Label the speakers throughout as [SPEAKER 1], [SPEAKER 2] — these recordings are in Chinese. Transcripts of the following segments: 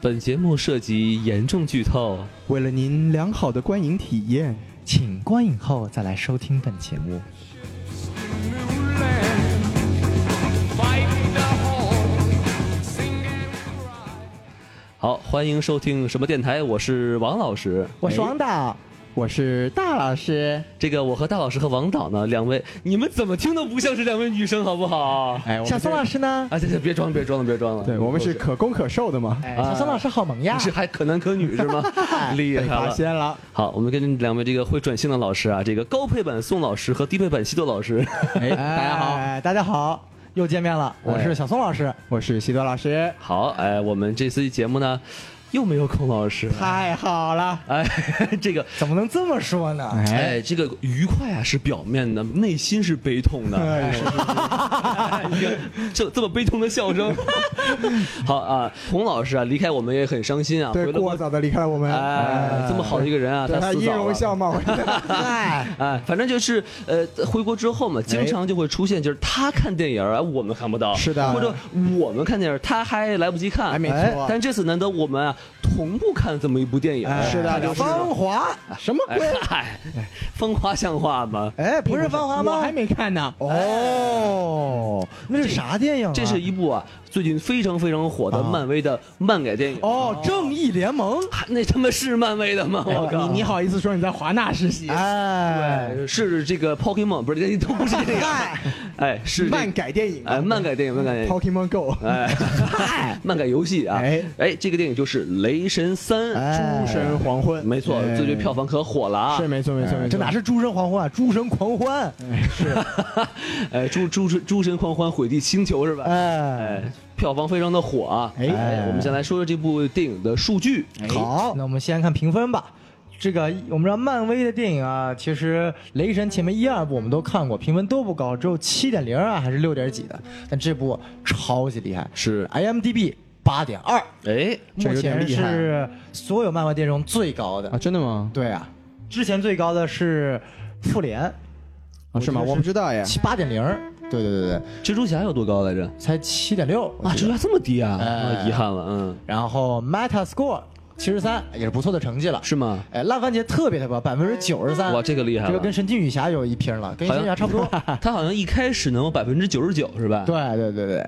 [SPEAKER 1] 本节目涉及严重剧透，
[SPEAKER 2] 为了您良好的观影体验，
[SPEAKER 3] 请观影后再来收听本节目。
[SPEAKER 1] 好，欢迎收听什么电台？我是王老师。
[SPEAKER 3] 我是王导，
[SPEAKER 2] 我是大老师。
[SPEAKER 1] 这个我和大老师和王导呢，两位，你们怎么听都不像是两位女生，好不好？
[SPEAKER 2] 哎，我
[SPEAKER 3] 小
[SPEAKER 2] 们
[SPEAKER 3] 宋
[SPEAKER 2] 是，
[SPEAKER 3] 老师呢？
[SPEAKER 1] 啊，行行，别装，别装了，别装了。
[SPEAKER 2] 对我们是可攻可受的嘛，
[SPEAKER 3] 哎，小宋老师好萌呀
[SPEAKER 1] 你！是还可男可女 是吗？厉害
[SPEAKER 2] 哎被发
[SPEAKER 1] 了！
[SPEAKER 2] 现了。
[SPEAKER 1] 好，我们跟两位这个会转性的老师啊，这个高配版宋老师和低配版西多老师，
[SPEAKER 2] 哎，大家好，
[SPEAKER 3] 哎，大家好，哎又见面了，我是小宋老师。
[SPEAKER 2] 我是西多老师。
[SPEAKER 1] 好，哎，我们这次节目呢，又没有孔老 师了，
[SPEAKER 3] 太好了，
[SPEAKER 1] 哎，这个。
[SPEAKER 3] 怎么能这么说呢？
[SPEAKER 2] 哎，
[SPEAKER 1] 哎，这个愉快啊是表面的，内心是悲痛 的。
[SPEAKER 2] 哎是
[SPEAKER 1] 哎你看 这这么悲痛的笑 声，好啊，孔老师啊离开我们也很伤心啊。
[SPEAKER 2] 对，
[SPEAKER 1] 回了
[SPEAKER 2] 过早的离开了我们。
[SPEAKER 1] 哎，这么好的一个人啊，
[SPEAKER 2] 对他
[SPEAKER 1] 死
[SPEAKER 2] 音
[SPEAKER 1] 早
[SPEAKER 2] 容
[SPEAKER 1] 了。
[SPEAKER 2] 笑貌，
[SPEAKER 3] 哎，
[SPEAKER 1] 哎，反正就是呃，回国之后嘛，经常就会出现，就是他看电影儿，哎我们看不到，
[SPEAKER 2] 哎是的
[SPEAKER 1] 或者我们看电影儿，他还来不及看，
[SPEAKER 2] 哎没错
[SPEAKER 1] 但这次难得我们啊同步看这么一部电影，
[SPEAKER 2] 哎是的
[SPEAKER 1] 他就
[SPEAKER 3] 芳华
[SPEAKER 2] 什么
[SPEAKER 1] 哎？嗨，风花像话吗？
[SPEAKER 3] 哎，不是芳华
[SPEAKER 2] 我
[SPEAKER 3] 吗
[SPEAKER 2] 还？没看呢。
[SPEAKER 3] 哦，那是啥电影啊？
[SPEAKER 1] 这是一部啊，最近非常非常火的
[SPEAKER 2] 啊
[SPEAKER 1] 漫威的漫改电影。
[SPEAKER 3] 哦，正义联盟。
[SPEAKER 1] 还，那他妈是漫威的吗？
[SPEAKER 2] 哎
[SPEAKER 1] 我靠！
[SPEAKER 2] 哦你你好意思说你在华纳实习？
[SPEAKER 3] 哦哎，
[SPEAKER 1] 是这个 Pokemon 不是？都不是这个。 哎，是这
[SPEAKER 2] 漫改电影嗯
[SPEAKER 1] 哎漫改电影，漫改电影。
[SPEAKER 2] Pokemon Go，
[SPEAKER 1] 哎， 漫改游戏啊，
[SPEAKER 2] 哎
[SPEAKER 1] 哎，这个电影就是《雷神三》，
[SPEAKER 3] 哎
[SPEAKER 2] 诸神黄昏，
[SPEAKER 1] 没错，
[SPEAKER 2] 哎
[SPEAKER 1] 最近票房可火了啊！
[SPEAKER 2] 是没错没错没错，
[SPEAKER 3] 哎这哪是诸神黄昏啊？诸神狂欢！
[SPEAKER 1] 哎，诸诸神诸神狂欢毁地星球是吧？
[SPEAKER 3] 哎，
[SPEAKER 1] 哎，票房非常的火啊！
[SPEAKER 2] 哎
[SPEAKER 1] 哎，我们先来说说这部电影的数据。
[SPEAKER 3] 哎好，那我们先看评分吧。这个我们知道，漫威的电影啊，其实《雷神》前面一二部我们都看过，评分都不高，只有七点零啊，还是六点几的。但这部超级厉害，
[SPEAKER 1] 是
[SPEAKER 3] IMDB 八点二，
[SPEAKER 1] 哎，
[SPEAKER 2] 这
[SPEAKER 3] 目
[SPEAKER 2] 有点
[SPEAKER 3] 前
[SPEAKER 2] 厉害
[SPEAKER 3] 是所有漫威电影中最高的
[SPEAKER 2] 啊？。真的吗？
[SPEAKER 3] 对啊，之前最高的是复联
[SPEAKER 2] 啊，是吗？
[SPEAKER 3] 我觉得是
[SPEAKER 2] 我不知道耶。
[SPEAKER 3] 七八点零，
[SPEAKER 2] 对对对对，
[SPEAKER 1] 蜘蛛侠有多高来着？
[SPEAKER 3] 才七点六
[SPEAKER 1] 啊，蜘蛛侠这么低啊？
[SPEAKER 3] 哎
[SPEAKER 1] 啊遗憾了，嗯，
[SPEAKER 3] 然后 Metascore 七十三也是不错的成绩了。
[SPEAKER 1] 是吗？
[SPEAKER 3] 哎，烂番茄特别特别高，百分之九十三。
[SPEAKER 1] 哇，这个厉害
[SPEAKER 3] 这个
[SPEAKER 1] 了
[SPEAKER 3] 跟！神奇女侠有一拼了，跟
[SPEAKER 1] 好
[SPEAKER 3] 神
[SPEAKER 1] 像
[SPEAKER 3] 奇女侠差不多。
[SPEAKER 1] 他好像一开始能有百分之九十九是吧？
[SPEAKER 3] 对对对对。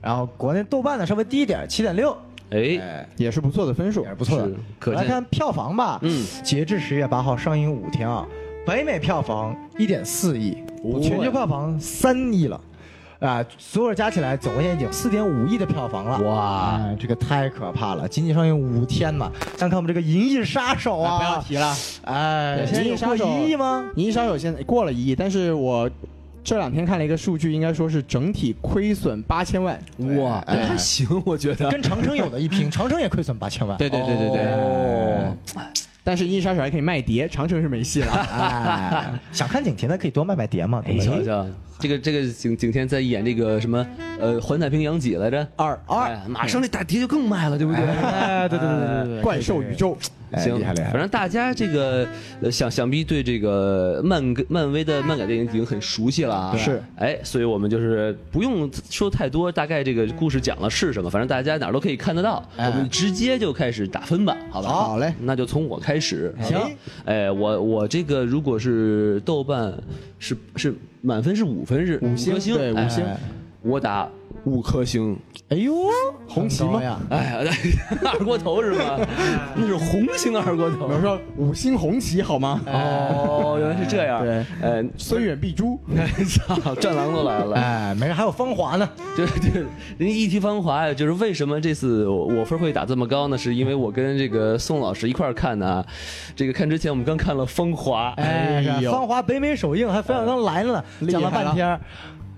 [SPEAKER 3] 然后国内豆瓣呢稍微低一点，七点六，
[SPEAKER 1] 对哎，
[SPEAKER 3] 哎，
[SPEAKER 2] 也是不错的分数
[SPEAKER 3] 也是。不错的
[SPEAKER 1] 是。可
[SPEAKER 3] 我来
[SPEAKER 1] 见
[SPEAKER 3] 看票房吧，
[SPEAKER 1] 嗯，
[SPEAKER 3] 截至十月八号上映五天啊，北美票房一点四亿，
[SPEAKER 1] 哦
[SPEAKER 3] 全球票房三亿了，啊、所有加起来总共也已经四点五亿的票房了。
[SPEAKER 1] 哇，
[SPEAKER 3] 哎，这个太可怕了！仅仅上映五天嘛，但看我们这个《银翼杀手》啊，
[SPEAKER 2] 哎不要提了，
[SPEAKER 3] 哎，
[SPEAKER 2] 对
[SPEAKER 3] 现在
[SPEAKER 2] 银
[SPEAKER 3] 有
[SPEAKER 2] 翼杀
[SPEAKER 3] 过
[SPEAKER 2] 手
[SPEAKER 3] 一亿吗？
[SPEAKER 2] 银翼杀手现在过了一亿，但是我这两天看了一个数据，应该说是整体亏损八千万。
[SPEAKER 1] 哇，
[SPEAKER 2] 哎
[SPEAKER 1] 还行，我觉得。
[SPEAKER 3] 跟长城有的一拼，长城也亏损八千万。
[SPEAKER 2] 对对对对对。
[SPEAKER 3] 哎
[SPEAKER 1] 哦
[SPEAKER 2] 但是银翼杀手还可以卖碟，长城是没戏了。
[SPEAKER 3] 哎， 想看景甜的可以多卖卖碟嘛，对哎
[SPEAKER 1] 你
[SPEAKER 3] 不
[SPEAKER 1] 瞧
[SPEAKER 3] 对？
[SPEAKER 1] 瞧，这个这个景景天在演这个什么呃《环太平洋》几来着？
[SPEAKER 2] 二
[SPEAKER 1] 哎，马上这大碟就更卖了，对不对？
[SPEAKER 3] 哎， 对对对对对对，
[SPEAKER 2] 怪兽宇宙，哎
[SPEAKER 1] 行，
[SPEAKER 2] 厉害厉
[SPEAKER 1] 反
[SPEAKER 2] 害。
[SPEAKER 1] 正大家这个呃想想必对这个漫改漫威的漫改电影已经很熟悉了啊。
[SPEAKER 2] 是，
[SPEAKER 1] 哎，所以我们就是不用说太多，大概这个故事讲了是什么，反正大家哪儿都可以看得到。我们直接就开始打分吧，好吧？
[SPEAKER 2] 哎好好嘞
[SPEAKER 1] 那就从我开始。
[SPEAKER 3] 行，
[SPEAKER 1] 哎，我我这个如果是豆瓣是是满分是五分是五颗星，
[SPEAKER 2] 对
[SPEAKER 1] 哎
[SPEAKER 2] 五星，
[SPEAKER 1] 我打五颗星。
[SPEAKER 3] 哎呦，
[SPEAKER 2] 红旗
[SPEAKER 3] 很高
[SPEAKER 2] 吗
[SPEAKER 3] 呀？
[SPEAKER 1] 哎， 二锅头是 吗？那是红星二锅头
[SPEAKER 2] 我。说五星红旗好吗？
[SPEAKER 1] 哦，原来是这样。
[SPEAKER 2] 对，
[SPEAKER 1] 呃，
[SPEAKER 2] 虽远必诛。
[SPEAKER 1] 操，战狼都来了。
[SPEAKER 3] 哎，没事，还有芳华呢。
[SPEAKER 1] 对对，人家一提芳华呀，就是为什么这次我我分会打这么高呢？是因为我跟这个宋老师一块儿看的啊。这个看之前我们刚看了《芳华》，
[SPEAKER 3] 哎，
[SPEAKER 2] 哎
[SPEAKER 3] 是
[SPEAKER 2] 呦
[SPEAKER 3] 芳华北美首映，还冯小刚来了呢，
[SPEAKER 2] 厉
[SPEAKER 3] 讲
[SPEAKER 2] 害
[SPEAKER 3] 了
[SPEAKER 2] 了
[SPEAKER 3] 半天儿。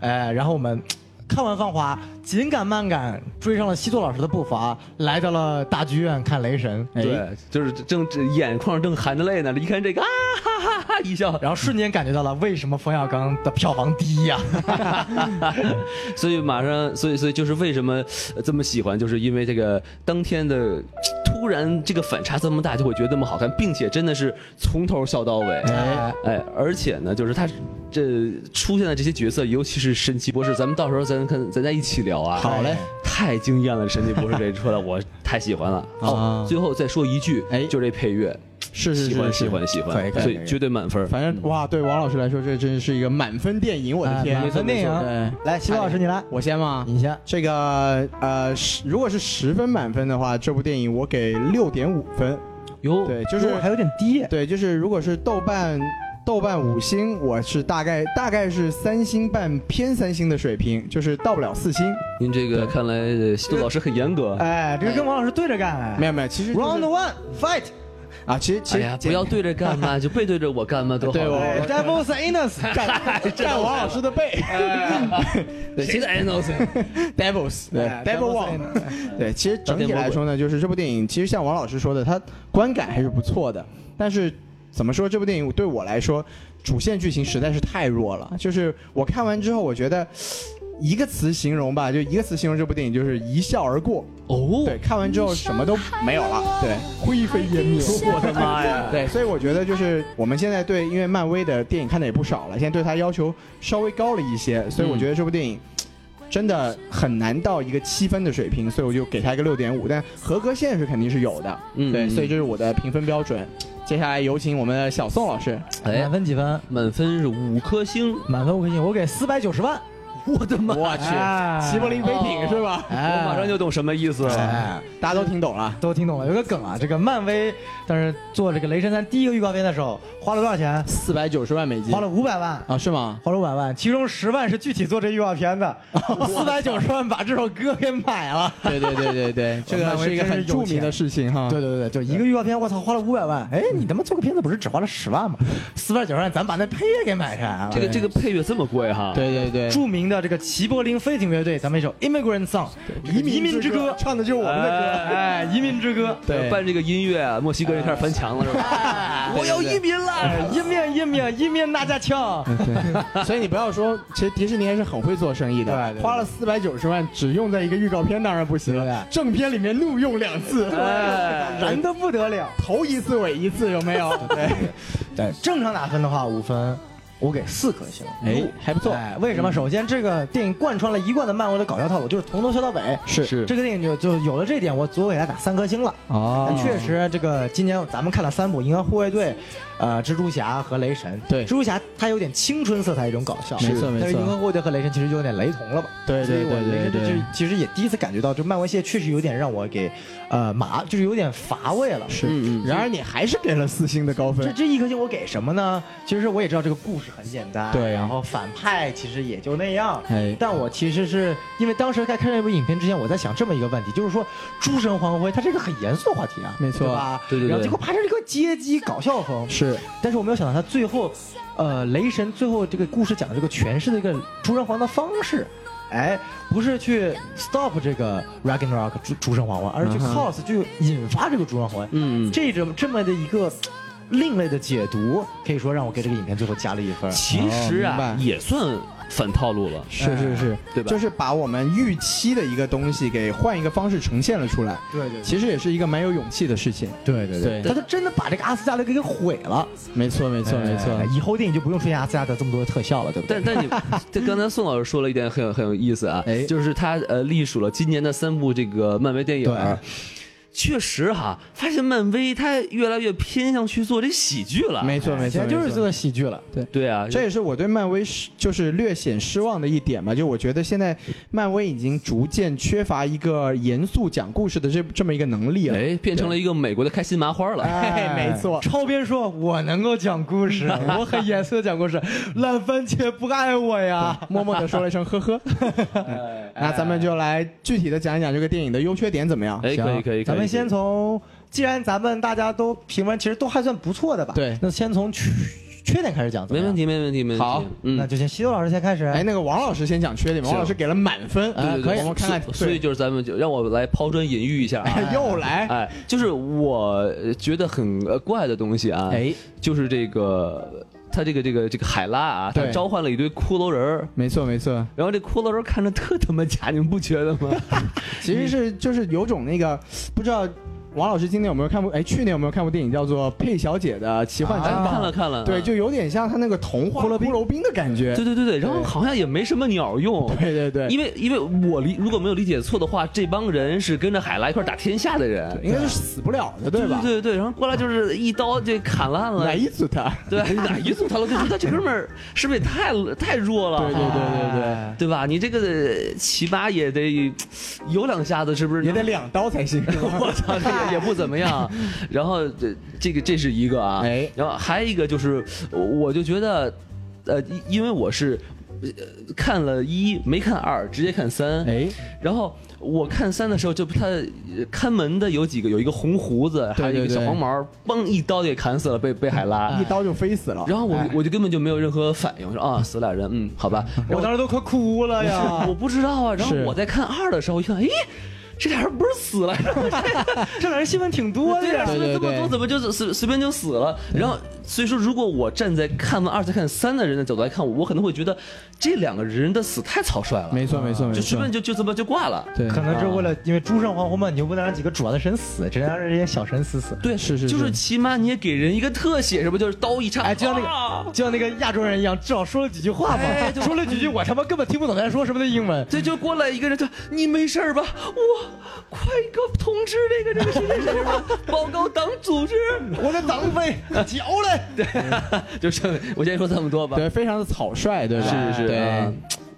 [SPEAKER 3] 哎，然后我们看完芳华，紧赶慢赶追上了西多老师的步伐，来到了大剧院看《雷神》。哎，
[SPEAKER 1] 对，就是正这眼眶正含着泪呢，一看这个啊哈哈哈一笑，
[SPEAKER 3] 然后瞬间感觉到了为什么冯小刚的票房低呀？
[SPEAKER 1] 所以马上，所以所以就是为什么呃这么喜欢，就是因为这个当天的突然这个反差这么大，就会觉得那么好看，并且真的是从头笑到尾。
[SPEAKER 3] 哎，
[SPEAKER 1] 哎，而且呢，就是他这出现的这些角色，尤其是神奇博士，咱们到时候咱看咱再一起聊啊。
[SPEAKER 2] 好嘞，
[SPEAKER 1] 太惊艳了，神奇博士这出来，我太喜欢了。哦，最后再说一句，
[SPEAKER 2] 哎
[SPEAKER 1] 就这配乐，
[SPEAKER 2] 是是
[SPEAKER 1] 喜
[SPEAKER 2] 是
[SPEAKER 1] 欢
[SPEAKER 2] 是
[SPEAKER 1] 喜，欢喜
[SPEAKER 3] 可以
[SPEAKER 1] 欢，
[SPEAKER 3] 可
[SPEAKER 1] 所
[SPEAKER 3] 以可
[SPEAKER 1] 以
[SPEAKER 3] 以
[SPEAKER 1] 绝对满分。
[SPEAKER 2] 反正哇，对王老师来说，这真是一个满分电影，我的
[SPEAKER 3] 哎
[SPEAKER 2] 天，
[SPEAKER 3] 满分电影
[SPEAKER 2] 对
[SPEAKER 3] 来，西瓜老师你来，
[SPEAKER 2] 我先吗？
[SPEAKER 3] 你先。
[SPEAKER 2] 这个呃，十如果是十分满分的话，这部电影我给六点五分。
[SPEAKER 1] 哟，
[SPEAKER 2] 对，就是
[SPEAKER 3] 还有点低，
[SPEAKER 2] 对，就是如果是豆瓣豆瓣五星，我是大概大概是三星半偏三星的水平，就是到不了四星。
[SPEAKER 1] 您这个看来呃杜老师很严格。
[SPEAKER 3] 哎，这个跟王老师对着干，哎
[SPEAKER 2] 没有没有，其实、就是、
[SPEAKER 3] ，round one fight，
[SPEAKER 2] 啊，其实其
[SPEAKER 1] 哎
[SPEAKER 2] 实、
[SPEAKER 1] 呀，不要对着干嘛，就背对着我干嘛，多好。
[SPEAKER 2] 对我
[SPEAKER 3] 哎 devil's anus，干
[SPEAKER 2] 占王老师的背。
[SPEAKER 3] 哎
[SPEAKER 1] 对， 哎谁的 NOC？
[SPEAKER 2] Devils，对
[SPEAKER 3] 哎
[SPEAKER 2] Devil
[SPEAKER 3] Devil's
[SPEAKER 2] One，
[SPEAKER 3] anus
[SPEAKER 2] 对，其实整体来说呢，就是这部电影，其实像王老师说的，它观感还是不错的。但是怎么说，这部电影对我来说，主线剧情实在是太弱了。就是我看完之后，我觉得一个词形容吧，就一个词形容这部电影，就是一笑而过。
[SPEAKER 1] 哦
[SPEAKER 2] 对，，看完之后什么都没有了，对，灰飞烟灭。
[SPEAKER 1] 我的妈呀！
[SPEAKER 2] 对，所以我觉得就是我们现在对，因为漫威的电影看的也不少了，现在对它要求稍微高了一些，所以我觉得这部电影。真的很难到一个七分的水平，所以我就给它一个六点五，但合格线是肯定是有的，
[SPEAKER 1] 嗯
[SPEAKER 2] 对，
[SPEAKER 1] 嗯
[SPEAKER 2] 所以这是我的评分标准。接下来有请我们的小宋老师，
[SPEAKER 1] 哎
[SPEAKER 3] 满，分几分？
[SPEAKER 1] 满分是五颗星，
[SPEAKER 3] 满分五颗星，我给四百九十万。
[SPEAKER 1] 我的妈！
[SPEAKER 2] 我
[SPEAKER 3] 哎
[SPEAKER 2] 啊去，齐哦柏林飞艇是吧？
[SPEAKER 1] 我马上就懂什么意思了。
[SPEAKER 3] 哎，
[SPEAKER 2] 大家都听懂了，
[SPEAKER 3] 都听懂了。有个梗啊，这个漫威当时做这个雷神三第一个预告片的时候，花了多少钱？
[SPEAKER 2] 四百九十万美金，
[SPEAKER 3] 花了五百万。
[SPEAKER 2] 啊？是吗？
[SPEAKER 3] 花了五百万，其中十万是具体做这预告片的，四百九十万把这首歌给买了。
[SPEAKER 2] 对对对对 对，这
[SPEAKER 3] 漫
[SPEAKER 2] 个
[SPEAKER 3] 威
[SPEAKER 2] 是一个
[SPEAKER 3] 真是
[SPEAKER 2] 很
[SPEAKER 3] 有
[SPEAKER 2] 著名
[SPEAKER 3] 钱
[SPEAKER 2] 的事情哈。
[SPEAKER 3] 对对对，对，就一个预告片，我操，花了五百万。哎，你他妈做个片子不是只花了十万吗？四百九十万，咱把那配乐给买下来了。
[SPEAKER 1] 这个这个配乐这么贵哈？，
[SPEAKER 2] 对对对，
[SPEAKER 3] 著名的这个齐柏林飞艇乐队，咱们一首《Immigrant Song》移民之歌，
[SPEAKER 2] 唱的就是我们的歌。
[SPEAKER 3] 哎，移民之歌，
[SPEAKER 2] 对
[SPEAKER 1] 伴这个音乐啊，墨西哥人开始翻墙了是
[SPEAKER 2] 哎
[SPEAKER 1] 吧？我要一
[SPEAKER 3] 民了，一面一面一面大家枪。
[SPEAKER 2] 嗯所以你不要说，其实迪士尼还是很会做生意的，
[SPEAKER 3] 对对对
[SPEAKER 2] 花了四百九十万只用在一个预告片，当然不行
[SPEAKER 3] 对
[SPEAKER 2] 了。正片里面怒用两次，
[SPEAKER 3] 哎，燃的不得了。
[SPEAKER 2] 头一次尾一次，有没有？对，
[SPEAKER 3] 对，正常打分的话，五分，我给四颗星。
[SPEAKER 2] 哎，嗯还不错。
[SPEAKER 3] 哎，为什么？首先，这个电影贯穿了一贯的漫威的搞笑套路，就是从头笑到尾。
[SPEAKER 2] 是
[SPEAKER 1] 是
[SPEAKER 3] 这个电影就就有了这一点，我我给它打三颗星了。
[SPEAKER 2] 哦
[SPEAKER 3] 但确实，这个今年咱们看了三部《银河护卫队》、呃，《蜘蛛侠》和《雷神》。
[SPEAKER 2] 对
[SPEAKER 3] 蜘蛛侠它有点青春色彩，一种搞笑。
[SPEAKER 2] 没错没错
[SPEAKER 3] 但是《银河护卫队》和《雷神》其实就有点雷同了吧？
[SPEAKER 2] 对对
[SPEAKER 3] 所以我
[SPEAKER 2] 对对
[SPEAKER 3] 雷神这
[SPEAKER 2] 对
[SPEAKER 3] 就其实也第一次感觉到，这漫威系列确实有点让我给呃麻，就是有点乏味了。
[SPEAKER 2] 是。然而你还是给了四星的高
[SPEAKER 3] 这
[SPEAKER 2] 分。
[SPEAKER 3] 这一颗星我给什么呢？其实我也知道这个故事很简单，
[SPEAKER 2] 对啊
[SPEAKER 3] 然后反派其实也就那样。
[SPEAKER 2] 哎
[SPEAKER 3] 但我其实是因为当时在看这部影片之前，我在想这么一个问题，就是说诸神黄昏它是一个很严肃的话题啊，
[SPEAKER 2] 没错
[SPEAKER 3] 对吧？
[SPEAKER 1] 对对对
[SPEAKER 3] 然后结果爬成一个阶级搞笑风，
[SPEAKER 2] 是
[SPEAKER 3] 但是我没有想到他最后，呃，雷神最后这个故事讲的这个诠释的一个诸神黄的方式，哎，不是去 stop 这个 Ragnarok 诸诸神黄昏，而是去
[SPEAKER 2] 嗯哼
[SPEAKER 3] cause 去引发这个诸神黄昏。
[SPEAKER 1] 嗯嗯
[SPEAKER 3] 这种这么的一个另类的解读，可以说让我给这个影片最后加了一分。
[SPEAKER 1] 其实
[SPEAKER 2] 哦明白
[SPEAKER 1] 啊也算反套路了，
[SPEAKER 2] 是是是，
[SPEAKER 1] 对吧
[SPEAKER 2] 就是把我们预期的一个东西给换一个方式呈现了出来，
[SPEAKER 3] 对对
[SPEAKER 2] 其实也是一个蛮有勇气的事情。
[SPEAKER 3] 对对
[SPEAKER 2] 对
[SPEAKER 3] 他就真的把这个阿斯加德给给毁了。
[SPEAKER 2] 没错没错没错
[SPEAKER 3] 哎以后电影就不用出现阿斯加德这么多的特效了，对不 对？
[SPEAKER 1] 但 但你，这刚才宋老师说了一点很有很有意思啊，
[SPEAKER 2] 哎
[SPEAKER 1] 就是他呃隶属了今年的三部这个漫威电影儿，确实哈，发现漫威它越来越偏向去做这喜剧了，
[SPEAKER 2] 没错没
[SPEAKER 3] 哎现
[SPEAKER 2] 错，
[SPEAKER 3] 在就
[SPEAKER 2] 没
[SPEAKER 3] 是
[SPEAKER 2] 错
[SPEAKER 3] 做喜剧了，对。
[SPEAKER 1] 对啊，
[SPEAKER 2] 这也是我对漫威失就是略显失望的一点吧，就我觉得现在漫威已经逐渐缺乏一个严肃讲故事的这这么一个能力了。
[SPEAKER 1] 哎变成了一个美国的开心麻花了，
[SPEAKER 2] 哎没错
[SPEAKER 3] 超编说：“我能够讲故事，我很严肃的讲故事，烂番茄不爱我呀。
[SPEAKER 2] 默默地说了一声 呵呵，那咱们就来具体的讲一讲这个电影的优缺点怎么样？
[SPEAKER 1] 哎”可以可以，
[SPEAKER 3] 咱
[SPEAKER 1] 可
[SPEAKER 3] 们
[SPEAKER 1] 以
[SPEAKER 3] 先从，既然咱们大家都评分其实都还算不错的吧，
[SPEAKER 2] 对
[SPEAKER 3] 那先从缺缺点开始讲，怎
[SPEAKER 1] 没
[SPEAKER 3] 么样
[SPEAKER 1] 问。题没问题没问题，
[SPEAKER 2] 好
[SPEAKER 1] 嗯，
[SPEAKER 3] 那就先西多老师先开始。
[SPEAKER 2] 哎，那个王老师先讲缺点吧，
[SPEAKER 1] 是
[SPEAKER 2] 王老师给了满分，
[SPEAKER 1] 对对
[SPEAKER 2] 哎
[SPEAKER 1] 对，
[SPEAKER 2] 可以，
[SPEAKER 1] 所
[SPEAKER 2] 我们看看，
[SPEAKER 1] 所以
[SPEAKER 2] 对
[SPEAKER 1] 就是咱们就让我来抛砖引玉一下啊。
[SPEAKER 2] 哎又 来，
[SPEAKER 1] 哎，就是我呃觉得很呃怪的东西啊，
[SPEAKER 2] 哎，
[SPEAKER 1] 就是这个他这个这个这个海拉啊，他
[SPEAKER 2] 对
[SPEAKER 1] 召唤了一堆骷髅人儿，
[SPEAKER 2] 没错没错，
[SPEAKER 1] 然后这骷髅人 看着特他妈假，你们不觉得吗？
[SPEAKER 2] 其实是就是有种那个不知道。王老师今年有没有看过？哎，去年有没有看过电影叫做《佩小姐的奇幻
[SPEAKER 1] 哎
[SPEAKER 2] 城堡》？
[SPEAKER 1] 看了看了，
[SPEAKER 2] 啊对，
[SPEAKER 1] 嗯
[SPEAKER 2] 就有点像他那个童话
[SPEAKER 3] 骷髅
[SPEAKER 2] 骷
[SPEAKER 3] 兵
[SPEAKER 2] 髅兵的感觉。
[SPEAKER 1] 对对对对，然后好像也没什么鸟用。
[SPEAKER 2] 对对对，
[SPEAKER 1] 因为因为我理如果没有理解错的话，这帮人是跟着海拉一块儿打天下的人，
[SPEAKER 2] 应该是死不了的，对吧？哎
[SPEAKER 1] 对对对，然后过来就是一刀就砍烂了
[SPEAKER 2] 来，一组他。
[SPEAKER 1] 对， 哪一组他了？他哎这哥们儿是不是也太太弱了？啊
[SPEAKER 2] 对对对对对，
[SPEAKER 1] 对吧？你这个起码也得有两下子，是不是？
[SPEAKER 2] 也得两刀才行。是吧
[SPEAKER 1] 我操，这个也不怎么 样。啊然后这这个这是一个啊，
[SPEAKER 2] 哎
[SPEAKER 1] 然后还有一个就是，我我就觉得，呃，因因为我是、呃、看了一没看二，直接看三，
[SPEAKER 2] 哎，
[SPEAKER 1] 然后。我看三的时候，就他呃看门的有几个，有一个红胡子，还有一个
[SPEAKER 2] 对对嗯哎
[SPEAKER 1] 小
[SPEAKER 2] 对
[SPEAKER 1] 黄毛，嘣一刀就给砍死了，被被海拉。
[SPEAKER 2] 一刀就飞死了。
[SPEAKER 1] 哎然后我
[SPEAKER 2] 哎
[SPEAKER 1] 我就根本就没有任何反应，我说啊死俩人，嗯，好 吧。然
[SPEAKER 3] 我
[SPEAKER 1] 后
[SPEAKER 3] 当时都快哭了呀
[SPEAKER 1] 我！我不知道啊。然后
[SPEAKER 2] 是
[SPEAKER 1] 我在看二的时候，一看，诶，哎这俩人不是死了？
[SPEAKER 3] 这俩人新闻挺多的
[SPEAKER 1] 对呀，啊
[SPEAKER 3] 呀
[SPEAKER 1] 说。
[SPEAKER 2] 对
[SPEAKER 1] 了这么
[SPEAKER 2] 对
[SPEAKER 1] 多，怎么就随随便就死了？然后所以说，如果我站在看完二再看三的人的角度来看，我可能会觉得这两个人的死太草率了，
[SPEAKER 2] 没错没错没
[SPEAKER 1] 就随
[SPEAKER 2] 错
[SPEAKER 1] 便，就就这么就挂了。
[SPEAKER 2] 对，
[SPEAKER 3] 可能是为了因为朱上黄昏嘛，你就不能让几个主要的神死，只能让这些小神死死。
[SPEAKER 1] 对，
[SPEAKER 2] 是是
[SPEAKER 1] 就是
[SPEAKER 2] 是
[SPEAKER 1] 起码你也给人一个特写，是不？就是刀一插，
[SPEAKER 3] 哎，就像那
[SPEAKER 1] 啊
[SPEAKER 3] 个就像那个亚洲人一样，至少说了几句话
[SPEAKER 1] 哎
[SPEAKER 3] 嘛，
[SPEAKER 1] 对
[SPEAKER 3] 说了几句我他妈根本听不懂他在说什么的英文。
[SPEAKER 1] 这就过来一个人，就你没事儿吧？我快给我通知这个这个谁谁谁 吧，报告党组织。
[SPEAKER 3] 我的党 费交了。
[SPEAKER 1] 就是我先说这么多吧。
[SPEAKER 2] 对，非常的草率，对吧？
[SPEAKER 1] 是是
[SPEAKER 2] 对
[SPEAKER 1] 啊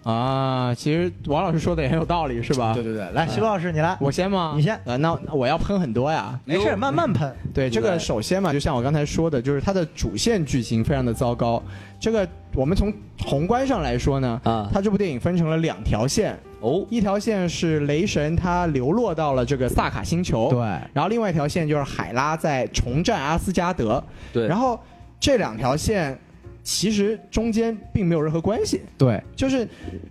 [SPEAKER 2] 啊，其实王老师说的也很有道理，是吧？
[SPEAKER 3] 对对对，来，徐老师你来，
[SPEAKER 2] 我先吗？
[SPEAKER 3] 你先
[SPEAKER 2] 呃，那那我要喷很多呀。
[SPEAKER 3] 没事，慢慢喷。
[SPEAKER 2] 对，这个首先嘛，就像我刚才说的，就是它的主线剧情非常的糟糕。这个我们从宏观上来说呢，
[SPEAKER 1] 啊
[SPEAKER 2] 它这部电影分成了两条线，
[SPEAKER 1] 哦，
[SPEAKER 2] 一条线是雷神他流落到了这个萨卡星球，
[SPEAKER 3] 对
[SPEAKER 2] 然后另外一条线就是海拉在重占阿斯加德，
[SPEAKER 1] 对
[SPEAKER 2] 然后这两条线其实中间并没有任何关系，
[SPEAKER 3] 对
[SPEAKER 2] 就是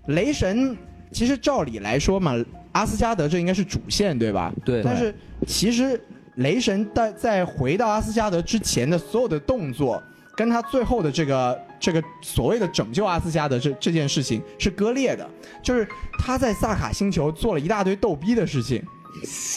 [SPEAKER 2] 雷神，其实照理来说嘛，阿斯加德这应该是主线对吧？
[SPEAKER 1] 对
[SPEAKER 2] 但是其实雷神在在回到阿斯加德之前的所有的动作，跟他最后的这个这个所谓的拯救阿斯加德这这件事情是割裂的，就是他在萨卡星球做了一大堆逗逼的事情，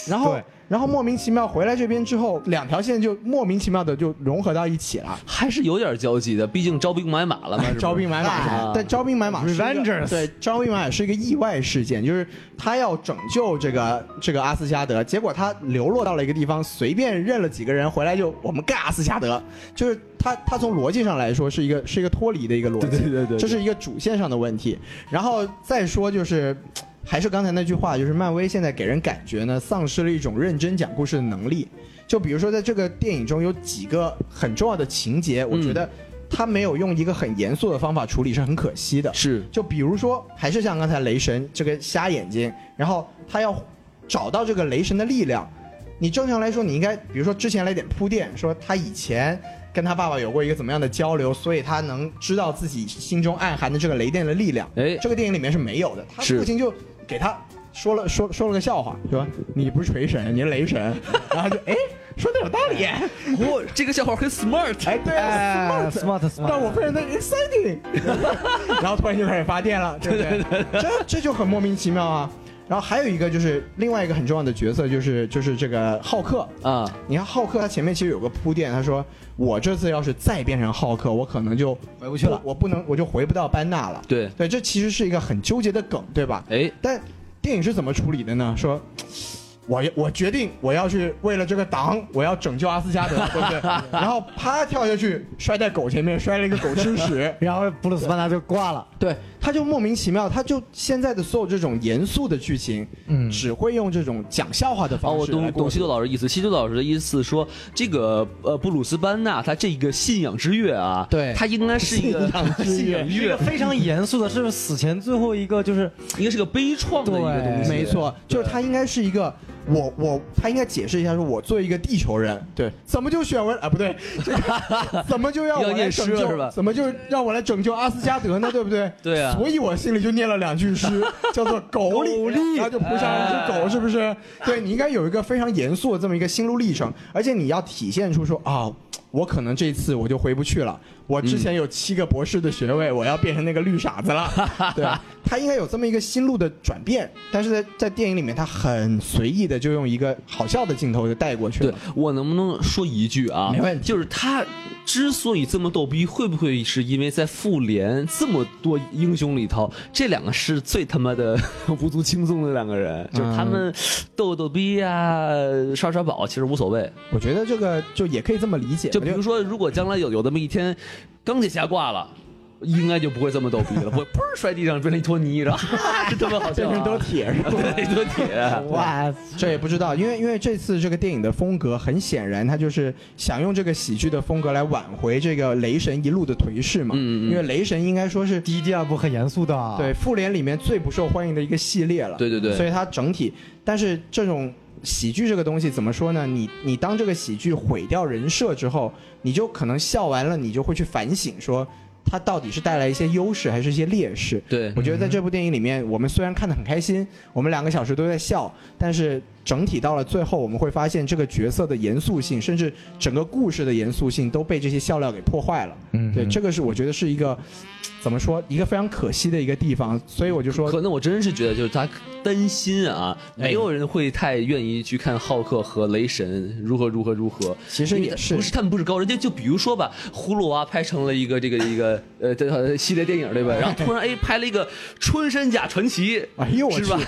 [SPEAKER 2] 然后
[SPEAKER 3] 对。
[SPEAKER 2] 然后莫名其妙回来这边之后，两条线就莫名其妙的就融合到一起了。
[SPEAKER 1] 还是有点交集的，毕竟招兵买马了嘛。是不是
[SPEAKER 2] 哎招兵买
[SPEAKER 1] 啊
[SPEAKER 2] 马，但招兵买马是一个
[SPEAKER 3] Revengers
[SPEAKER 2] 对，招兵买马是一个意外事件，就是他要拯救这个这个阿斯加德，结果他流落到了一个地方，随便认了几个人回来就我们干阿斯加德，就是他他从逻辑上来说是一个是一个脱离的一个逻辑，
[SPEAKER 1] 对对对对
[SPEAKER 2] 这是一个主线上的问题。然后再说就是。还是刚才那句话，就是漫威现在给人感觉呢，丧失了一种认真讲故事的能力。就比如说，在这个电影中有几个很重要的情节，我觉得他没有用一个很严肃的方法处理是很可惜的。
[SPEAKER 1] 是
[SPEAKER 2] 就比如说，还是像刚才雷神这个瞎眼睛，然后他要找到这个雷神的力量。你正常来说，你应该比如说之前来点铺垫，说他以前跟他爸爸有过一个怎么样的交流，所以他能知道自己心中暗含的这个雷电的力量。
[SPEAKER 1] 哎
[SPEAKER 2] 这个电影里面是没有的，他
[SPEAKER 1] 是
[SPEAKER 2] 父亲就给他说了说说了个笑话，说你不是锤神，你是雷神，然后就哎说的有道理，
[SPEAKER 1] 哦，这个笑话很 smart。
[SPEAKER 2] 哎对啊、
[SPEAKER 3] 哎 smart smart
[SPEAKER 2] 但我非常的 exciting，然后突然就开始发电了，对不对？这这就很莫名其妙啊。然后还有一个就是另外一个很重要的角色就是就是这个浩克，
[SPEAKER 1] 啊，
[SPEAKER 2] 你看浩克，他前面其实有个铺垫，他说我这次要是再变成浩克，我可能就
[SPEAKER 3] 回不去了。
[SPEAKER 2] 我不能，我就回不到班纳了。
[SPEAKER 1] 对
[SPEAKER 2] 对，这其实是一个很纠结的梗，对吧？
[SPEAKER 1] 哎，
[SPEAKER 2] 但电影是怎么处理的呢？说。我我决定我要去为了这个党，我要拯救阿斯 加德，对不对？然后啪跳下去，摔在狗前面，摔了一个狗吃屎
[SPEAKER 3] 然后布鲁斯班纳就挂了。
[SPEAKER 2] 对，他就莫名其妙，他就现在的所有这种严肃的剧情，
[SPEAKER 3] 嗯
[SPEAKER 2] 只会用这种讲笑话的
[SPEAKER 1] 哦，
[SPEAKER 2] 方
[SPEAKER 1] 我
[SPEAKER 2] 式来过渡。
[SPEAKER 1] 懂懂西多老师意思。西多老师的意思说，这个呃，布鲁斯班纳他这个信仰之月啊，
[SPEAKER 2] 对
[SPEAKER 1] 他应该是一个
[SPEAKER 2] 信仰之
[SPEAKER 1] 信
[SPEAKER 2] 跃
[SPEAKER 1] 仰之
[SPEAKER 3] 是一
[SPEAKER 1] 月
[SPEAKER 3] 哎个，非常严肃的，是死前最后一个就是
[SPEAKER 1] 应该是个悲怆的一个东西。
[SPEAKER 2] 没错，就是他应该是一个我我他应该解释一下，说我作为一个地球人，对，怎么就选为啊不对，这 个怎么就要我
[SPEAKER 1] 要
[SPEAKER 2] 来
[SPEAKER 1] 念诗
[SPEAKER 2] 拯
[SPEAKER 1] 了
[SPEAKER 2] 救
[SPEAKER 1] 是吧
[SPEAKER 2] 怎么就让我来拯救阿斯加德呢？对不对？
[SPEAKER 1] 对啊
[SPEAKER 2] 所以我心里就念了两句诗，叫做“ 狗
[SPEAKER 3] 狗
[SPEAKER 2] 里”，
[SPEAKER 3] 力
[SPEAKER 2] 然后就扑上
[SPEAKER 1] 啊
[SPEAKER 2] 了一只狗，是不是？对你应该有一个非常严肃的这么一个心路历程，而且你要体现出说啊。我可能这次我就回不去了，我之
[SPEAKER 1] 嗯
[SPEAKER 2] 前有七个博士的学位，我要变成那个绿傻子 了，对吧？他应该有这么一个心路的转变，但是在在电影里面，他很随意的就用一个好笑的镜头就带过去
[SPEAKER 1] 对
[SPEAKER 2] 了。
[SPEAKER 1] 我能不能说一句啊？
[SPEAKER 2] 没问题
[SPEAKER 1] 就是他之所以这么逗逼，会不会是因为在复联这么多英雄里头，这两个是最他妈的 无足轻重的两个人？就是
[SPEAKER 2] 嗯
[SPEAKER 1] 他们逗逗逼呀、刷刷宝，其实无所谓。
[SPEAKER 2] 我觉得这个就也可以这么理解，
[SPEAKER 1] 就
[SPEAKER 2] 我
[SPEAKER 1] 比
[SPEAKER 2] 觉得
[SPEAKER 1] 如说，如果将来有有那么一天，钢铁侠挂了。应该就不会这么逗逼了，不会砰摔地上变成一坨泥，然后 啊，这特别好笑、
[SPEAKER 2] 变
[SPEAKER 1] 啊，
[SPEAKER 2] 成都铁是吧？
[SPEAKER 1] 对，一坨
[SPEAKER 3] 哎
[SPEAKER 1] 铁。啊
[SPEAKER 3] 哇，
[SPEAKER 2] 这也不知道，因为因为这次这个电影的风格很显然，他就是想用这个喜剧的风格来挽回这个雷神一路的颓势嘛。
[SPEAKER 1] 嗯嗯嗯
[SPEAKER 2] 因为雷神应该说是
[SPEAKER 3] 第一、第二部很严肃的啊，
[SPEAKER 2] 对复联里面最不受欢迎的一个系列了。
[SPEAKER 1] 对对对
[SPEAKER 2] 所以它整体，但是这种喜剧这个东西怎么说呢？你你当这个喜剧毁掉人设之后，你就可能笑完了，你就会去反省说。它到底是带来一些优势还是一些劣势？
[SPEAKER 1] 对
[SPEAKER 2] 我觉得在这部电影里面，我们虽然看得很开心，我们两个小时都在笑，但是整体到了最后，我们会发现这个角色的严肃性，甚至整个故事的严肃性都被这些笑料给破坏了。
[SPEAKER 3] 嗯
[SPEAKER 2] 对，
[SPEAKER 3] 嗯
[SPEAKER 2] 这个是我觉得是一个怎么说，一个非常可惜的一个地方。所以我就说，哎
[SPEAKER 1] 可能我真是觉得，就是他担心啊，没有人会太愿意去看浩克和雷神如何如何如何。
[SPEAKER 2] 其实
[SPEAKER 1] 因为
[SPEAKER 2] 也
[SPEAKER 1] 他
[SPEAKER 2] 是
[SPEAKER 1] 不是他们不是高人，就就比如说吧，葫芦娃拍成了一个这个一个呃这呃系列电影对吧？然后突然哎拍了一个《穿山甲传奇》，
[SPEAKER 2] 哎呦我去
[SPEAKER 1] 是吧？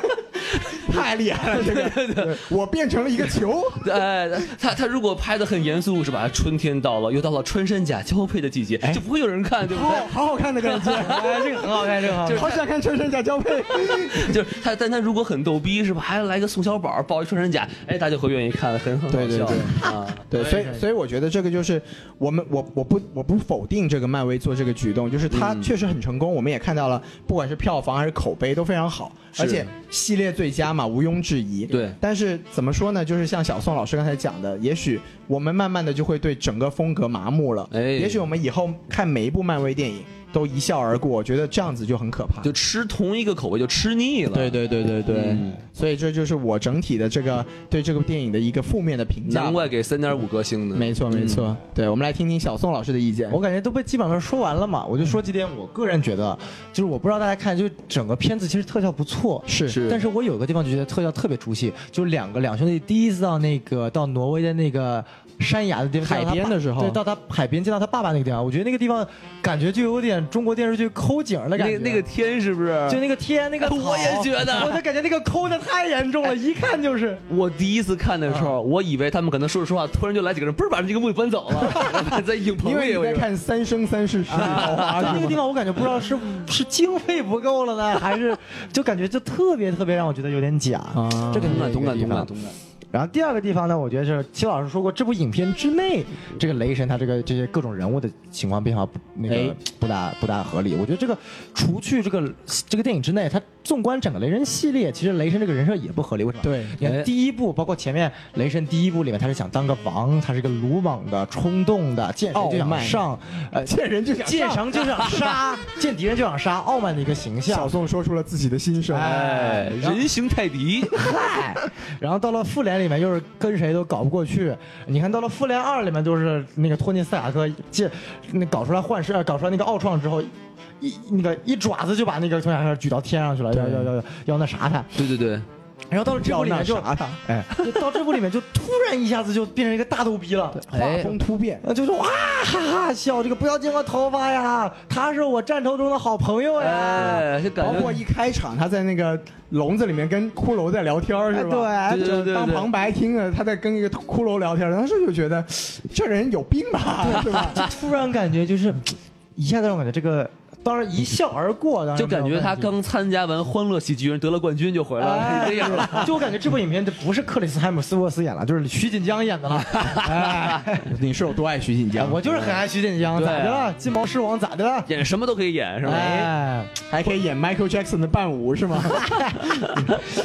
[SPEAKER 2] 太厉害了，这个对我变成了一个球。
[SPEAKER 1] 呃，他他如果拍的很严肃是吧？春天到了，又到了穿山甲交配的季节，
[SPEAKER 2] 哎
[SPEAKER 1] 就不会有人看，对不
[SPEAKER 2] 好
[SPEAKER 1] 对？
[SPEAKER 2] 好好好看的感觉，
[SPEAKER 3] 哎，这个很好看，这个好看
[SPEAKER 2] 好想看穿山甲交配。
[SPEAKER 1] 就是他，但他如果很逗逼是吧？还来个宋小宝抱一穿山甲，哎，大家会愿意看，很很好笑
[SPEAKER 2] 对对对
[SPEAKER 1] 啊。
[SPEAKER 2] 对，所以所以我觉得这个就是我们我我不我不否定这个漫威做这个举动，就是
[SPEAKER 1] 嗯
[SPEAKER 2] 它确实很成功，我们也看到了，不管是票房还是口碑都非常好，
[SPEAKER 1] 是
[SPEAKER 2] 而且系列最佳嘛，毋庸置疑。
[SPEAKER 1] 对
[SPEAKER 2] 但是怎么说呢？就是像小宋老师刚才讲的，也许我们慢慢的就会对整个风格麻木了，
[SPEAKER 1] 哎
[SPEAKER 2] 也许我们以后看每一部漫威电影都一笑而过，我觉得这样子就很可怕。
[SPEAKER 1] 就吃同一个口味就吃腻了。
[SPEAKER 2] 对对对对对，
[SPEAKER 1] 嗯
[SPEAKER 2] 所以这就是我整体的这个对这部电影的一个负面的评价。
[SPEAKER 1] 难怪给三点五颗星呢。嗯
[SPEAKER 2] 没错，没错。对，我们来听听小宋老师的意见。
[SPEAKER 3] 我感觉都被基本上说完了嘛，我就说几点，我个人觉得，就是我不知道大家看，就整个片子其实特效不错，
[SPEAKER 2] 是
[SPEAKER 1] 是
[SPEAKER 3] 但是我有个地方就觉得特效特别出戏，就是两个两兄弟第一次到那个到挪威的那个山崖的地方，
[SPEAKER 2] 海
[SPEAKER 3] 见到他
[SPEAKER 2] 边
[SPEAKER 3] 爸
[SPEAKER 2] 的时候
[SPEAKER 3] 对，到他海边见到他爸爸那个地方，我觉得那个地方感觉就有点中国电视剧抠景儿的感
[SPEAKER 1] 那
[SPEAKER 3] 觉，啊
[SPEAKER 1] 那个天是不是？
[SPEAKER 3] 就那个天那个 草，
[SPEAKER 1] 我也觉得
[SPEAKER 3] 我就感觉那个抠的太严重了，一看就是。
[SPEAKER 1] 我第一次看的时候，我以为他们可能说着说话，突然就来几个人，嘣儿把这个幕给搬走了， 在影棚
[SPEAKER 2] 因为
[SPEAKER 1] 里。
[SPEAKER 2] 你
[SPEAKER 1] 我以
[SPEAKER 2] 在看《三生三世十
[SPEAKER 1] 哎
[SPEAKER 2] 里桃花》
[SPEAKER 1] 啊
[SPEAKER 3] 那
[SPEAKER 2] 是
[SPEAKER 3] 个地
[SPEAKER 2] 吗？
[SPEAKER 3] 方我感觉不知道是是经费不够了呢，还是就感觉就特别特别让我觉得有点假。
[SPEAKER 2] 啊
[SPEAKER 3] 这个
[SPEAKER 1] 懂了懂了
[SPEAKER 3] 这个地
[SPEAKER 1] 懂
[SPEAKER 3] 方
[SPEAKER 1] 了懂了。
[SPEAKER 3] 然后第二个地方呢，我觉得是齐老师说过，这部影片之内，这个雷神他这个这些各种人物的情况变化不那
[SPEAKER 2] 哎
[SPEAKER 3] 个不大不大合理。我觉得这个除去这个这个电影之内，他纵观整个雷神系列，其实雷神这个人设也不合理。为什么？
[SPEAKER 2] 对
[SPEAKER 3] 你
[SPEAKER 1] 哎
[SPEAKER 3] 看第一部，包括前面雷神第一部里面，他是想当个王，他是个鲁莽的、冲动的，见谁就
[SPEAKER 2] 傲慢
[SPEAKER 3] 想上，呃，
[SPEAKER 2] 见人就想
[SPEAKER 3] 见
[SPEAKER 2] 上
[SPEAKER 3] 谁就 想杀，见敌人就想杀，傲慢的一个形象。
[SPEAKER 2] 小宋说出了自己的心声。
[SPEAKER 1] 哎，人形泰迪，
[SPEAKER 3] 嗨，然后到了复联里面又是跟谁都搞不过去。你看到了复联二里面，就是那个托尼斯塔克借那搞出来幻视，呃搞出来那个奥创之后，一那个一爪子就把那个托尼斯塔克举到天上去了，要要要要要那啥他。
[SPEAKER 1] 对对对，
[SPEAKER 3] 然后到了这部
[SPEAKER 2] 要
[SPEAKER 3] 里
[SPEAKER 2] 那
[SPEAKER 3] 面就
[SPEAKER 2] 啥他，
[SPEAKER 3] 哎，就到这部里面就突然一下子就变成一个大逗逼了。
[SPEAKER 2] 画风突变。
[SPEAKER 3] 呃，就是哇哈哈笑，这个不要剪我头发呀，他是我战斗中的好朋友呀。
[SPEAKER 1] 哎，就感
[SPEAKER 2] 啊包
[SPEAKER 1] 觉
[SPEAKER 2] 括一开场，他在那个笼子里面跟骷髅在聊天儿，是吧？
[SPEAKER 3] 哎
[SPEAKER 1] 对对对对
[SPEAKER 2] 当旁白听了他在跟一个骷髅聊天儿，当时就觉得这人有病吧，对吧？
[SPEAKER 1] 哎
[SPEAKER 3] 突然感觉就是一下子让我感觉这个，当然一笑而过，当然
[SPEAKER 1] 就感觉他刚参加完《欢乐喜剧人》得了冠军就回来了，
[SPEAKER 3] 哎
[SPEAKER 1] 啊这样了。
[SPEAKER 3] 就我感觉这部影片就不是克里斯海姆斯沃斯演了，就是徐锦江演的 了。哎，
[SPEAKER 2] 你是有多爱徐锦江？
[SPEAKER 3] 我就是很爱徐锦江，
[SPEAKER 1] 对啊
[SPEAKER 3] 咋的了？金毛狮王咋的了？
[SPEAKER 1] 演什么都可以演，是吧？
[SPEAKER 3] 哎，
[SPEAKER 2] 还可以演 Michael Jackson 的伴舞是吗？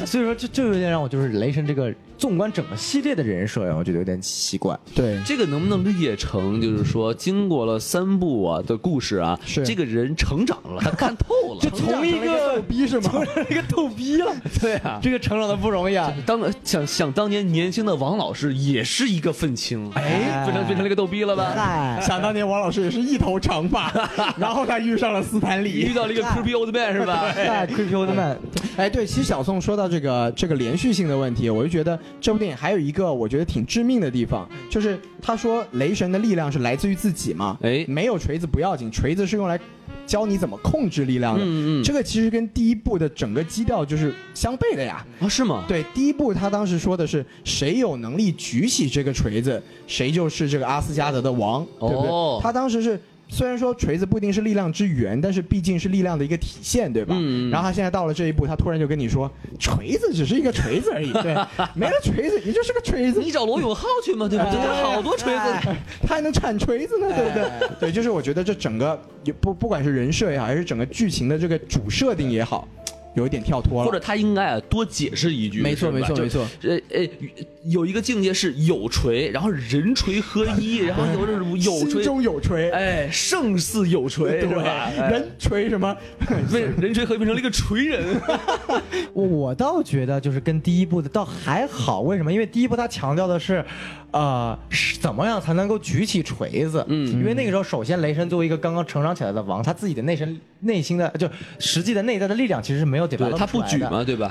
[SPEAKER 3] 所以说就就有点让我就是雷神这个纵观整个系列的人设，让我觉得有点奇怪。
[SPEAKER 2] 对，
[SPEAKER 1] 这个能不能理解成就是说，经过了三部啊的故事啊，
[SPEAKER 2] 是
[SPEAKER 1] 这个人成长了，他看透了。
[SPEAKER 3] 从一个
[SPEAKER 2] 逗逼是吗？
[SPEAKER 3] 一个逗逼了，
[SPEAKER 1] 对啊，
[SPEAKER 3] 这个成长的不容易啊！
[SPEAKER 1] 当想想当年年轻的王老师也是一个愤青，
[SPEAKER 3] 哎
[SPEAKER 1] 变成变成了一个逗逼了吧？
[SPEAKER 3] 哎，
[SPEAKER 2] 想当年王老师也是一头长 发，然后他遇上了斯坦
[SPEAKER 1] 遇
[SPEAKER 2] 李。
[SPEAKER 1] 到了一个 creepy old man 是吧？
[SPEAKER 3] 哎，Creepy Old Man，
[SPEAKER 2] 哎，对，其实小宋说到这个这个连续性的问题，我就觉得这部电影还有一个我觉得挺致命的地方，就是他说雷神的力量是来自于自己嘛，
[SPEAKER 1] 哎，
[SPEAKER 2] 没有锤子不要紧，锤子是用来教你怎么控制力量的。
[SPEAKER 1] 嗯嗯
[SPEAKER 2] 这个其实跟第一部的整个基调就是相悖的呀。
[SPEAKER 1] 嗯，啊是吗？
[SPEAKER 2] 对，第一部他当时说的是谁有能力举起这个锤子，谁就是这个阿斯加德的王，对不对？
[SPEAKER 1] 哦
[SPEAKER 2] 他当时是虽然说锤子不一定是力量之源，但是毕竟是力量的一个体现，对吧？
[SPEAKER 1] 嗯
[SPEAKER 2] 然后他现在到了这一步，他突然就跟你说，锤子只是一个锤子而已， 对，没了锤子你就是个锤子，
[SPEAKER 1] 你找罗永浩去嘛，对不对？他好多锤子。
[SPEAKER 2] 他还能铲锤子呢，对不对？
[SPEAKER 1] 哎
[SPEAKER 2] 对，就是我觉得这整个也不不管是人设也好，还是整个剧情的这个主设定也好，有一点跳脱了。
[SPEAKER 1] 或者他应该啊多解释一句，
[SPEAKER 2] 没
[SPEAKER 1] 是吧
[SPEAKER 2] 错没错
[SPEAKER 1] 就
[SPEAKER 2] 没错
[SPEAKER 1] 呃呃，有一个境界是有锤，然后人锤合一，然后有这种有
[SPEAKER 2] 心
[SPEAKER 1] 锤，
[SPEAKER 2] 中有锤，
[SPEAKER 1] 哎，胜似有锤，
[SPEAKER 2] 对
[SPEAKER 1] 是吧？哎
[SPEAKER 2] 人锤什么？
[SPEAKER 1] 为人锤合一变成了一个锤人，
[SPEAKER 3] 我我倒觉得就是跟第一部的倒还好，为什么？因为第一部它强调的是，呃，是怎么样才能够举起锤子？
[SPEAKER 1] 嗯
[SPEAKER 3] 因为那个时候，首先雷神作为一个刚刚成长起来的王，他自己的内神内心的就实际的内在的力量其实是没有对
[SPEAKER 1] 对他不举嘛，对吧？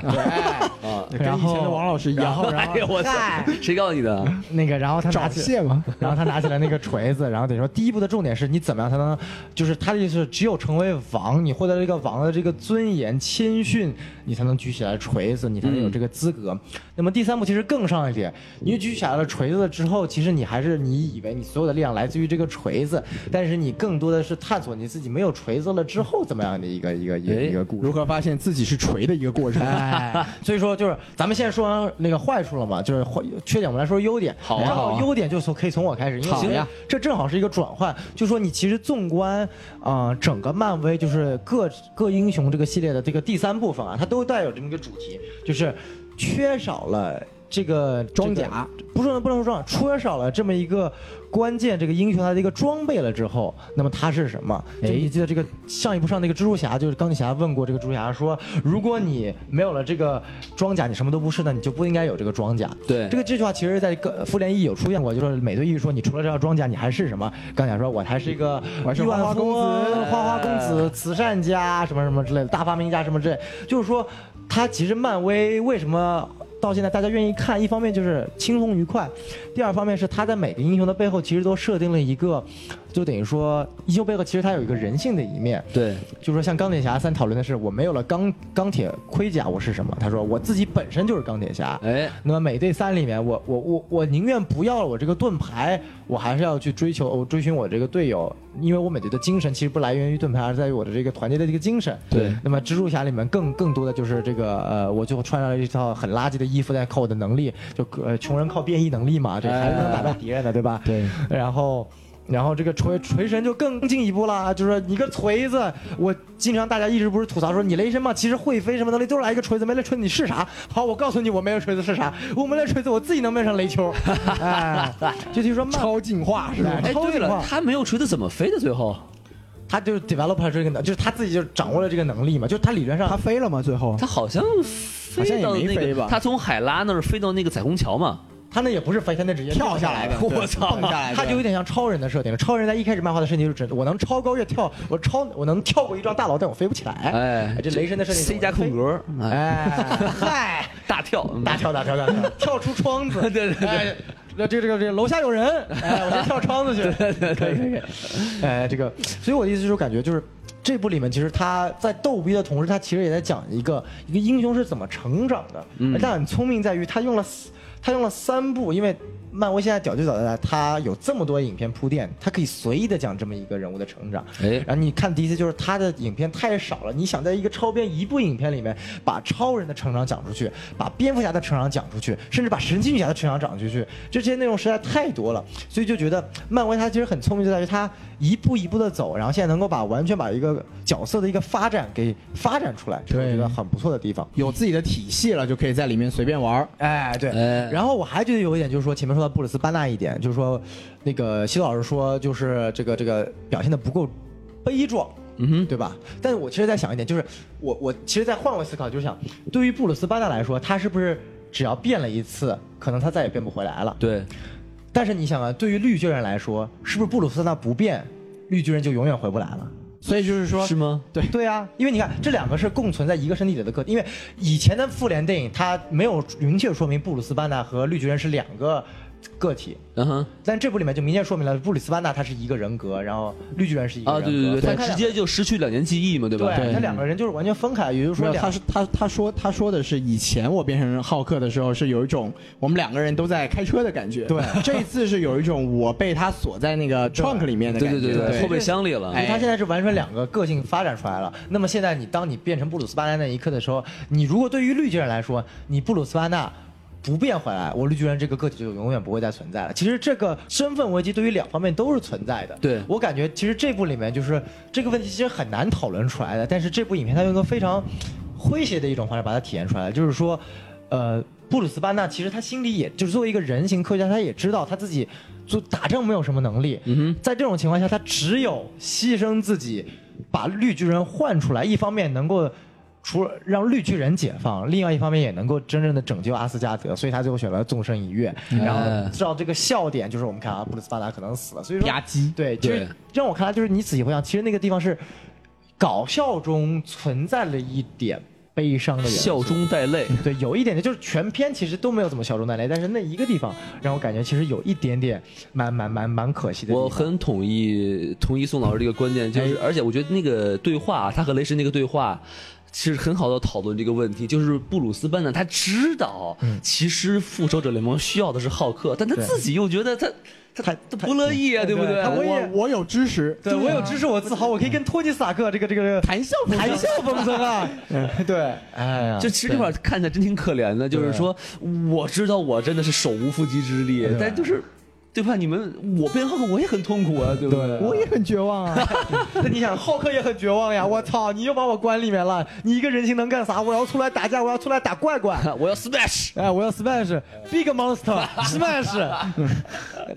[SPEAKER 1] 啊，
[SPEAKER 2] 跟以前的王老师一
[SPEAKER 3] 然
[SPEAKER 2] 样，
[SPEAKER 3] 后然 后
[SPEAKER 1] 哎呦我操，谁告诉你的？啊
[SPEAKER 3] 那个，然后他拿
[SPEAKER 2] 找
[SPEAKER 3] 起
[SPEAKER 2] 谢 嘛。
[SPEAKER 3] 然后他拿起来那个锤子，然后等于说第一步的重点是你怎么样才能，就是他的意思是只有成为王，你获得了这个王的这个尊严、谦逊，你才能举起来锤子，你才能有这个资格。那么第三步其实更上一点，你举起来了锤子之后，其实你还是你以为你所有的力量来自于这个锤子，但是你更多的是探索你自己没有锤子了之后怎么样的一个一个一个
[SPEAKER 1] 哎
[SPEAKER 3] 一个故事。
[SPEAKER 2] 如何发现自己是锤的一个过程？
[SPEAKER 3] 哎， 所以说就是咱们现在说完那个坏处了嘛，就是坏缺点，我们来说优点。
[SPEAKER 1] 好啊
[SPEAKER 3] 然
[SPEAKER 1] 好
[SPEAKER 3] 后
[SPEAKER 1] 啊
[SPEAKER 3] 优点就从可以从我开始，因为
[SPEAKER 1] 好呀，
[SPEAKER 3] 这正好是一个转换，就说你其实纵观啊、呃整个漫威就是各各英雄这个系列的这个第三部分啊，它都带有这么一个主题，就是缺少了。这个
[SPEAKER 2] 装甲
[SPEAKER 3] 这个不说不能说装甲，缺少了这么一个关键这个英雄他的一个装备了之后，那么他是什么？
[SPEAKER 2] 哎
[SPEAKER 3] 就你记得这个上一部上那个蜘蛛侠，就是钢铁侠问过这个蜘蛛侠说，如果你没有了这个装甲，你什么都不是，那你就不应该有这个装甲。
[SPEAKER 1] 对
[SPEAKER 3] 这个这句话其实在个复联一有出现过，就是美队一说你除了这套装甲，你还是什么？钢铁侠说我还是一个
[SPEAKER 2] 我还是
[SPEAKER 3] 亿万
[SPEAKER 2] 花花公
[SPEAKER 3] 富翁
[SPEAKER 2] 子哎
[SPEAKER 3] 花花公子、呃慈善家啊什么什么之类的，大发明家什么之类的，就是说他其实漫威为什么？到现在大家愿意看，一方面就是轻松愉快，第二方面是他在每个英雄的背后其实都设定了一个，就等于说英雄背后其实他有一个人性的一面，
[SPEAKER 1] 对，
[SPEAKER 3] 就说像钢铁侠三讨论的是我没有了钢钢铁盔甲我是什么？他说我自己本身就是钢铁侠，
[SPEAKER 1] 哎，
[SPEAKER 3] 那么美队三里面，我我我我宁愿不要我这个盾牌，我还是要去追求我追寻我这个队友，因为我美队的精神其实不来源于盾牌，而在于我的这个团结的这个精神。
[SPEAKER 1] 对
[SPEAKER 3] 那么蜘蛛侠里面更更多的就是这个呃，我就穿上了一套很垃圾的衣服，但靠我的能力，就呃穷人靠变异能力嘛，这还是能打败敌人的，对吧？
[SPEAKER 2] 对。
[SPEAKER 3] 然后。然后这个锤锤神就更进一步啦，就是说你个锤子，我经常大家一直不是吐槽说你雷神嘛，其实会飞什么能力都是来一个锤子，没了锤子你是啥？好，我告诉你，我没了锤子是啥，我没了锤子我自己能变成雷丘，哎，就听说漫
[SPEAKER 2] 超进化是吧？
[SPEAKER 1] 哎，
[SPEAKER 3] 超
[SPEAKER 1] 对
[SPEAKER 3] 进
[SPEAKER 1] 了
[SPEAKER 3] 化，
[SPEAKER 1] 他没有锤子怎么飞的？最后
[SPEAKER 3] 他就是 develop 了这个能，就是他自己就掌握了这个能力嘛，就是他理论上
[SPEAKER 2] 他飞了吗？最后
[SPEAKER 1] 他好像
[SPEAKER 2] 好像
[SPEAKER 1] 飞
[SPEAKER 2] 也
[SPEAKER 1] 到
[SPEAKER 2] 没
[SPEAKER 1] 那
[SPEAKER 2] 飞
[SPEAKER 1] 个
[SPEAKER 2] 吧，
[SPEAKER 1] 他从海拉那儿飞到那个彩虹桥嘛，
[SPEAKER 3] 他那也不是飞，他那直接
[SPEAKER 2] 跳下来的，
[SPEAKER 1] 我操
[SPEAKER 2] 蹦下来的，
[SPEAKER 3] 他就有点像超人的设定了。超人在一开始漫画的设定就是，我能超高越跳，我超我能跳过一幢大楼，但我飞不起来。
[SPEAKER 1] 哎，
[SPEAKER 3] 这雷神的设定就是
[SPEAKER 1] C 加空格，哎，
[SPEAKER 3] 哎，嗨，
[SPEAKER 1] 大跳，嗯，
[SPEAKER 3] 大跳大跳大跳， 跳出窗子
[SPEAKER 1] 对对对
[SPEAKER 3] 哎那这个这个这个楼下有人，哎，我先跳窗子去，可以可以，可以哎，这个，所以我的意思就是感觉就是这部里面，其实他在逗逼的同时，他其实也在讲一个一个嗯英雄是怎么成长的，但很聪明在于他用了四他用了三部，因为漫威现在屌就屌在它有这么多影片铺垫，它可以随意的讲这么一个人物的成长。
[SPEAKER 1] 哎
[SPEAKER 3] 然后你看 DC 就是它的影片太少了，你想在一个超编一部影片里面把超人的成长讲出去，把蝙蝠侠的成长讲出去，甚至把神奇女侠的成长讲出去，这些内容实在太多了，所以就觉得漫威它其实很聪明，就在于它一步一步的走，然后现在能够把完全把一个角色的一个发展给发展出来，这是我觉得很不错的地方。
[SPEAKER 2] 有自己的体系了，就可以在里面随便玩儿。
[SPEAKER 3] 哎，对。
[SPEAKER 1] 哎
[SPEAKER 3] 然后我还觉得有一点，就是说前面说到布里斯班纳一点，就是说，那个西多老师说，就是这个这个表现的不够悲壮。嗯哼，对吧？但是我其实在想一点，就是我我其实在换位思考，就是想，对于布鲁斯班纳来说，他是不是只要变了一次，可能他再也变不回来了？
[SPEAKER 1] 对，
[SPEAKER 3] 但是你想啊，对于绿巨人来说，是不是布鲁斯班纳不变，绿巨人就永远回不来了？
[SPEAKER 2] 所以就是说，
[SPEAKER 1] 是吗？
[SPEAKER 2] 对
[SPEAKER 3] 对啊，因为你看这两个是共存在一个身体里的个体，因为以前的复联电影它没有明确说明布鲁斯班纳和绿巨人是两个个体，
[SPEAKER 1] 嗯哼，
[SPEAKER 3] 但这部里面就明确说明了布里斯班纳他是一个人格，然后绿巨人是一个
[SPEAKER 1] 啊，
[SPEAKER 3] 人格，
[SPEAKER 1] 对对
[SPEAKER 3] 所
[SPEAKER 1] 对，
[SPEAKER 3] 以
[SPEAKER 1] 他
[SPEAKER 3] 它
[SPEAKER 1] 直
[SPEAKER 3] 两
[SPEAKER 1] 接就失去两年记忆嘛，对吧？
[SPEAKER 3] 对，他两个人就是完全分开，也就是
[SPEAKER 2] 没
[SPEAKER 3] 说
[SPEAKER 2] 有，
[SPEAKER 3] 两
[SPEAKER 2] 他是他他说他说的是以前我变成浩克的时候是有一种我们两个人都在开车的感觉，
[SPEAKER 3] 对，
[SPEAKER 2] 这一次是有一种我被他锁在那个 trunk 里面的
[SPEAKER 1] 对
[SPEAKER 2] 感
[SPEAKER 1] 对
[SPEAKER 2] 觉，
[SPEAKER 1] 对
[SPEAKER 2] 对
[SPEAKER 1] 后备箱里了。
[SPEAKER 2] 哎
[SPEAKER 3] 他现在是完全两个个性发展出来了。那么现在你当你变成布鲁斯班纳那一刻的时候，你如果对于绿巨人来说，你布鲁斯班纳。不变回来，我绿巨人这个个体就永远不会再存在了。其实这个身份危机对于两方面都是存在的。
[SPEAKER 1] 对
[SPEAKER 3] 我感觉，其实这部里面就是这个问题其实很难讨论出来的。但是这部影片它用一个非常诙谐的一种方式把它体现出来了，就是说，呃，布鲁斯班纳其实他心里也就是作为一个人形科学家，他也知道他自己就打仗没有什么能力。
[SPEAKER 1] 嗯
[SPEAKER 3] 在这种情况下，他只有牺牲自己，把绿巨人换出来，一方面能够除了让绿巨人解放，另外一方面也能够真正的拯救阿斯加德，所以他最后选了纵身一跃。然
[SPEAKER 1] 嗯
[SPEAKER 3] 后知道这个笑点就是我们看啊，布鲁斯巴达可能死了，所以说
[SPEAKER 2] 吧唧，
[SPEAKER 3] 对，其实
[SPEAKER 1] 对
[SPEAKER 3] 让我看来就是你仔细回想，其实那个地方是搞笑中存在了一点悲伤的
[SPEAKER 1] 哼，
[SPEAKER 3] 元素
[SPEAKER 1] 笑中带泪。
[SPEAKER 3] 对，有一点点，就是全篇其实都没有怎么笑中带泪，但是那一个地方让我感觉其实有一点点蛮蛮蛮蛮可惜的地方。哎
[SPEAKER 1] 我很同意同意宋老师这个观点，就是、而且我觉得那个对话，他和雷神那个对话。其实很好的讨论这个问题，就是布鲁斯班纳他知道，其实复仇者联盟需要的是浩克，但他
[SPEAKER 3] 嗯对
[SPEAKER 1] 自己又觉得他他
[SPEAKER 3] 他
[SPEAKER 1] 他不乐意啊，对不对？
[SPEAKER 3] 他
[SPEAKER 2] 我
[SPEAKER 3] 我也
[SPEAKER 2] 我有知识，
[SPEAKER 3] 对我有知识，我自豪，我可以跟托尼·斯塔克这个这个
[SPEAKER 2] 谈笑风生
[SPEAKER 3] 谈笑风生啊！ 对，哎呀，
[SPEAKER 1] 就其实这块儿看起来真挺可怜的，就是说，我知道我真的是手无缚鸡之力，但就是，对吧？你们我变浩克我也很痛苦啊，对不对？
[SPEAKER 2] 我也很绝望啊，
[SPEAKER 3] 那你想，浩克也很绝望呀！我操，你又把我关里面了，你一个人形能干啥？我要出来打架，我要出来打怪怪。
[SPEAKER 1] 我我要 smash，
[SPEAKER 3] 哎，我要 smash big monster smash。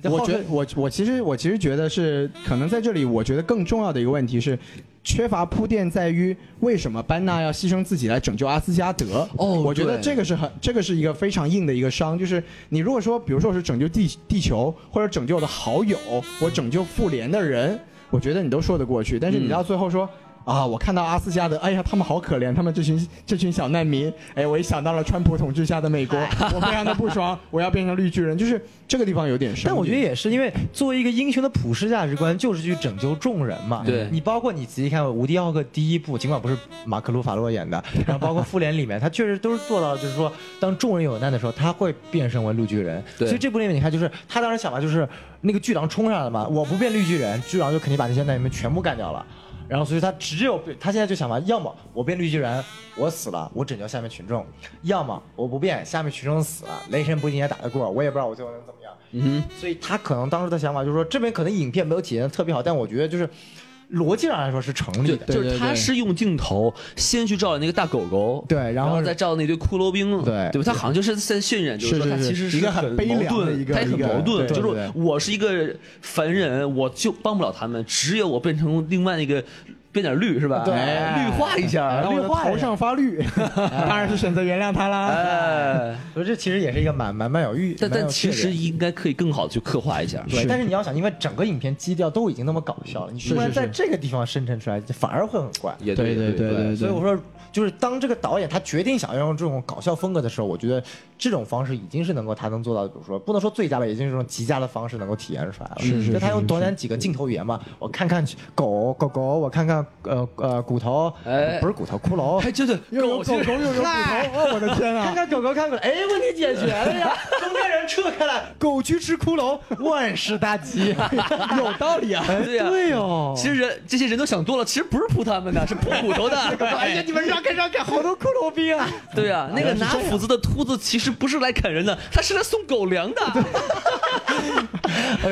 [SPEAKER 2] 我觉得
[SPEAKER 3] 得
[SPEAKER 2] 我我其实我其实觉得是可能在这里，我觉得更重要的一个问题是。缺乏铺垫在于为什么班纳要牺牲自己来拯救阿斯加德？
[SPEAKER 1] 哦
[SPEAKER 2] 我觉得
[SPEAKER 1] 对
[SPEAKER 2] 这个是很，这个是一个非常硬的一个伤。就是你如果说，比如说我是拯救地地球，或者拯救我的好友，我拯救复联的人，我觉得你都说得过去。但是你到
[SPEAKER 3] 嗯
[SPEAKER 2] 最后说、啊，我看到阿斯加德，哎呀，他们好可怜，他们这群这群小难民，哎，我一想到了川普统治下的美 国，我非常的不爽，我要变成绿巨人，就是这个地方有点伤。
[SPEAKER 3] 但我觉得也是，因为作为一个英雄的普世价值观，就是去拯救众人嘛。
[SPEAKER 1] 对
[SPEAKER 3] 你包括你仔细看《无敌浩克》第一部，尽管不是马克·鲁法洛演的，然后包括《复联》里面，他确实都是做到，就是说，当众人有难的时候，他会变身为绿巨人。
[SPEAKER 1] 对
[SPEAKER 3] 所以这部里面你看，就是他当时想法就是那个巨狼冲上来了嘛，我不变绿巨人，巨狼就肯定把那些难民全部干掉了。然后，所以他只有他现在就想吧，要么我变绿巨人，我死了，我拯救下面群众；要么我不变，下面群众死了，雷神不一定也打得过，我也不知道我最后能怎么样。
[SPEAKER 1] 嗯
[SPEAKER 3] 所以他可能当时的想法就是说，这边可能影片没有体现的特别好，但我觉得就是逻辑上来说是成
[SPEAKER 1] 哼，
[SPEAKER 3] 立
[SPEAKER 1] 就
[SPEAKER 3] 的。
[SPEAKER 1] 就是他是用镜头先去照那个大狗狗，
[SPEAKER 3] 对，然
[SPEAKER 1] 然
[SPEAKER 3] 后
[SPEAKER 1] 再照那堆骷髅兵，
[SPEAKER 3] 对
[SPEAKER 1] 对吧？他好像就是在渲染，就是
[SPEAKER 2] 是
[SPEAKER 1] 说他
[SPEAKER 2] 是
[SPEAKER 1] 其
[SPEAKER 2] 是
[SPEAKER 1] 实
[SPEAKER 2] 一个很
[SPEAKER 1] 很
[SPEAKER 2] 悲
[SPEAKER 1] 矛
[SPEAKER 2] 凉的
[SPEAKER 1] 盾
[SPEAKER 2] 一个
[SPEAKER 1] 他也很
[SPEAKER 2] 一个
[SPEAKER 1] 矛盾，
[SPEAKER 2] 对
[SPEAKER 1] 就
[SPEAKER 3] 对
[SPEAKER 1] 是
[SPEAKER 3] 对
[SPEAKER 1] 我是一个凡人，我就帮不了他们，只有我变成另外一个变点绿是吧？哎
[SPEAKER 3] 对
[SPEAKER 1] 绿化一
[SPEAKER 3] 呃
[SPEAKER 1] 下，
[SPEAKER 2] 然后我
[SPEAKER 1] 绿
[SPEAKER 2] 的
[SPEAKER 1] 化一
[SPEAKER 2] 头
[SPEAKER 1] 下，
[SPEAKER 2] 上发绿， 当然是选择原谅他啦。
[SPEAKER 1] 哎。
[SPEAKER 3] 所以这其实也是一个蛮蛮蛮有寓，
[SPEAKER 1] 但
[SPEAKER 3] 蛮有
[SPEAKER 1] 但其
[SPEAKER 3] 趣的
[SPEAKER 1] 实应该可以更好的去刻画一下。
[SPEAKER 3] 对，
[SPEAKER 2] 是
[SPEAKER 3] 但是你要想，因为整个影片基调都已经那么搞笑了，你突然
[SPEAKER 2] 是是
[SPEAKER 3] 在这个地方生成出来，反而会很怪。
[SPEAKER 1] 也
[SPEAKER 2] 对对
[SPEAKER 1] 对
[SPEAKER 2] 对对
[SPEAKER 3] 所以我说，就是当这个导演他决定想要用这种搞笑风格的时候，我觉得这种方式已经是能够他能做到，比如说不能说最佳吧，已经是这种极佳的方式能够体验出来了。
[SPEAKER 2] 是是
[SPEAKER 3] 就他
[SPEAKER 2] 是
[SPEAKER 3] 用
[SPEAKER 2] 是
[SPEAKER 3] 短短几个镜头语言嘛，我看看狗狗狗，我看看看呃呃骨头，
[SPEAKER 1] 哎
[SPEAKER 3] 不是骨头，骷髅，
[SPEAKER 1] 还真的
[SPEAKER 2] 又有狗狗又有骨头，哦，我的天
[SPEAKER 3] 看
[SPEAKER 2] 啊！
[SPEAKER 3] 看狗狗看过来，哎，问题解决了 呀！中间人撤开来，狗去吃骷髅，万事大吉，有道理啊！
[SPEAKER 2] 哎
[SPEAKER 1] 对呀
[SPEAKER 3] 对哦，
[SPEAKER 1] 其实人这些人都想多了，其实不是扑他们的，是扑骨 头的。
[SPEAKER 3] 哎呀，你们让开让开，好多骷髅兵啊！
[SPEAKER 1] 对 啊，
[SPEAKER 2] 哎
[SPEAKER 1] 那个拿斧子的秃子其实不是来啃人的，他是来送狗粮的。
[SPEAKER 2] 啊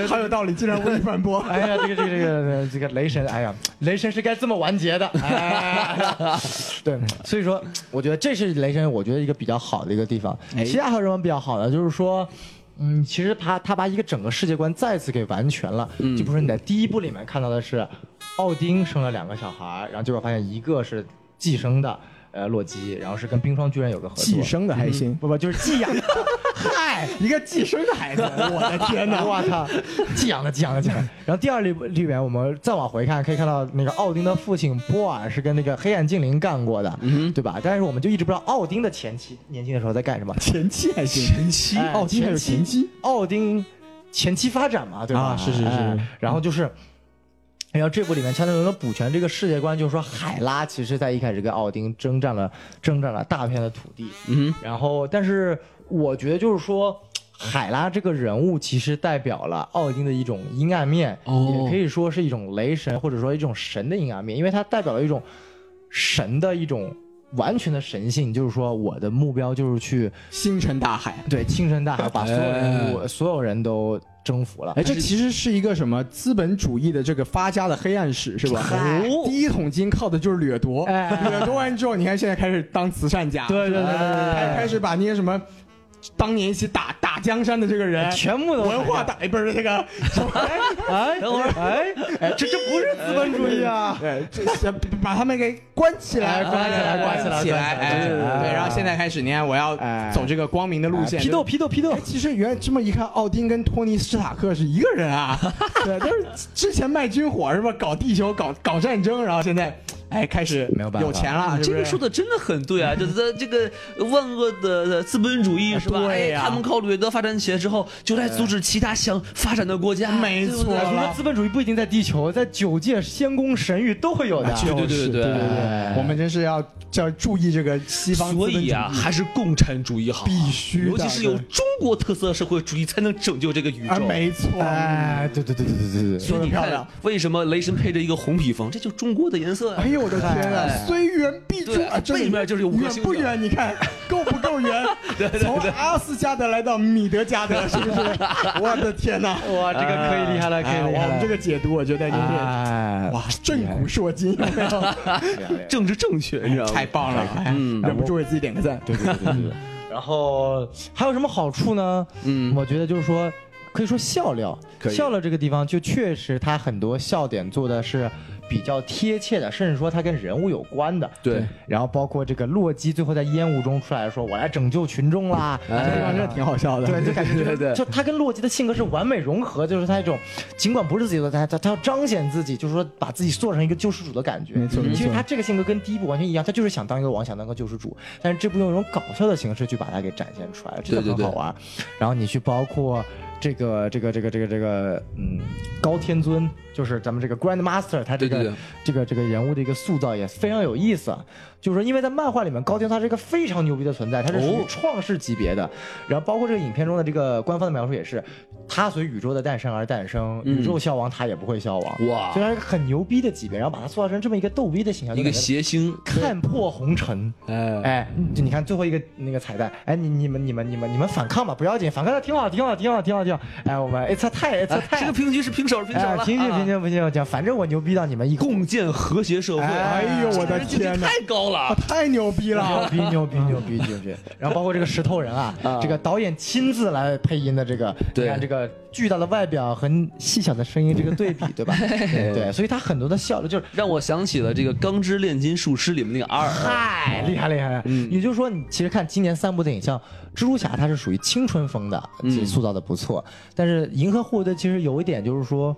[SPEAKER 2] 好有道理，竟然无力反驳。
[SPEAKER 3] 哎呀，这个这个这个这个雷神，哎呀，雷神是该这么完结的。哎、对，所以说，我觉得这是雷神，我觉得一个比较好的一个地方。其他还有什么比较好的？就是说。嗯，其实他他把一个整个世界观再次给完全了，就比如说你在第一部里面看到的是，奥丁生了两个小孩儿，然后结果发现一个是寄生的，呃，洛基，然后是跟冰霜巨人有个合作，
[SPEAKER 2] 寄生的还行，
[SPEAKER 3] 不不就是寄养的，嗨，
[SPEAKER 2] 一个寄生的孩子，我的天哪！
[SPEAKER 3] 我操，寄养的寄养的寄养的。然后第二里里面，我们再往回看，可以看到那个奥丁的父亲波尔是跟那个黑暗精灵干过的，对吧？但是我们就一直不知道奥丁的前妻年轻的时候在干什么。
[SPEAKER 2] 前妻还行，前妻
[SPEAKER 3] 哎
[SPEAKER 2] 奥丁还有前妻，
[SPEAKER 3] 奥丁前期发展嘛，对吧？
[SPEAKER 2] 啊是是是
[SPEAKER 3] 哎然后就是。然后这部里面，乔纳伦的补全这个世界观，就是说海拉其实在一开始跟奥丁征战了，征战了大片的土地。
[SPEAKER 1] 嗯，
[SPEAKER 3] 然后，但是我觉得就是说，海拉这个人物其实代表了奥丁的一种阴暗面，
[SPEAKER 1] 哦
[SPEAKER 3] 也可以说是一种雷神或者说一种神的阴暗面，因为它代表了一种神的一种完全的神性，就是说我的目标就是去
[SPEAKER 2] 星辰大海。
[SPEAKER 3] 对，清晨大海把所有人物、所有人都征服了。
[SPEAKER 2] 哎，这其实是一个什么资本主义的这个发家的黑暗史，是吧？
[SPEAKER 3] 嗨
[SPEAKER 2] 哦第一桶金靠的就是掠夺，
[SPEAKER 3] 哎
[SPEAKER 2] 掠夺完之后，你看现在开始当慈善 家，
[SPEAKER 3] 对对对对对
[SPEAKER 2] 开开始把那些什么当年一起打打江山的这个人，
[SPEAKER 3] 全部都
[SPEAKER 2] 文化大，哎，不是那个什么，
[SPEAKER 3] 哎，等会儿，哎哎，这这不是资本主义啊！
[SPEAKER 2] 对，这些把他们给关起来，
[SPEAKER 3] 哎
[SPEAKER 2] 关起来，
[SPEAKER 3] 关
[SPEAKER 2] 关
[SPEAKER 3] 起来
[SPEAKER 2] 起来，
[SPEAKER 3] 关起来
[SPEAKER 2] 哎，
[SPEAKER 3] 关起来
[SPEAKER 2] 对，然后现在开始，你看我要
[SPEAKER 3] 哎
[SPEAKER 2] 走这个光明的路线，
[SPEAKER 3] 批斗批斗批斗
[SPEAKER 2] 哎，！其实原来这么一看，奥丁跟托尼·斯塔克是一个人啊，对，都是之前卖军火是吧？搞地球，搞搞战争，然后现在哎开始
[SPEAKER 3] 没有办法
[SPEAKER 2] 有钱了，
[SPEAKER 1] 啊哎这个
[SPEAKER 2] 是
[SPEAKER 1] 说
[SPEAKER 2] 不
[SPEAKER 1] 的真的很对 啊，就是在这个万恶的资本主义是吧？
[SPEAKER 2] 啊对呀
[SPEAKER 1] 哎，他们靠掠夺发展起来之后，就来阻止其他想发展的国家，
[SPEAKER 2] 没错
[SPEAKER 1] 对不对
[SPEAKER 2] 好
[SPEAKER 3] 我
[SPEAKER 2] 了
[SPEAKER 3] 觉得资本主义不一定在地球，在九界、仙宫、神域都会有的。
[SPEAKER 1] 对对对对
[SPEAKER 2] 是对对对，哎我们真是要要注意这个西方资本
[SPEAKER 1] 所
[SPEAKER 2] 主义
[SPEAKER 1] 以啊，，还是共产主义好啊，
[SPEAKER 2] 必须的
[SPEAKER 1] 尤其是有中国特色社会主义，才能拯救这个宇
[SPEAKER 2] 啊，
[SPEAKER 1] 宙。
[SPEAKER 2] 没错，
[SPEAKER 3] 哎，对对对对对对对。
[SPEAKER 1] 所以你
[SPEAKER 2] 说得漂
[SPEAKER 1] 看
[SPEAKER 2] 亮，
[SPEAKER 1] 为什么雷神配着一个红披风，这就是中国的颜色呀
[SPEAKER 2] 哎。呦我的天啊！
[SPEAKER 1] 哎
[SPEAKER 2] 虽远必诛
[SPEAKER 1] 对
[SPEAKER 2] 啊！这
[SPEAKER 1] 背面就是有五颗
[SPEAKER 2] 远
[SPEAKER 1] 星
[SPEAKER 2] 不
[SPEAKER 1] 的
[SPEAKER 2] 远？你看够不够 远？从阿拉斯加德来到米德加德，是不是？我的天哪！
[SPEAKER 3] 哇，这个可以厉害了，可以
[SPEAKER 2] 哎
[SPEAKER 3] 厉
[SPEAKER 2] 我
[SPEAKER 3] 害了！
[SPEAKER 2] 们这个解读，我觉得就是
[SPEAKER 3] 哎，
[SPEAKER 2] 哇，震古烁今，
[SPEAKER 1] 政治正确，你知道吗？
[SPEAKER 2] 太棒了！哎
[SPEAKER 1] 嗯
[SPEAKER 2] 忍不住给自己点个赞。
[SPEAKER 3] 对对对对 对。然后还有什么好处呢？
[SPEAKER 1] 嗯
[SPEAKER 3] 我觉得就是说，可以说笑料，
[SPEAKER 1] 以
[SPEAKER 3] 笑料这个地方就确实它很多笑点做的是比较贴切的，甚至说它跟人物有关的。
[SPEAKER 1] 对。
[SPEAKER 3] 然后包括这个洛基最后在烟雾中出来说：“我来拯救群众啦！”
[SPEAKER 1] 哎
[SPEAKER 3] 哎
[SPEAKER 2] 这地方真的挺好笑的。
[SPEAKER 3] 对，就感觉
[SPEAKER 1] 对对
[SPEAKER 3] 就他跟洛基的性格是完美融合，就是他一种尽管不是自己的，他他他要彰显自己，就是说把自己做成一个救世主的感觉。
[SPEAKER 2] 没错没错
[SPEAKER 3] 其实他这个性格跟第一部完全一样，他就是想当一个王，想当个救世主，但是这部用一种搞笑的形式去把它给展现出来了，这
[SPEAKER 1] 对对
[SPEAKER 3] 就很
[SPEAKER 1] 对
[SPEAKER 3] 好玩。然后你去包括。这个这个这个这个这个，嗯，高天尊就是咱们这个 Grand Master，他这个
[SPEAKER 1] 对对对
[SPEAKER 3] 这个这个人物的一个塑造也非常有意思。啊就是说，因为在漫画里面，高天他是一个非常牛逼的存在，他是属于
[SPEAKER 1] 哦
[SPEAKER 3] 创世级别的。然后包括这个影片中的这个官方的描述也是，他随宇宙的诞生而诞生，宇宙消亡他也不会消亡。
[SPEAKER 1] 嗯哇
[SPEAKER 3] 所以他是个很牛逼的级别，然后把他塑造成这么一个逗逼的形象，
[SPEAKER 1] 一个
[SPEAKER 3] 就感觉
[SPEAKER 1] 谐星，
[SPEAKER 3] 看破红尘。
[SPEAKER 1] 哎，
[SPEAKER 3] 哎，就你看最后一个那个彩蛋，哎，你你们你们你们你们反抗吧，不要紧，反抗的挺好，挺好，挺好，挺好，挺好。哎，我们 it's a tie，it's a
[SPEAKER 1] 啊这个
[SPEAKER 3] tie，
[SPEAKER 1] 平局是平手，平手
[SPEAKER 3] 哎
[SPEAKER 1] 了，，
[SPEAKER 3] 平
[SPEAKER 1] 啊
[SPEAKER 3] 行平行平行，讲，反正我牛逼到你们一
[SPEAKER 1] 共建和谐社会。
[SPEAKER 3] 哎
[SPEAKER 2] 哎呦，我的
[SPEAKER 1] 这境界
[SPEAKER 2] 天哪！
[SPEAKER 1] 太高
[SPEAKER 2] 啊
[SPEAKER 1] 了，
[SPEAKER 2] 太牛逼
[SPEAKER 3] 牛
[SPEAKER 2] 了！啊
[SPEAKER 3] 逼牛逼牛逼牛逼！然后包括这个石头人啊，这个导演亲自来配音的这个，
[SPEAKER 1] 对
[SPEAKER 3] 你看这个巨大的外表和细小的声音这个对比，对 吧？对对，所以他很多的笑料就是。
[SPEAKER 1] 让我想起了这个《钢之炼金术师》里面那个阿尔。
[SPEAKER 3] 太哎厉害厉害！厉害
[SPEAKER 1] 嗯
[SPEAKER 3] 也就是说，你其实看今年三部电影，像蜘蛛侠，它是属于青春风的，
[SPEAKER 1] 嗯
[SPEAKER 3] 其实塑造的不错。但是银河护卫队其实有一点就是说，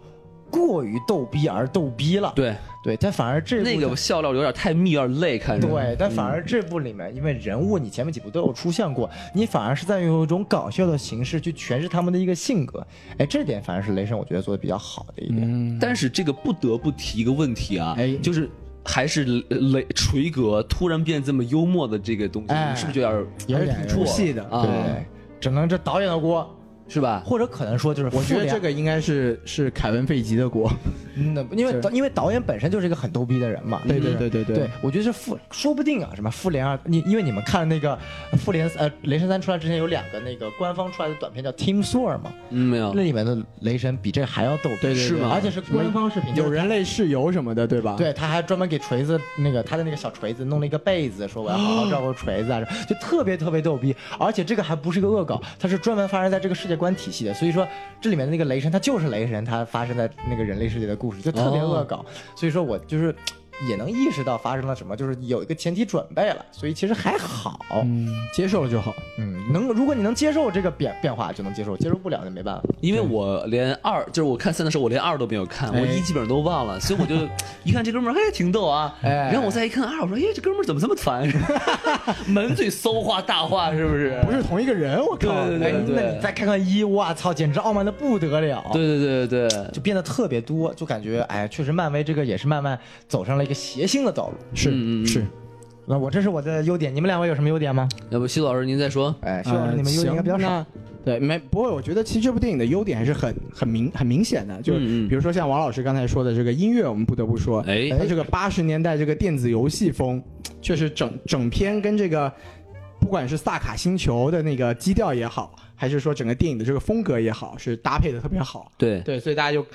[SPEAKER 3] 过于逗逼而逗逼了。
[SPEAKER 1] 对，
[SPEAKER 3] 对，但反而这部
[SPEAKER 1] 那个笑料有点太密，有点累，看着。
[SPEAKER 3] 对，但反而这部里面，因为人物你前面几部都有出现过，你反而是在用一种搞笑的形式去诠释他们的一个性格，哎，这
[SPEAKER 1] 嗯
[SPEAKER 3] 点反而是雷神我觉得做的比较好的一点。
[SPEAKER 1] 但是这个不得不提一个问题啊，
[SPEAKER 3] 哎
[SPEAKER 1] 就是还是雷锤哥突然变这么幽默的这个东西，
[SPEAKER 3] 哎
[SPEAKER 1] 你是不是就有点
[SPEAKER 3] 也是
[SPEAKER 2] 还是
[SPEAKER 3] 挺出
[SPEAKER 2] 挺
[SPEAKER 3] 戏
[SPEAKER 2] 戏
[SPEAKER 3] 的
[SPEAKER 2] 的
[SPEAKER 1] 啊
[SPEAKER 3] 对，只能这导演的锅，
[SPEAKER 1] 是吧？
[SPEAKER 3] 或者可能说就是
[SPEAKER 2] 我觉
[SPEAKER 3] 复
[SPEAKER 2] 得
[SPEAKER 3] 联
[SPEAKER 2] 这个应该是是凯文费吉的锅。
[SPEAKER 3] 嗯，那因为导因为导演本身就是一个很逗逼的人嘛，
[SPEAKER 2] 对
[SPEAKER 3] 就是
[SPEAKER 2] 对对对
[SPEAKER 3] 对
[SPEAKER 2] 对
[SPEAKER 3] 我觉得是复，说不定啊，什么复联二，你因为你们看那个呃复联呃雷神三出来之前有两个那个官方出来的短片叫 Team Soar 嘛，
[SPEAKER 1] 嗯，没有
[SPEAKER 3] 那，里面的雷神比这还要逗逼，
[SPEAKER 2] 对对对
[SPEAKER 1] 是吗
[SPEAKER 3] 而且是官方视频，
[SPEAKER 2] 有
[SPEAKER 3] 就是
[SPEAKER 2] 人类室友什么的，对吧？
[SPEAKER 3] 他。，对，他还专门给锤子那个他的那个小锤子弄了一个被子，说我要好好照顾锤子啊，就特别特别逗逼。而且这个还不是一个恶搞，它是专门发生在这个世界观体系的，所以说这里面的那个雷神他就是雷神，他发生在那个人类世界的故事，就特别
[SPEAKER 1] 哦
[SPEAKER 3] 恶搞。所以说我就是也能意识到发生了什么，就是有一个前提准备了，所以其实还好。
[SPEAKER 2] 嗯，接受了就好。
[SPEAKER 3] 嗯，能如果你能接受这个变变化就能接受，接受不了那没办法。
[SPEAKER 1] 因为我连二，就是我看三的时候，我连二都没有看，
[SPEAKER 2] 哎
[SPEAKER 1] 我一基本上都忘了，所以我 就一看这哥们儿，哎，挺逗啊。
[SPEAKER 3] 哎
[SPEAKER 1] 然后我再一看二，我说，哎，这哥们儿怎么这么烦？ 满嘴馊话大话，是不是？
[SPEAKER 2] 不是同一个人，我靠！
[SPEAKER 1] 对对
[SPEAKER 3] 哎
[SPEAKER 1] 呃对，
[SPEAKER 3] 那你再看看一，哇操，简直傲慢的不得了。
[SPEAKER 1] 对对对对
[SPEAKER 3] 就变得特别多，就感觉哎，确实漫威这个也是慢慢走上了一个邪性的道路。
[SPEAKER 1] 嗯嗯嗯
[SPEAKER 2] 是是，
[SPEAKER 3] 那我这是我的优点，你们两位有什么优点吗？
[SPEAKER 1] 要不西老师您再说？
[SPEAKER 3] 哎，希望
[SPEAKER 2] 呃
[SPEAKER 3] 你们优点应该比较少。
[SPEAKER 2] 行那对，没不过我觉得其实这部电影的优点还是很很明很明显的，就是
[SPEAKER 1] 嗯嗯
[SPEAKER 2] 比如说像王老师刚才说的这个音乐，我们不得不说，
[SPEAKER 1] 哎
[SPEAKER 2] 它这个八十年代这个电子游戏风，确实整整篇跟这个不管是萨卡星球的那个基调也好，还是说整个电影的这个风格也好，是搭配的特别好。
[SPEAKER 1] 对，
[SPEAKER 2] 对，所以大家就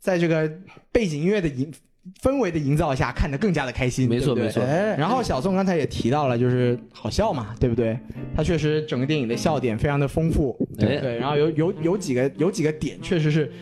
[SPEAKER 2] 在这个背景音乐的营氛围的营造下，看得更加的开心。
[SPEAKER 1] 没错
[SPEAKER 2] 对不对
[SPEAKER 1] 没错
[SPEAKER 2] 哎然后小宋刚才也提到了，就是好笑嘛，对不对？他确实整个电影的笑点非常的丰富，
[SPEAKER 1] 哎
[SPEAKER 2] 对。然后有有有几个有几个点确实是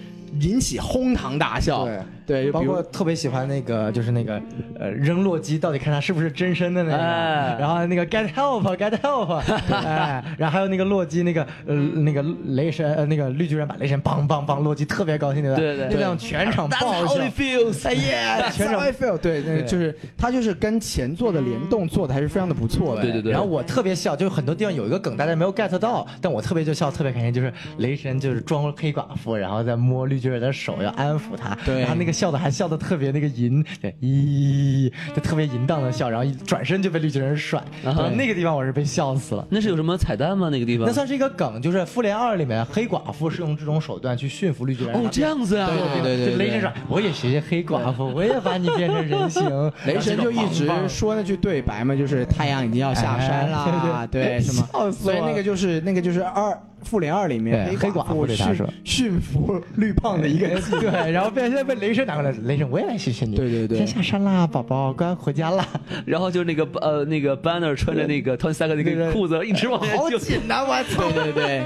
[SPEAKER 2] 引起哄堂大笑，对，就
[SPEAKER 3] 包
[SPEAKER 2] 比如
[SPEAKER 3] 括特别喜欢那个，就是那个，呃，扔洛基到底看他是不是真身的那个，
[SPEAKER 1] 哎
[SPEAKER 3] 然后那个 get help get help，哎，然后还有那个洛基那个呃那个雷神呃那个绿巨人把雷神梆梆梆，洛基特别高兴那段，
[SPEAKER 1] 对对啊
[SPEAKER 3] 那段全场爆笑，
[SPEAKER 1] feels。
[SPEAKER 3] 哎呀，全场
[SPEAKER 2] I feel 对，那
[SPEAKER 3] 对
[SPEAKER 2] 就是他就是跟前作的联动做的还是非常的不错的，
[SPEAKER 1] 对对对
[SPEAKER 3] 然后我特别笑，就是很多地方有一个梗大家没有 get 到，但我特别就笑，特别开心，就是雷神就是装黑寡妇，然后再摸绿巨人的手，要安抚他，
[SPEAKER 2] 对
[SPEAKER 3] 然后那个笑的还笑的特别那个淫，对，咦，就特别淫荡的笑，然后一转身就被绿巨人甩，
[SPEAKER 2] 啊
[SPEAKER 3] 然后那个地方我是被笑死了。
[SPEAKER 1] 那是有什么彩蛋吗？那个地方
[SPEAKER 2] 嗯
[SPEAKER 3] 那？算是一个梗，就是《复联二》里面黑寡妇是用这种手段去驯服绿巨人。
[SPEAKER 1] 哦，这样子啊，
[SPEAKER 2] 对对对
[SPEAKER 3] 就雷神说：“我也学学黑寡妇，我也把你变成人形。”
[SPEAKER 2] 雷神就一直说那句对白嘛，就是太阳已经要下山啦
[SPEAKER 3] 哎，对对
[SPEAKER 2] 对什么
[SPEAKER 3] 笑，死
[SPEAKER 2] 所
[SPEAKER 3] 我了
[SPEAKER 2] 以那个就是那个就是二复联二里面
[SPEAKER 3] 对
[SPEAKER 2] 寡
[SPEAKER 3] 黑寡妇对他
[SPEAKER 2] 驯
[SPEAKER 3] 说
[SPEAKER 2] 驯服绿胖的一个人，
[SPEAKER 3] 哎对，然后被现在被雷神拿过来，雷神我也来谢谢你。
[SPEAKER 2] 对对对
[SPEAKER 3] 先下山啦，宝宝，乖，回家啦。
[SPEAKER 1] 然后就是那个呃那个 Banner 穿着那个 Tony Stark 那个裤子一直往下
[SPEAKER 3] 好
[SPEAKER 1] 就
[SPEAKER 3] 紧呐，我操！
[SPEAKER 2] 对对对，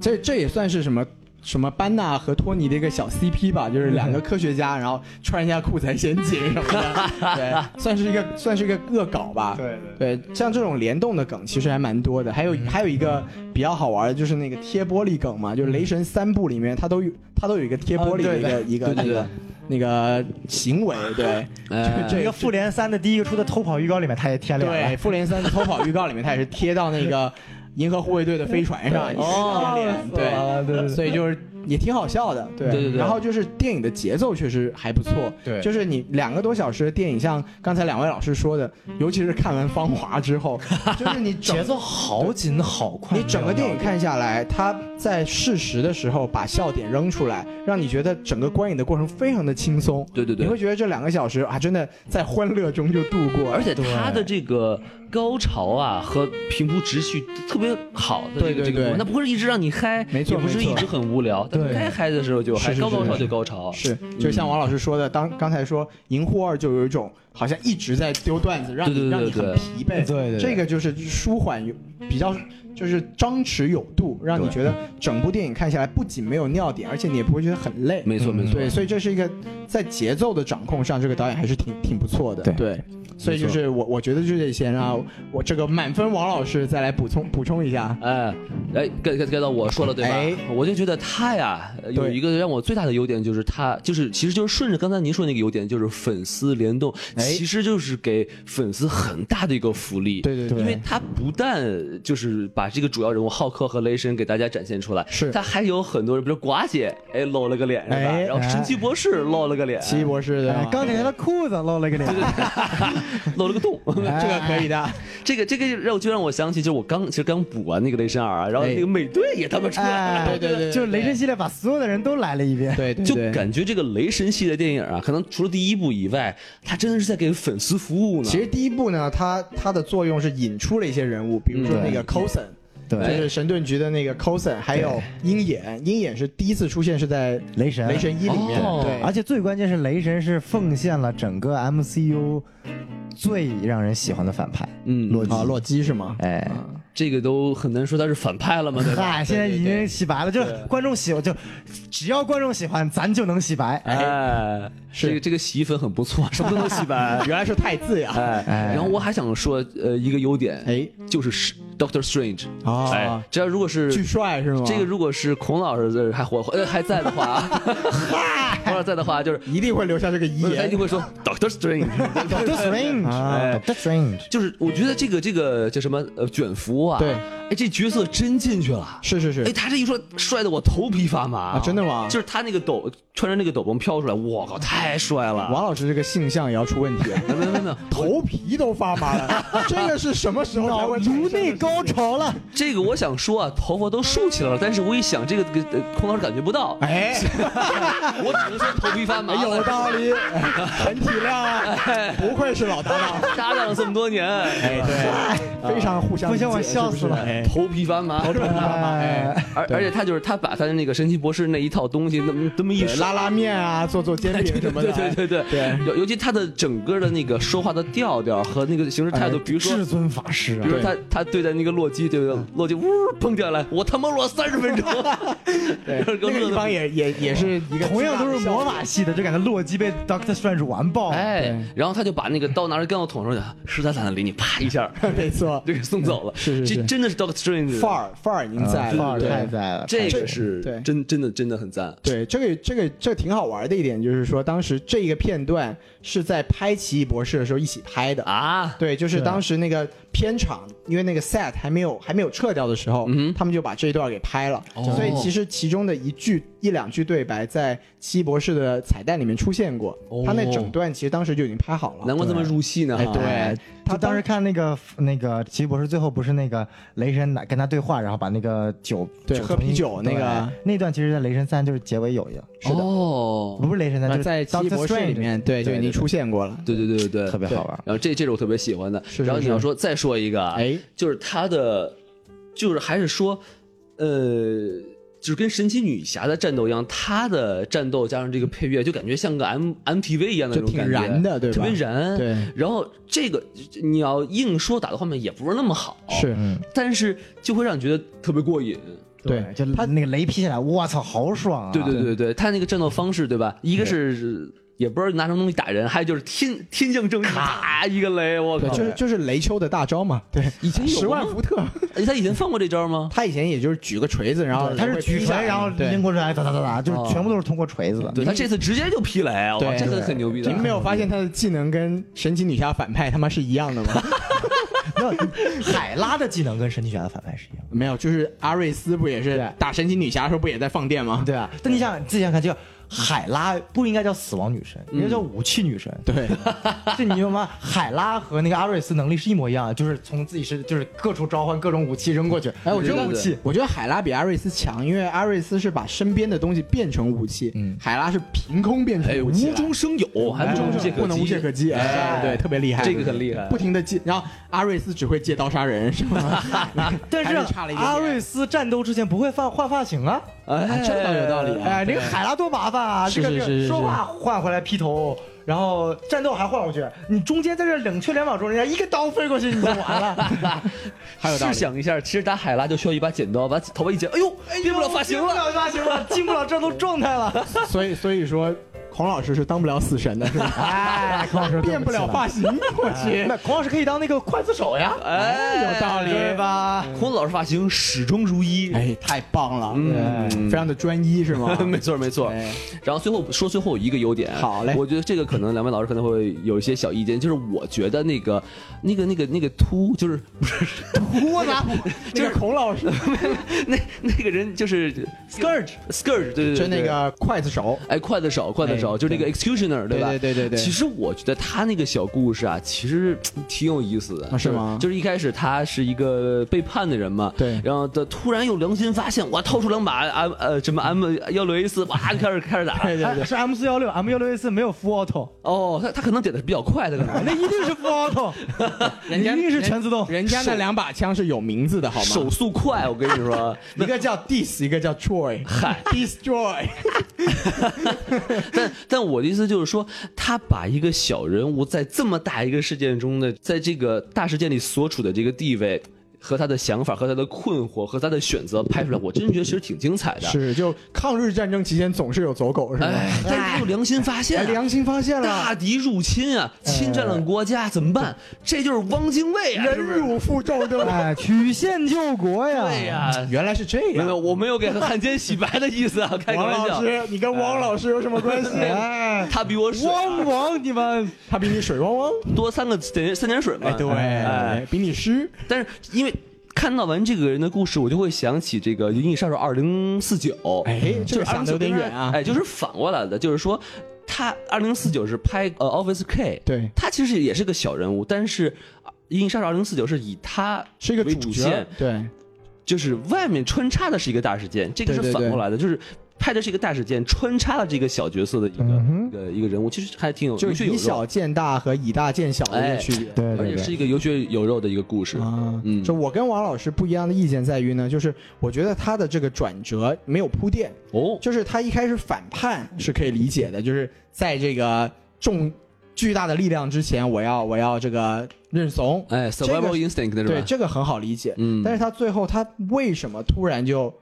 [SPEAKER 2] 这这也算是什么？什么班纳和托尼的一个小 CP 吧，就是两个科学家，然后穿人家裤子还嫌紧什么的，对，算是一个算是一个恶搞吧。
[SPEAKER 3] 对
[SPEAKER 2] 啊对，像这种联动的梗其实还蛮多的，
[SPEAKER 1] 嗯
[SPEAKER 2] 还有还有一个比较好玩的就是那个贴玻璃梗嘛，就是雷神三部里面它都有它都有一个贴玻璃的一个、
[SPEAKER 3] 哦
[SPEAKER 2] 一个
[SPEAKER 1] 嗯对对
[SPEAKER 2] 那个那个 行为，对，
[SPEAKER 1] 哎
[SPEAKER 2] 这
[SPEAKER 3] 这个复联三的第一个出的偷跑预告里面，他也添了。哎
[SPEAKER 2] 对，，复联三的偷跑预告里面它也是贴到那个银河护卫队的飞船上，
[SPEAKER 1] 哦
[SPEAKER 2] 对
[SPEAKER 3] 对对对
[SPEAKER 2] 所以就是也挺好笑的，对
[SPEAKER 1] 对对对
[SPEAKER 2] 然后就是电影的节奏确实还不错，
[SPEAKER 3] 对
[SPEAKER 2] 就是你两个多小时的电影，像刚才两位老师说的，尤其是看完《芳华》之后，就是你整
[SPEAKER 3] 节奏好紧好快，
[SPEAKER 2] 你整个电影看下来，他在适时的时候把笑点扔出来，让你觉得整个观影的过程非常的轻松。
[SPEAKER 1] 对对对
[SPEAKER 2] 你会觉得这两个小时啊，真的在欢乐中就度过。
[SPEAKER 1] 而且他的这个高潮啊和平铺直叙特别好的这
[SPEAKER 2] 对
[SPEAKER 1] 个这
[SPEAKER 2] 对
[SPEAKER 1] 个
[SPEAKER 2] 对
[SPEAKER 1] 部分，那不是一直让你嗨，
[SPEAKER 2] 没错
[SPEAKER 1] 也不是
[SPEAKER 2] 没错
[SPEAKER 1] 一直很无聊，但
[SPEAKER 3] 对
[SPEAKER 1] 该嗨的时候就是嗨，
[SPEAKER 2] 是
[SPEAKER 1] 高
[SPEAKER 2] 是
[SPEAKER 1] 高潮
[SPEAKER 2] 是
[SPEAKER 1] 就高潮，
[SPEAKER 2] 是，就像王老师说的，当刚才说《银护二》就有一种好像一直在丢段子，让你
[SPEAKER 1] 对对对
[SPEAKER 2] 让你
[SPEAKER 1] 对
[SPEAKER 2] 很疲惫。
[SPEAKER 3] 对对对
[SPEAKER 2] 这个就是舒缓有，比较就是张弛有度，让你
[SPEAKER 3] 对
[SPEAKER 2] 觉得整部电影看下来不仅没有尿点，而且你也不会觉得很累。
[SPEAKER 1] 没错
[SPEAKER 3] 嗯
[SPEAKER 1] 没错，
[SPEAKER 2] 对，所以这是一个在节奏的掌控上，这个导演还是挺挺不错的。
[SPEAKER 3] 对
[SPEAKER 2] 所以就是我我觉得就这些，然后我这个满分王老师再来补充补充一下。
[SPEAKER 1] 哎，哎，该该该到我说了对吧？
[SPEAKER 2] 嗯哎
[SPEAKER 1] 我就觉得他呀，呃有
[SPEAKER 2] 对
[SPEAKER 1] 一个让我最大的优点就是他，就是其实就是顺着刚才您说那个优点，就是粉丝联动，
[SPEAKER 2] 哎
[SPEAKER 1] 其实就是给粉丝很大的一个福利。
[SPEAKER 2] 对对
[SPEAKER 3] 对
[SPEAKER 1] 因为他不但就是把这个主要人物浩克和雷神给大家展现出来。
[SPEAKER 2] 是
[SPEAKER 1] 他还有很多人，比如寡姐，哎，露了个脸是吧？
[SPEAKER 2] 哎
[SPEAKER 1] 然后神奇博士露了个脸，
[SPEAKER 2] 奇异博士的啊
[SPEAKER 3] 哎钢铁侠的裤子露了个脸，
[SPEAKER 1] 露了个洞。
[SPEAKER 2] 这个可以的，
[SPEAKER 1] 这个这个让我就让我想起，就是我刚其实刚补完那个雷神二啊，然后
[SPEAKER 2] 哎
[SPEAKER 1] 那个美队也他妈出来了，
[SPEAKER 3] 哎，
[SPEAKER 2] 对对对对
[SPEAKER 3] 就是雷神系列把所有的人都来了一遍，
[SPEAKER 2] 对对
[SPEAKER 1] 就
[SPEAKER 2] 对。
[SPEAKER 1] 感觉这个雷神系列电影啊，可能除了第一部以外，它真的是在给粉丝服务呢。
[SPEAKER 2] 其实第一部呢，它它的作用是引出了一些人物，比如说
[SPEAKER 3] 嗯
[SPEAKER 2] 那个 Coulson，、
[SPEAKER 3] 对，
[SPEAKER 2] 就是神盾局的那个 Coulson，还有鹰眼，鹰眼是第一次出现是在
[SPEAKER 3] 雷神，
[SPEAKER 2] 雷神一里面，
[SPEAKER 1] 哦
[SPEAKER 2] 对，
[SPEAKER 3] 而且最关键是，雷神是奉献了整个 MCU 最让人喜欢的反派。
[SPEAKER 1] 嗯，
[SPEAKER 3] 洛基
[SPEAKER 2] 啊，洛基是吗？。
[SPEAKER 3] 哎，
[SPEAKER 1] 这个都很难说他是反派了嘛，嗯对吧？
[SPEAKER 3] 嗨，现在已经洗白了，就是观众喜，就只要观众喜欢，咱就能洗白。
[SPEAKER 1] 哎，这个这个洗衣粉很不错，什么都能洗白
[SPEAKER 2] 哎原来是太子呀！
[SPEAKER 1] 哎，然后我还想说，呃，一个优点，
[SPEAKER 2] 哎，
[SPEAKER 1] 就是 Doctor Strange
[SPEAKER 2] 啊
[SPEAKER 1] 哎，只要如果是
[SPEAKER 2] 巨啊帅是吗？
[SPEAKER 1] 这个如果是孔老师在还活呃还在的话 啊，孔老师在的 话，就是
[SPEAKER 2] 一定会留下这个遗
[SPEAKER 1] 他就
[SPEAKER 2] 言。
[SPEAKER 1] 会说 Doctor Strange，
[SPEAKER 3] Doctor Strange，啊
[SPEAKER 1] 哎
[SPEAKER 3] Doctor Strange，
[SPEAKER 1] 就是我觉得这个这个叫什么呃卷福啊，
[SPEAKER 2] 对
[SPEAKER 1] 哎这角色真进去了。
[SPEAKER 2] 是是
[SPEAKER 1] 哎，
[SPEAKER 2] 是，
[SPEAKER 1] 他这一说帅的我头皮发麻
[SPEAKER 2] 啊真的吗
[SPEAKER 1] 就是他那个斗穿着那个斗篷飘出来，我靠，太帅了！！
[SPEAKER 2] 王老师这个性向也要出问题啊
[SPEAKER 1] 没有没有没有没有，
[SPEAKER 2] 头皮都发麻 了，这个是什么时候才
[SPEAKER 3] 脑
[SPEAKER 1] 哦
[SPEAKER 2] 会
[SPEAKER 3] 颅内高潮了，
[SPEAKER 1] 这个我想说啊，头发都竖起来了，但是我一想这个给呃空老师感觉不到，
[SPEAKER 2] 哎，
[SPEAKER 1] 我只能说头皮发麻了。
[SPEAKER 2] 有道 理，很体谅啊，不愧是老搭档，
[SPEAKER 1] 搭档了这么多年，哎，
[SPEAKER 2] 对，非常互相
[SPEAKER 3] 不
[SPEAKER 2] 理解，
[SPEAKER 3] 行，我笑死了。
[SPEAKER 2] 是不是
[SPEAKER 1] 头皮发麻。
[SPEAKER 3] 哎，
[SPEAKER 1] 而而且他就是他把他的那个神奇博士那一套东西那么 这么一
[SPEAKER 2] 对
[SPEAKER 1] 甩，
[SPEAKER 2] 拉拉面啊，做做煎饼什么
[SPEAKER 1] 对
[SPEAKER 2] 的，
[SPEAKER 1] 对对对
[SPEAKER 2] 对
[SPEAKER 1] 尤尤其他的整个的那个说话的调调和那个行事态
[SPEAKER 2] 哎
[SPEAKER 1] 度，比如说
[SPEAKER 3] 至尊法师啊
[SPEAKER 1] 比如，说他他对待那个洛基，对不对？洛基呜蹦掉来，我他妈落三十分 钟，
[SPEAKER 2] 对，
[SPEAKER 1] 给我
[SPEAKER 2] 哎
[SPEAKER 1] 乐
[SPEAKER 2] 那个地
[SPEAKER 1] 的
[SPEAKER 2] 方也也也是一个
[SPEAKER 3] 同样都是
[SPEAKER 2] 巨大的
[SPEAKER 3] 魔
[SPEAKER 2] 效
[SPEAKER 3] 法
[SPEAKER 2] 果，
[SPEAKER 3] 系的，就感觉洛基被 Doctor Strange 完爆了。嗯
[SPEAKER 1] 哎，然后他就把那个刀拿着干到桶上去，实在懒得理你，啪一下
[SPEAKER 2] 没错，
[SPEAKER 1] 就给送走了。
[SPEAKER 2] 是是是
[SPEAKER 1] 这真的是 Doctor Strange
[SPEAKER 2] 范儿嗯范儿已经在
[SPEAKER 3] 啊
[SPEAKER 2] 了，对
[SPEAKER 3] 太在了，
[SPEAKER 1] 这个是
[SPEAKER 2] 对
[SPEAKER 1] 真真的真的很赞。
[SPEAKER 2] 对，这个这个这个挺好玩的一点就是说，当时这个片段是在拍《奇异博士》的时候一起拍的。
[SPEAKER 1] 啊，
[SPEAKER 2] 对，就是
[SPEAKER 3] 对
[SPEAKER 2] 当时那个片场，因为那个 set 还没有还没有撤掉的时
[SPEAKER 3] 嗯
[SPEAKER 2] 候，他们就把这一段给拍了。
[SPEAKER 1] 哦
[SPEAKER 2] 所以其实其中的一句一两句对白在《奇异博士》的彩蛋里面出现过，
[SPEAKER 3] 哦
[SPEAKER 2] 他那整段其实当时就已经拍好了。
[SPEAKER 1] 难怪这么入戏呢。
[SPEAKER 2] 哎
[SPEAKER 1] 哈
[SPEAKER 2] 对
[SPEAKER 3] 哎
[SPEAKER 2] 他
[SPEAKER 3] 就当
[SPEAKER 2] 当
[SPEAKER 3] 时看那个那个奇异博士，最后不是那个雷神拿跟他对话，然后把那个酒
[SPEAKER 2] 对
[SPEAKER 3] 酒
[SPEAKER 2] 喝
[SPEAKER 3] 重新
[SPEAKER 2] 啤酒那个
[SPEAKER 3] 对那段，其实在雷神三就是结尾有一个，
[SPEAKER 1] 哦，
[SPEAKER 3] 不是雷神三，
[SPEAKER 2] 那
[SPEAKER 3] 就是
[SPEAKER 2] 呃在《奇异
[SPEAKER 3] Doctor
[SPEAKER 2] 博士》里
[SPEAKER 3] Strange
[SPEAKER 2] 面，对，就已经出现过了。
[SPEAKER 1] 对对对对对，
[SPEAKER 3] 特别好玩。
[SPEAKER 1] 然后这这是我特别喜欢的。
[SPEAKER 2] 是是
[SPEAKER 1] 然后你要说再说一个，啊，
[SPEAKER 2] 哎，
[SPEAKER 1] 就是他的，就是还是说，呃，就是跟神奇女侠的战斗一样，他的战斗加上这个配乐，就感觉像个 M MTV 一样的那
[SPEAKER 2] 就
[SPEAKER 1] 种
[SPEAKER 2] 挺
[SPEAKER 1] 感觉，
[SPEAKER 2] 燃的，对吧？
[SPEAKER 1] 特别燃。
[SPEAKER 2] 对，
[SPEAKER 3] 嗯
[SPEAKER 1] 然后这个你要硬说打到后面也不是那么好，
[SPEAKER 2] 是。
[SPEAKER 3] 嗯，
[SPEAKER 1] 但是就会让你觉得特别过瘾。
[SPEAKER 2] 对
[SPEAKER 3] 就
[SPEAKER 2] 他
[SPEAKER 3] 他那个雷劈下来，我操，好爽啊！
[SPEAKER 1] 对对对对对，他那个战斗方式对吧？一个是也不知道拿什么东西打人，还有就是天天降正义，咔一个雷，我
[SPEAKER 2] 对，
[SPEAKER 1] 靠！
[SPEAKER 2] 就是就是雷丘的大招嘛，对，
[SPEAKER 1] 以前有
[SPEAKER 2] 十万
[SPEAKER 1] 过吗
[SPEAKER 2] 伏特，
[SPEAKER 1] 哎他以前放过这招吗？
[SPEAKER 2] 他以前也就是举个锤子，然后
[SPEAKER 3] 对，他是举锤，然后
[SPEAKER 2] 对哦
[SPEAKER 3] 拎过来，哒哒哒哒，就是全部都是通过锤子的。
[SPEAKER 1] 对他这次直接就劈雷，啊哇，
[SPEAKER 2] 对
[SPEAKER 1] 这个很牛逼的
[SPEAKER 2] 你。们没有发现他的技能跟神奇女侠反派他妈是一样的吗？
[SPEAKER 3] 那海拉的技能跟神奇侠的反派是一样的。
[SPEAKER 2] 没有，就是阿瑞斯不也是
[SPEAKER 3] 对
[SPEAKER 2] 打神奇女侠的时候不也在放电吗？
[SPEAKER 3] 对啊，但你想想，自己想看，就海拉不应该叫死亡女神，应该叫武器女神。
[SPEAKER 2] 对，
[SPEAKER 3] 这你知道吗？海拉和那个阿瑞斯能力是一模一样的，就是从自己身就是各处召唤各种武器扔过去。
[SPEAKER 2] 哎，我觉
[SPEAKER 1] 对对
[SPEAKER 2] 得
[SPEAKER 1] 对
[SPEAKER 2] 武器，我觉得海拉比阿瑞斯强，因为阿瑞斯是把身边的东西变成武器，
[SPEAKER 3] 嗯
[SPEAKER 2] 海拉是凭空变成
[SPEAKER 1] 哎，
[SPEAKER 2] 武
[SPEAKER 1] 无
[SPEAKER 2] 器了，
[SPEAKER 1] 中生有，还
[SPEAKER 2] 哎
[SPEAKER 1] 无无懈可击，
[SPEAKER 2] 不能无懈可击，哎，对，特别厉害，
[SPEAKER 1] 这个很厉害
[SPEAKER 2] 不停的借，然后阿瑞斯只会借刀杀人，是吗？
[SPEAKER 3] 但
[SPEAKER 2] 还是差了一点点
[SPEAKER 3] 阿瑞斯战斗之前不会换换发型啊。
[SPEAKER 1] 哎，
[SPEAKER 2] 这倒有道理啊
[SPEAKER 3] 哎，那个海拉多麻烦啊！
[SPEAKER 2] 是
[SPEAKER 3] 这个
[SPEAKER 2] 是
[SPEAKER 3] 这
[SPEAKER 2] 是是
[SPEAKER 3] 个
[SPEAKER 2] 是
[SPEAKER 3] 说话换回来劈头，然后战斗还换回去，你中间在这冷却两秒钟，人家一个刀飞过去你就完 了。
[SPEAKER 2] 还有道
[SPEAKER 1] 试
[SPEAKER 2] 理。
[SPEAKER 1] 想一下，其实打海拉就需要一把剪刀，把头发一剪，哎呦，变不了发型
[SPEAKER 3] 进不
[SPEAKER 1] 了。
[SPEAKER 3] 了发型了，进不了战斗状态了。
[SPEAKER 2] 所以所以说，孔老师是当不了死神的，是 吧？哎
[SPEAKER 3] 哎，孔老 师
[SPEAKER 2] 变不了发型，我去，
[SPEAKER 3] 那孔老师可以当那个刽子手呀，
[SPEAKER 1] 哎，
[SPEAKER 2] 有道理
[SPEAKER 3] 对吧？
[SPEAKER 1] 孔子老师发型始终如一，
[SPEAKER 2] 哎，太棒了，
[SPEAKER 1] 嗯？
[SPEAKER 2] 对非常的专一，是吗
[SPEAKER 1] 没错没错
[SPEAKER 2] 哎。
[SPEAKER 1] 然后最后说最后一个优点，
[SPEAKER 2] 好嘞
[SPEAKER 1] 我觉得这个可能两位老师可能会有一些小意见，就是我觉得那个那个那个那个秃就是不是
[SPEAKER 2] 我拿，就是啊孔老师，
[SPEAKER 1] 那那个人就是 scourge scourge 对对对，
[SPEAKER 2] 就那
[SPEAKER 1] 对。
[SPEAKER 2] 个筷子手，
[SPEAKER 1] 哎，筷子手，筷子手，
[SPEAKER 2] 哎
[SPEAKER 1] 就是那个 executioner，对吧？
[SPEAKER 2] 对对对对对
[SPEAKER 1] 其实我觉得他那个小故事啊，其实嗯挺有意思的，
[SPEAKER 2] 啊是吗
[SPEAKER 1] 就是一开始他是一个背叛的人嘛，
[SPEAKER 2] 对
[SPEAKER 1] 然后他突然有良心发现，哇，掏出两把 M 呃什么 M 幺六 A 四，哇，开始开始打，
[SPEAKER 2] 对对
[SPEAKER 3] 哎
[SPEAKER 2] 对，
[SPEAKER 3] 是 M 四幺六，M 幺六 A 四没有 full auto，
[SPEAKER 1] 哦，他他可能点的是比较快的，可能。
[SPEAKER 3] 那一定是 full auto，
[SPEAKER 2] 人家
[SPEAKER 3] 一定是全自动。
[SPEAKER 2] 人家那两把枪是有名字的，好
[SPEAKER 1] 手
[SPEAKER 2] 吗？
[SPEAKER 1] 速快，我跟你 说，
[SPEAKER 2] 一个叫 dis，一个叫 Troy，
[SPEAKER 1] 嗨
[SPEAKER 2] destroy，
[SPEAKER 1] 但但我的意思就是说，他把一个小人物在这么大一个事件中的，在这个大事件里所处的这个地位。和他的想法、和他的困惑、和他的选择拍出来，我真觉得其实挺精彩的。，
[SPEAKER 2] 是就抗日战争期间总是有走狗，是吗？
[SPEAKER 1] 哎，但是他有良心发现
[SPEAKER 2] 哎
[SPEAKER 1] 啊、
[SPEAKER 2] 良心发现
[SPEAKER 1] 大
[SPEAKER 2] 了，
[SPEAKER 1] 敌入侵啊，侵占了国家，怎么
[SPEAKER 2] 哎
[SPEAKER 1] 办？这就是汪精卫啊，
[SPEAKER 2] 忍
[SPEAKER 1] 是不是？
[SPEAKER 2] 辱负重，对吧？哎
[SPEAKER 3] 哎，曲线救国呀！
[SPEAKER 1] 对呀、
[SPEAKER 2] 原来是这
[SPEAKER 1] 没
[SPEAKER 2] 样
[SPEAKER 1] 有，。我没有给汉奸洗白的意思啊，开个
[SPEAKER 2] 王
[SPEAKER 1] 玩
[SPEAKER 2] 老
[SPEAKER 1] 笑。
[SPEAKER 2] 师，你跟汪老师有什么关系？
[SPEAKER 3] 哎，
[SPEAKER 1] 他比我水啊
[SPEAKER 3] 汪汪，你们
[SPEAKER 2] 他比你水汪汪。
[SPEAKER 1] 多三个等于三点水嘛。
[SPEAKER 2] 哎，对，
[SPEAKER 1] 哎
[SPEAKER 2] 比你湿。
[SPEAKER 1] 但是因为看到完这个人的故事，我就会想起这个《银翼杀手二零四九》。
[SPEAKER 2] 哎，
[SPEAKER 1] 就
[SPEAKER 2] 这
[SPEAKER 1] 是
[SPEAKER 2] 个想的有点远啊。
[SPEAKER 1] 哎，就是反过来的，就是说他二零四九是拍呃 Office K，，
[SPEAKER 2] 对，
[SPEAKER 1] 他其实也是个小人物，但是《银翼杀手二零四九》是以他
[SPEAKER 2] 是一个
[SPEAKER 1] 为
[SPEAKER 2] 主
[SPEAKER 1] 主
[SPEAKER 2] 角
[SPEAKER 1] 线，。
[SPEAKER 2] 对，
[SPEAKER 1] 就是外面穿插的是一个大事件，这个是
[SPEAKER 2] 对对
[SPEAKER 1] 反过来的，就是。拍的是一个大事件，穿插了这个小角色的一个、一个一个人物，其实还挺嗯有，
[SPEAKER 2] 嗯就
[SPEAKER 1] 有血
[SPEAKER 2] 是
[SPEAKER 1] 有
[SPEAKER 2] 以
[SPEAKER 1] 肉
[SPEAKER 2] 小见大和以大见小的一
[SPEAKER 1] 哎
[SPEAKER 2] 个区别。
[SPEAKER 3] 对
[SPEAKER 1] 而且是一个有血有肉的一个故事。
[SPEAKER 2] 啊，
[SPEAKER 1] 嗯
[SPEAKER 2] 就我跟王老师不一样的意见在于呢，就是我觉得他的这个转折没有铺垫，
[SPEAKER 1] 哦，
[SPEAKER 2] 就是他一开始反叛是可以理解的，就是在这个重巨大的力量之前，我要我要这个认怂，
[SPEAKER 1] 哎
[SPEAKER 2] 这
[SPEAKER 1] ，survival
[SPEAKER 2] 个
[SPEAKER 1] instinct 是吧？
[SPEAKER 2] 对，这个很好理解。
[SPEAKER 1] 嗯
[SPEAKER 2] 但是他最后他为什么突然就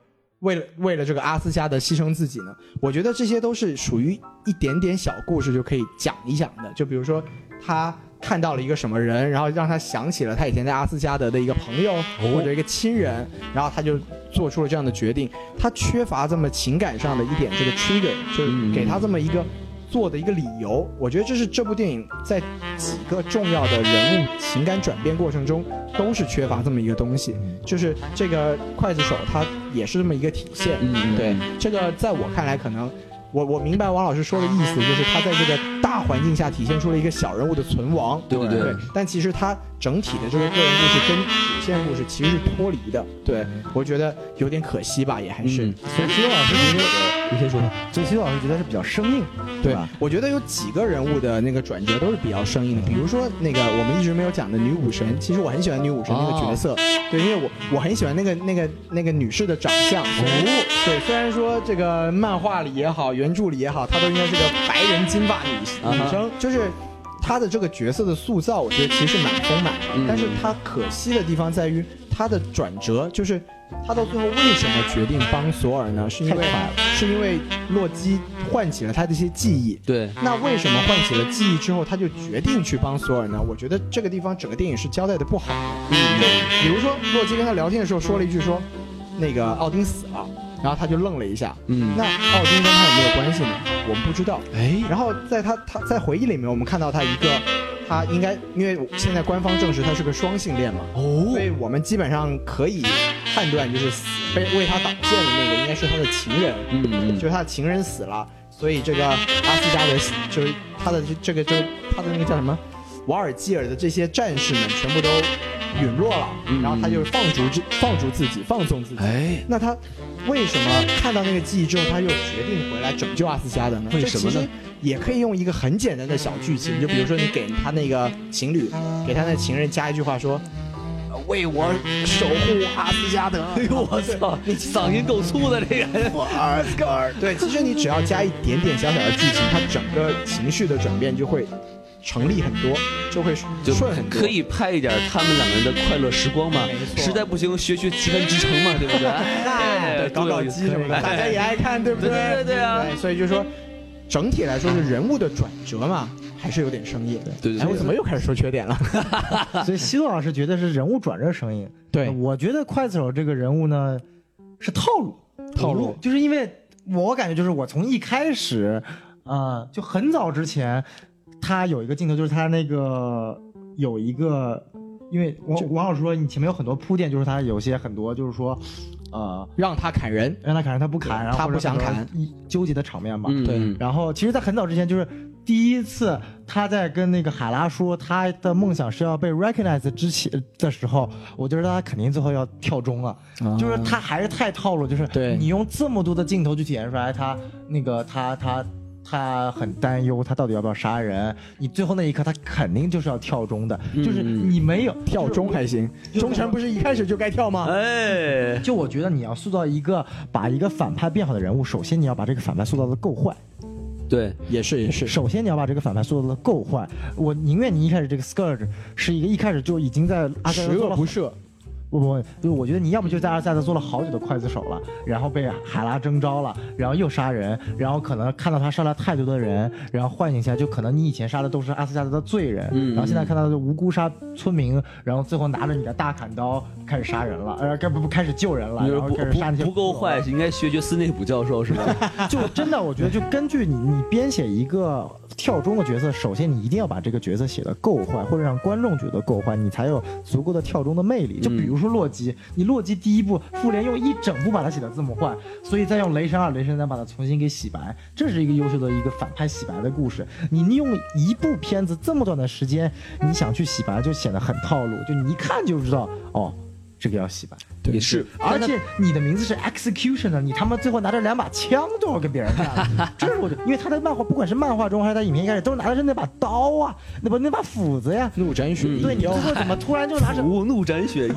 [SPEAKER 2] 为了为了这个阿斯加德牺牲自己呢？我觉得这些都是属于一点点小故事就可以讲一讲的。就比如说他看到了一个什么人，然后让他想起了他以前在阿斯加德的一个朋友、或者一个亲人，然后他就做出了这样的决定。他缺乏这么情感上的一点这个 trigger，就是给他这么一个。做的一个理由，我觉得这是这部电影在几个重要的人物情感转变过程中都是缺乏这么一个东西，
[SPEAKER 1] 嗯
[SPEAKER 2] 就是这个刽子手他也是这么一个体现。
[SPEAKER 1] 嗯
[SPEAKER 2] 对，这个在我看来可能。我我明白王老师说的意思，就是他在这个大环境下体现出了一个小人物的存亡，
[SPEAKER 1] 对对对
[SPEAKER 2] 但其实他整体的这个个人故事跟主线故事其实是脱离的，对我觉得有点可惜吧，也还是。
[SPEAKER 1] 嗯
[SPEAKER 3] 所以徐老师觉得，你先说。所以徐老师觉得是比较生硬，
[SPEAKER 2] 对
[SPEAKER 3] 吧？，
[SPEAKER 2] 我觉得有几个人物的那个转折都是比较生硬的，比如说那个我们一直没有讲的女武神，其实我很喜欢女武神那
[SPEAKER 1] 哦
[SPEAKER 2] 个角色，对，因为我我很喜欢那个那个那个女士的长相，虽然、
[SPEAKER 1] 哦
[SPEAKER 2] 对，虽然说这个漫画里也好，原著里也好，她都应该是个白人金发
[SPEAKER 1] 啊
[SPEAKER 2] 女
[SPEAKER 1] 哈
[SPEAKER 2] 女生，就是。她的这个角色的塑造，我觉得其实蛮丰满的，
[SPEAKER 1] 嗯
[SPEAKER 2] 但是她可惜的地方在于她的转折，就是她到最后为什么决定帮索尔呢？是因为
[SPEAKER 3] 太快了
[SPEAKER 2] 是因为洛基唤起了他的一些记忆，
[SPEAKER 1] 对，
[SPEAKER 2] 那为什么唤起了记忆之后，他就决定去帮索尔呢？我觉得这个地方整个电影是交代的不好的。就比如说，洛基跟他聊天的时候说了一句说，那个奥丁死了，然后他就愣了一下。
[SPEAKER 1] 嗯
[SPEAKER 2] 那奥丁跟他有没有关系呢？我们不知道。
[SPEAKER 1] 哎，
[SPEAKER 2] 然后在他他在回忆里面，我们看到他一个，他应该因为现在官方证实他是个双性恋嘛，
[SPEAKER 1] 哦
[SPEAKER 2] 所以我们基本上可以判断，就是死被为他挡箭的那个应该是他的情人。
[SPEAKER 1] 嗯嗯，
[SPEAKER 2] 就是他的情人死了，所以这个阿斯加德就是他的这个这个他的那个叫什么瓦尔基尔的这些战士们全部都陨落了，然后他就放逐自放逐自己，放纵自己。
[SPEAKER 1] 嗯哎，
[SPEAKER 2] 那他为什么看到那个记忆之后，他又决定回来拯救阿斯加德呢？
[SPEAKER 1] 为什么呢
[SPEAKER 2] 这其实也可以用一个很简单的小剧情，就比如说你给他那个情侣，给他那情人加一句话说：“为我守护阿斯加德。”
[SPEAKER 1] 哎呦我操，你嗓音够粗的这个，
[SPEAKER 2] 我儿子儿。对，其实你只要加一点点小小的剧情，它整个情绪的转变就会成立很多，就会
[SPEAKER 1] 就
[SPEAKER 2] 顺很多。
[SPEAKER 1] 可以拍一点他们两个人的快乐时光嘛
[SPEAKER 2] 没，错
[SPEAKER 1] 实在不行学学极寒之城嘛，对不对？哎
[SPEAKER 2] 对，搞搞基什么的，大家也爱看，对不
[SPEAKER 1] 对对对对啊
[SPEAKER 2] 对，所以就说。整体来说是人物的转折嘛，还是有点生硬。
[SPEAKER 1] 对对对
[SPEAKER 2] 哎，我怎么又开始说缺点了？
[SPEAKER 3] 所以西多老师觉得是人物转折生硬。
[SPEAKER 2] 对
[SPEAKER 3] 我觉得刽子手这个人物呢是套路，
[SPEAKER 2] 套路
[SPEAKER 3] 就是因为我感觉就是我从一开始，呃，就很早之前，他有一个镜头就是他那个有一个，因为王王老师说你前面有很多铺垫，就是他有些很多就是说，呃，
[SPEAKER 2] 让他砍人，
[SPEAKER 3] 让他砍他不砍，然后
[SPEAKER 2] 他
[SPEAKER 3] 或者
[SPEAKER 2] 不想
[SPEAKER 3] 很多
[SPEAKER 2] 砍
[SPEAKER 3] 一纠结的场面嘛，
[SPEAKER 1] 嗯
[SPEAKER 2] 对
[SPEAKER 1] 嗯
[SPEAKER 3] 然后其实，在很早之前，就是第一次他在跟那个海拉说他的梦想是要被 recognize 之前的时候，我觉得他肯定最后要跳钟了，就是他还是太套路，就是
[SPEAKER 2] 嗯对
[SPEAKER 3] 你用这么多的镜头去体现出来他那个他他。他很担忧，他到底要不要杀人？你最后那一刻，他肯定就是要跳钟的，就是你没有
[SPEAKER 2] 嗯跳钟还行，忠诚不是一开始就该跳吗？
[SPEAKER 1] 哎，
[SPEAKER 3] 就我觉得你要塑造一个把一个反派变好的人物，首先你要把这个反派塑造的够坏，
[SPEAKER 1] 对，
[SPEAKER 2] 也是也是，
[SPEAKER 3] 首先你要把这个反派塑造的够坏，我宁愿你一开始这个 Scourge 是一个一开始就已经在阿塞
[SPEAKER 2] 十
[SPEAKER 3] 德做
[SPEAKER 2] 恶
[SPEAKER 3] 了
[SPEAKER 2] 不赦。
[SPEAKER 3] 不不，就我觉得你要么就在阿塞德做了好久的刽子手了，然后被海拉征召了，然后又杀人，然后可能看到他杀了太多的人，然后幻想一下，就可能你以前杀的都是阿斯加德的罪人，
[SPEAKER 1] 嗯
[SPEAKER 3] 然后现在看到的无辜杀村民，然后最后拿着你的大砍刀开始杀人了，呃，该不不开始救人了，
[SPEAKER 1] 你
[SPEAKER 3] 然
[SPEAKER 1] 说
[SPEAKER 3] 后
[SPEAKER 1] 不
[SPEAKER 3] 开始杀那些
[SPEAKER 1] 不不够
[SPEAKER 3] 俘虏了
[SPEAKER 1] 坏，应该学学斯内普教授是 吧？
[SPEAKER 3] 就真的，我觉得就根据你你编写一个跳钟的角色，首先你一定要把这个角色写得够坏，或者让观众觉得够坏，你才有足够的跳钟的魅力。就比如说洛基，你洛基第一部复联用一整部把它写得这么坏，所以再用雷神二、雷神三把它重新给洗白，这是一个优秀的一个反派洗白的故事。你利用一部片子这么短的时间，你想去洗白就显得很套路，就你一看就知道哦，这个要洗白。
[SPEAKER 1] 也是，
[SPEAKER 3] 而且你的名字是 Executioner，你他妈最后拿着两把枪都要跟别人 干，这是我觉得，因为他在漫画，不管是漫画中还是在影片一开始，都拿的是那把刀啊，那不那把斧子呀。
[SPEAKER 2] 怒斩雪
[SPEAKER 3] 嗯对，
[SPEAKER 2] 梨
[SPEAKER 3] 你最
[SPEAKER 2] 妖，
[SPEAKER 3] 后怎么突然就拿 着？
[SPEAKER 1] 我怒斩雪翼，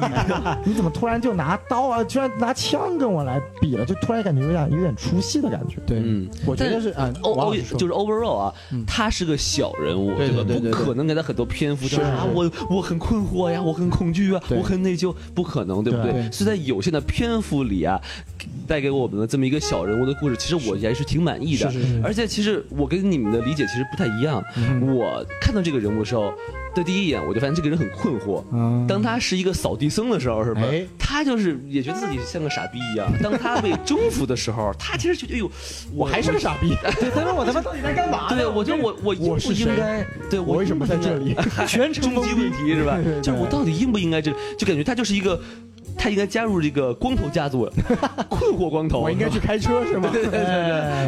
[SPEAKER 3] 你怎么突然就拿刀啊？居然拿枪跟我来比了，就突然感觉有点有点出戏的感觉。
[SPEAKER 2] 对，
[SPEAKER 1] 嗯
[SPEAKER 2] 我觉得是啊，
[SPEAKER 1] 欧
[SPEAKER 2] 王
[SPEAKER 1] 欧
[SPEAKER 2] 老师说
[SPEAKER 1] 哦就是 overall 啊，他是个小人物，
[SPEAKER 2] 对
[SPEAKER 1] 吧？
[SPEAKER 2] 对对
[SPEAKER 1] 不
[SPEAKER 2] 对
[SPEAKER 1] 可能给他很多篇幅，就是啊，我我很困惑呀，我很恐惧啊，
[SPEAKER 2] 对
[SPEAKER 1] 我很内疚，不可能，对不对？
[SPEAKER 3] 对
[SPEAKER 1] 所以在有限的篇幅里啊，带给我们的这么一个小人物的故事，其实我还是挺满意的。
[SPEAKER 2] 是是是
[SPEAKER 1] 而且其实我跟你们的理解其实不太一样。
[SPEAKER 2] 嗯
[SPEAKER 1] 我看到这个人物的时候，的第一眼我就发现这个人很困惑。
[SPEAKER 2] 嗯
[SPEAKER 1] 当他是一个扫地僧的时候，是吧？
[SPEAKER 2] 哎
[SPEAKER 1] 他就是也觉得自己像个傻逼一样。当他被征服的时候，他其实觉得，哎呦，我
[SPEAKER 2] 我还是个傻逼，
[SPEAKER 3] 对，他说我他妈到底在干嘛呢？
[SPEAKER 1] 啊对，我觉得我我应
[SPEAKER 2] 我
[SPEAKER 1] 不
[SPEAKER 2] 是
[SPEAKER 1] 应
[SPEAKER 2] 谁
[SPEAKER 1] 该？对
[SPEAKER 2] 我为什
[SPEAKER 1] 应
[SPEAKER 2] 么
[SPEAKER 1] 不
[SPEAKER 2] 在
[SPEAKER 1] 应
[SPEAKER 2] 这
[SPEAKER 1] 该
[SPEAKER 2] 里？
[SPEAKER 3] 全程
[SPEAKER 1] 终极问题是吧
[SPEAKER 2] 对对对？
[SPEAKER 1] 就是我到底应不应该这？就感觉他就是一个，他应该加入这个光头家族， 困惑光头。
[SPEAKER 2] 我应该去开车是吗？
[SPEAKER 1] 对对对对